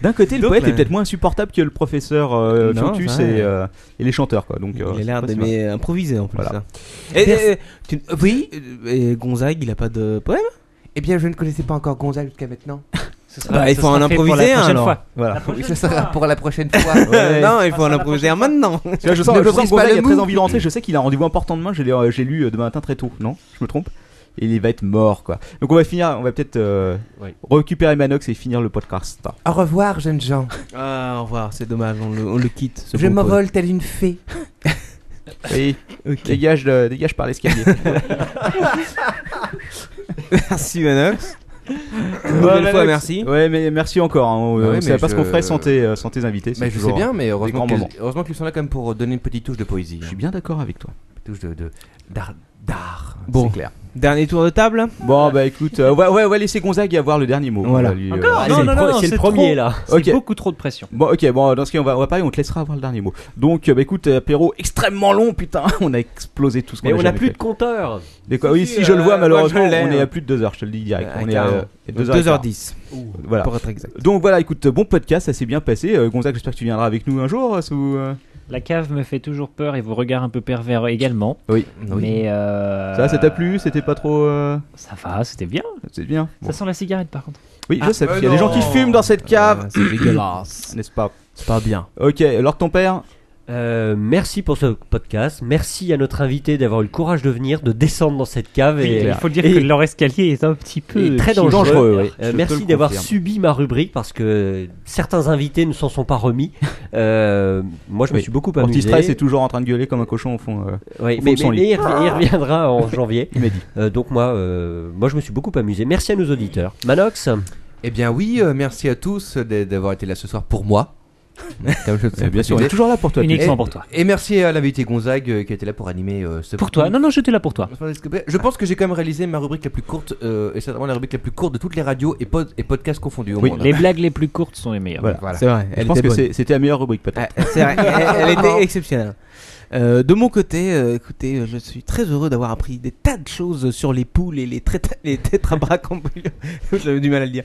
C: D'un côté, le
D: Donc,
C: poète
D: là-
C: est peut-être moins insupportable que le professeur euh,
D: Non,
C: Fiontus
D: ça,
C: et,
D: euh,
C: euh, et les chanteurs quoi. Donc, euh,
D: Il a
C: c'est
D: l'air
C: pas si
D: d'aimer improviser en plus. hein.
C: Voilà.
D: ça. Et,
N: Pers-
D: et- tu- oui, euh, et Gonzague, il a pas de poème
N: Eh bien, je ne connaissais pas encore Gonzague jusqu'à maintenant.
D: Bah, il faut en improviser un alors.
C: Voilà.
N: Oui, ce sera pour la prochaine fois.
C: Ouais.
D: Non, il faut en improviser un maintenant.
C: Tu vois, je sens,
N: Ne
C: je sens
N: brise
C: que Gonzague
N: pas le
C: a très
N: mou.
C: envie de rentrer. Je sais qu'il a un rendez-vous important demain. Je l'ai, euh, J'ai lu euh, demain matin très tôt. Non, je me trompe. Et il va être mort quoi. Donc on va finir. On va peut-être euh,
G: Oui.
C: récupérer Manox et finir le podcast.
N: Au revoir, jeunes gens.
D: Ah, au revoir, c'est dommage, on le, on le quitte. ce
N: Je
D: bon poète.
N: m'envole telle une fée.
C: Oui.
D: Ok.
C: Dégage,
D: euh,
C: de- dégage par l'escalier.
D: Merci Manox. Une
C: Ouais,
D: nouvelle fois,
C: Manox.
D: merci.
C: Ouais, mais merci encore. hein. On,
N: Bah oui,
C: on
N: mais
C: savait pas ce
N: je-
C: qu'on ferait sans tes, euh, sans tes invités. c'est
N: Mais je sais
C: toujours,
N: bien, mais
C: grands
N: heureusement qu'ils
C: moments.
N: heureusement qu'ils sont là quand même pour euh, donner une petite touche de poésie.
C: Je
N: hein.
C: suis bien d'accord avec toi.
N: Une touche de de- d'art. d'art.
D: Bon.
N: C'est clair.
D: Dernier tour de table.
C: Bon, bah écoute, euh, ouais, ouais, ouais, laissez Gonzague avoir le dernier mot.
D: Voilà.
C: On va lui, euh,
F: Encore
G: Ah,
F: Non,
G: c'est
F: non,
G: le, pro-
F: non,
G: c'est le
F: c'est
G: premier
F: trop.
G: là.
F: C'est
C: Ok.
F: beaucoup trop de pression.
C: Bon, ok, bon, dans ce cas, on va, on va parler, on te laissera avoir le dernier mot. Donc, euh, bah écoute, euh, apéro extrêmement long, putain, on a explosé tout ce qu'on
G: Mais
C: a
G: on n'a
C: jamais
G: plus
C: fait.
G: de compteur.
C: Des quoi- oui,
D: Si,
C: si je le
D: euh,
C: vois,
D: moi, je
C: malheureusement,
D: l'ai,
C: on est
D: hein.
C: à plus de 2 heures, je te le dis direct.
D: Ah,
C: on est
D: carrément.
C: à 2 heures.
D: 2h10
C: Voilà.
D: pour être exact.
C: Donc voilà, écoute, euh, bon podcast, ça s'est bien passé. Euh, Gonzague, j'espère que tu viendras avec nous un jour. euh, sous, euh,
F: La cave me fait toujours peur et vos regards un peu pervers également.
C: Oui.
F: Mais. euh,
C: Ça, ça t'a plu C'était pas trop. euh,
F: Ça va, c'était bien.
C: C'est bien. Bon.
F: Ça sent la cigarette par contre. Ah. Euh,
C: Oui,
G: Ah,
C: je sais, parce qu'il y a des gens qui fument dans cette cave,
D: Ah, c'est dégueulasse.
C: n'est-ce pas
D: C'est pas bien.
C: Ok, alors ton père
G: Euh, merci pour ce podcast. Merci à notre invité d'avoir eu le courage de venir, de descendre dans cette cave.
F: Oui,
G: Et,
F: il faut dire
G: et-
F: que leur escalier est hein. un petit peu
G: et très
F: piégeux.
G: dangereux.
C: oui.
G: Euh,
C: Je te
G: merci
C: le
G: d'avoir
C: confirme.
G: subi ma rubrique parce que certains invités ne s'en sont pas remis. Euh, moi, je me
C: Oui.
G: suis beaucoup amusé.
C: Ortiz Stress est toujours en train de gueuler comme un cochon au fond. euh.
G: Ouais,
C: au fond
G: mais,
C: de son
G: mais-
C: lit. Ah
G: mais il revi- il reviendra en janvier.
C: Il m'a dit.
G: Euh, donc moi, euh, moi, je me suis beaucoup amusé. Merci à nos auditeurs. Manox,
N: Eh bien oui, euh, merci à tous d'a- d'avoir été là ce soir pour moi. Comme je le
C: Eh, bien sûr, on est
N: précisais.
C: toujours là pour toi.
F: Uniquement
N: Et-
F: pour toi.
N: Et merci à l'invité Gonzague euh, qui était là pour animer euh, ce
F: Pour toi. Non, non, j'étais là pour toi.
N: Je pense que j'ai quand même réalisé ma rubrique la plus courte, euh, et certainement la rubrique la plus courte de toutes les radios et, pod- et podcasts confondus au
C: Oui,
N: monde.
F: Les blagues les plus courtes sont les meilleures.
C: Voilà.
N: Voilà.
D: C'est vrai,
C: Je
D: elle
C: pense
D: était
C: que
D: bonne.
C: c'est- c'était la meilleure rubrique peut-être.
D: Ah, c'est vrai, elle, elle était exceptionnelle. Euh, de mon côté, euh, écoutez, euh, je suis très heureux d'avoir appris des tas de choses sur les poules et les, tréta- les tétrabracambrions. J'avais du mal à le dire.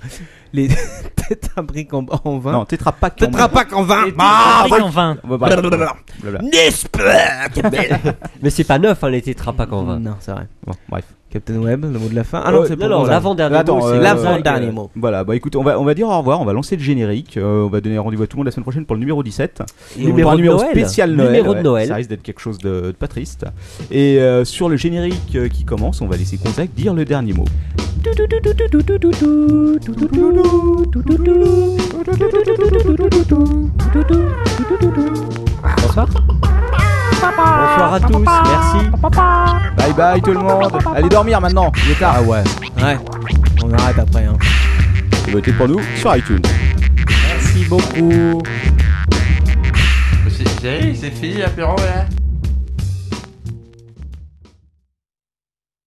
D: Les tétrabriques en, en vin.
C: Non, tétrapac en vin.
D: Tétrapac en vin.
C: Les
D: Ah,
G: tétrabriques en vin.
D: Blablabla.
G: Blabla.
D: N'est-ce pas, Capel
G: Mais c'est pas neuf, hein, les tétrapacs en vin.
D: Non, c'est vrai.
C: Bon, bref.
D: Captain Web, le mot de la fin. Ah non,
C: Euh,
D: c'est
G: non, non,
D: pour
G: l'avant-dernier
D: Attends,
G: mot, c'est
D: euh,
G: Zach,
D: l'avant-dernier
G: euh,
D: mot.
C: Voilà, bah écoute, on va, on va dire au revoir, on va lancer le générique, euh, on va donner rendez-vous à tout le monde la semaine prochaine pour le numéro 17.
G: Et
C: Donc,
G: numéro
C: pour un
G: de
C: numéro
G: Noël.
C: spécial Noël.
G: Numéro de
C: ouais,
G: Noël.
C: Ça risque d'être quelque chose de, de pas triste. Et euh, sur le générique euh, qui commence, on va laisser Contact dire le dernier mot.
G: Bonsoir. Bonsoir à tous, merci.
C: Bye bye tout le monde. Allez dormir maintenant, il est tard. Ah ouais.
D: Ouais, on arrête après. Hein.
C: Votez pour nous sur iTunes.
A: Merci beaucoup. C'est c'est fini l'apéro hein. là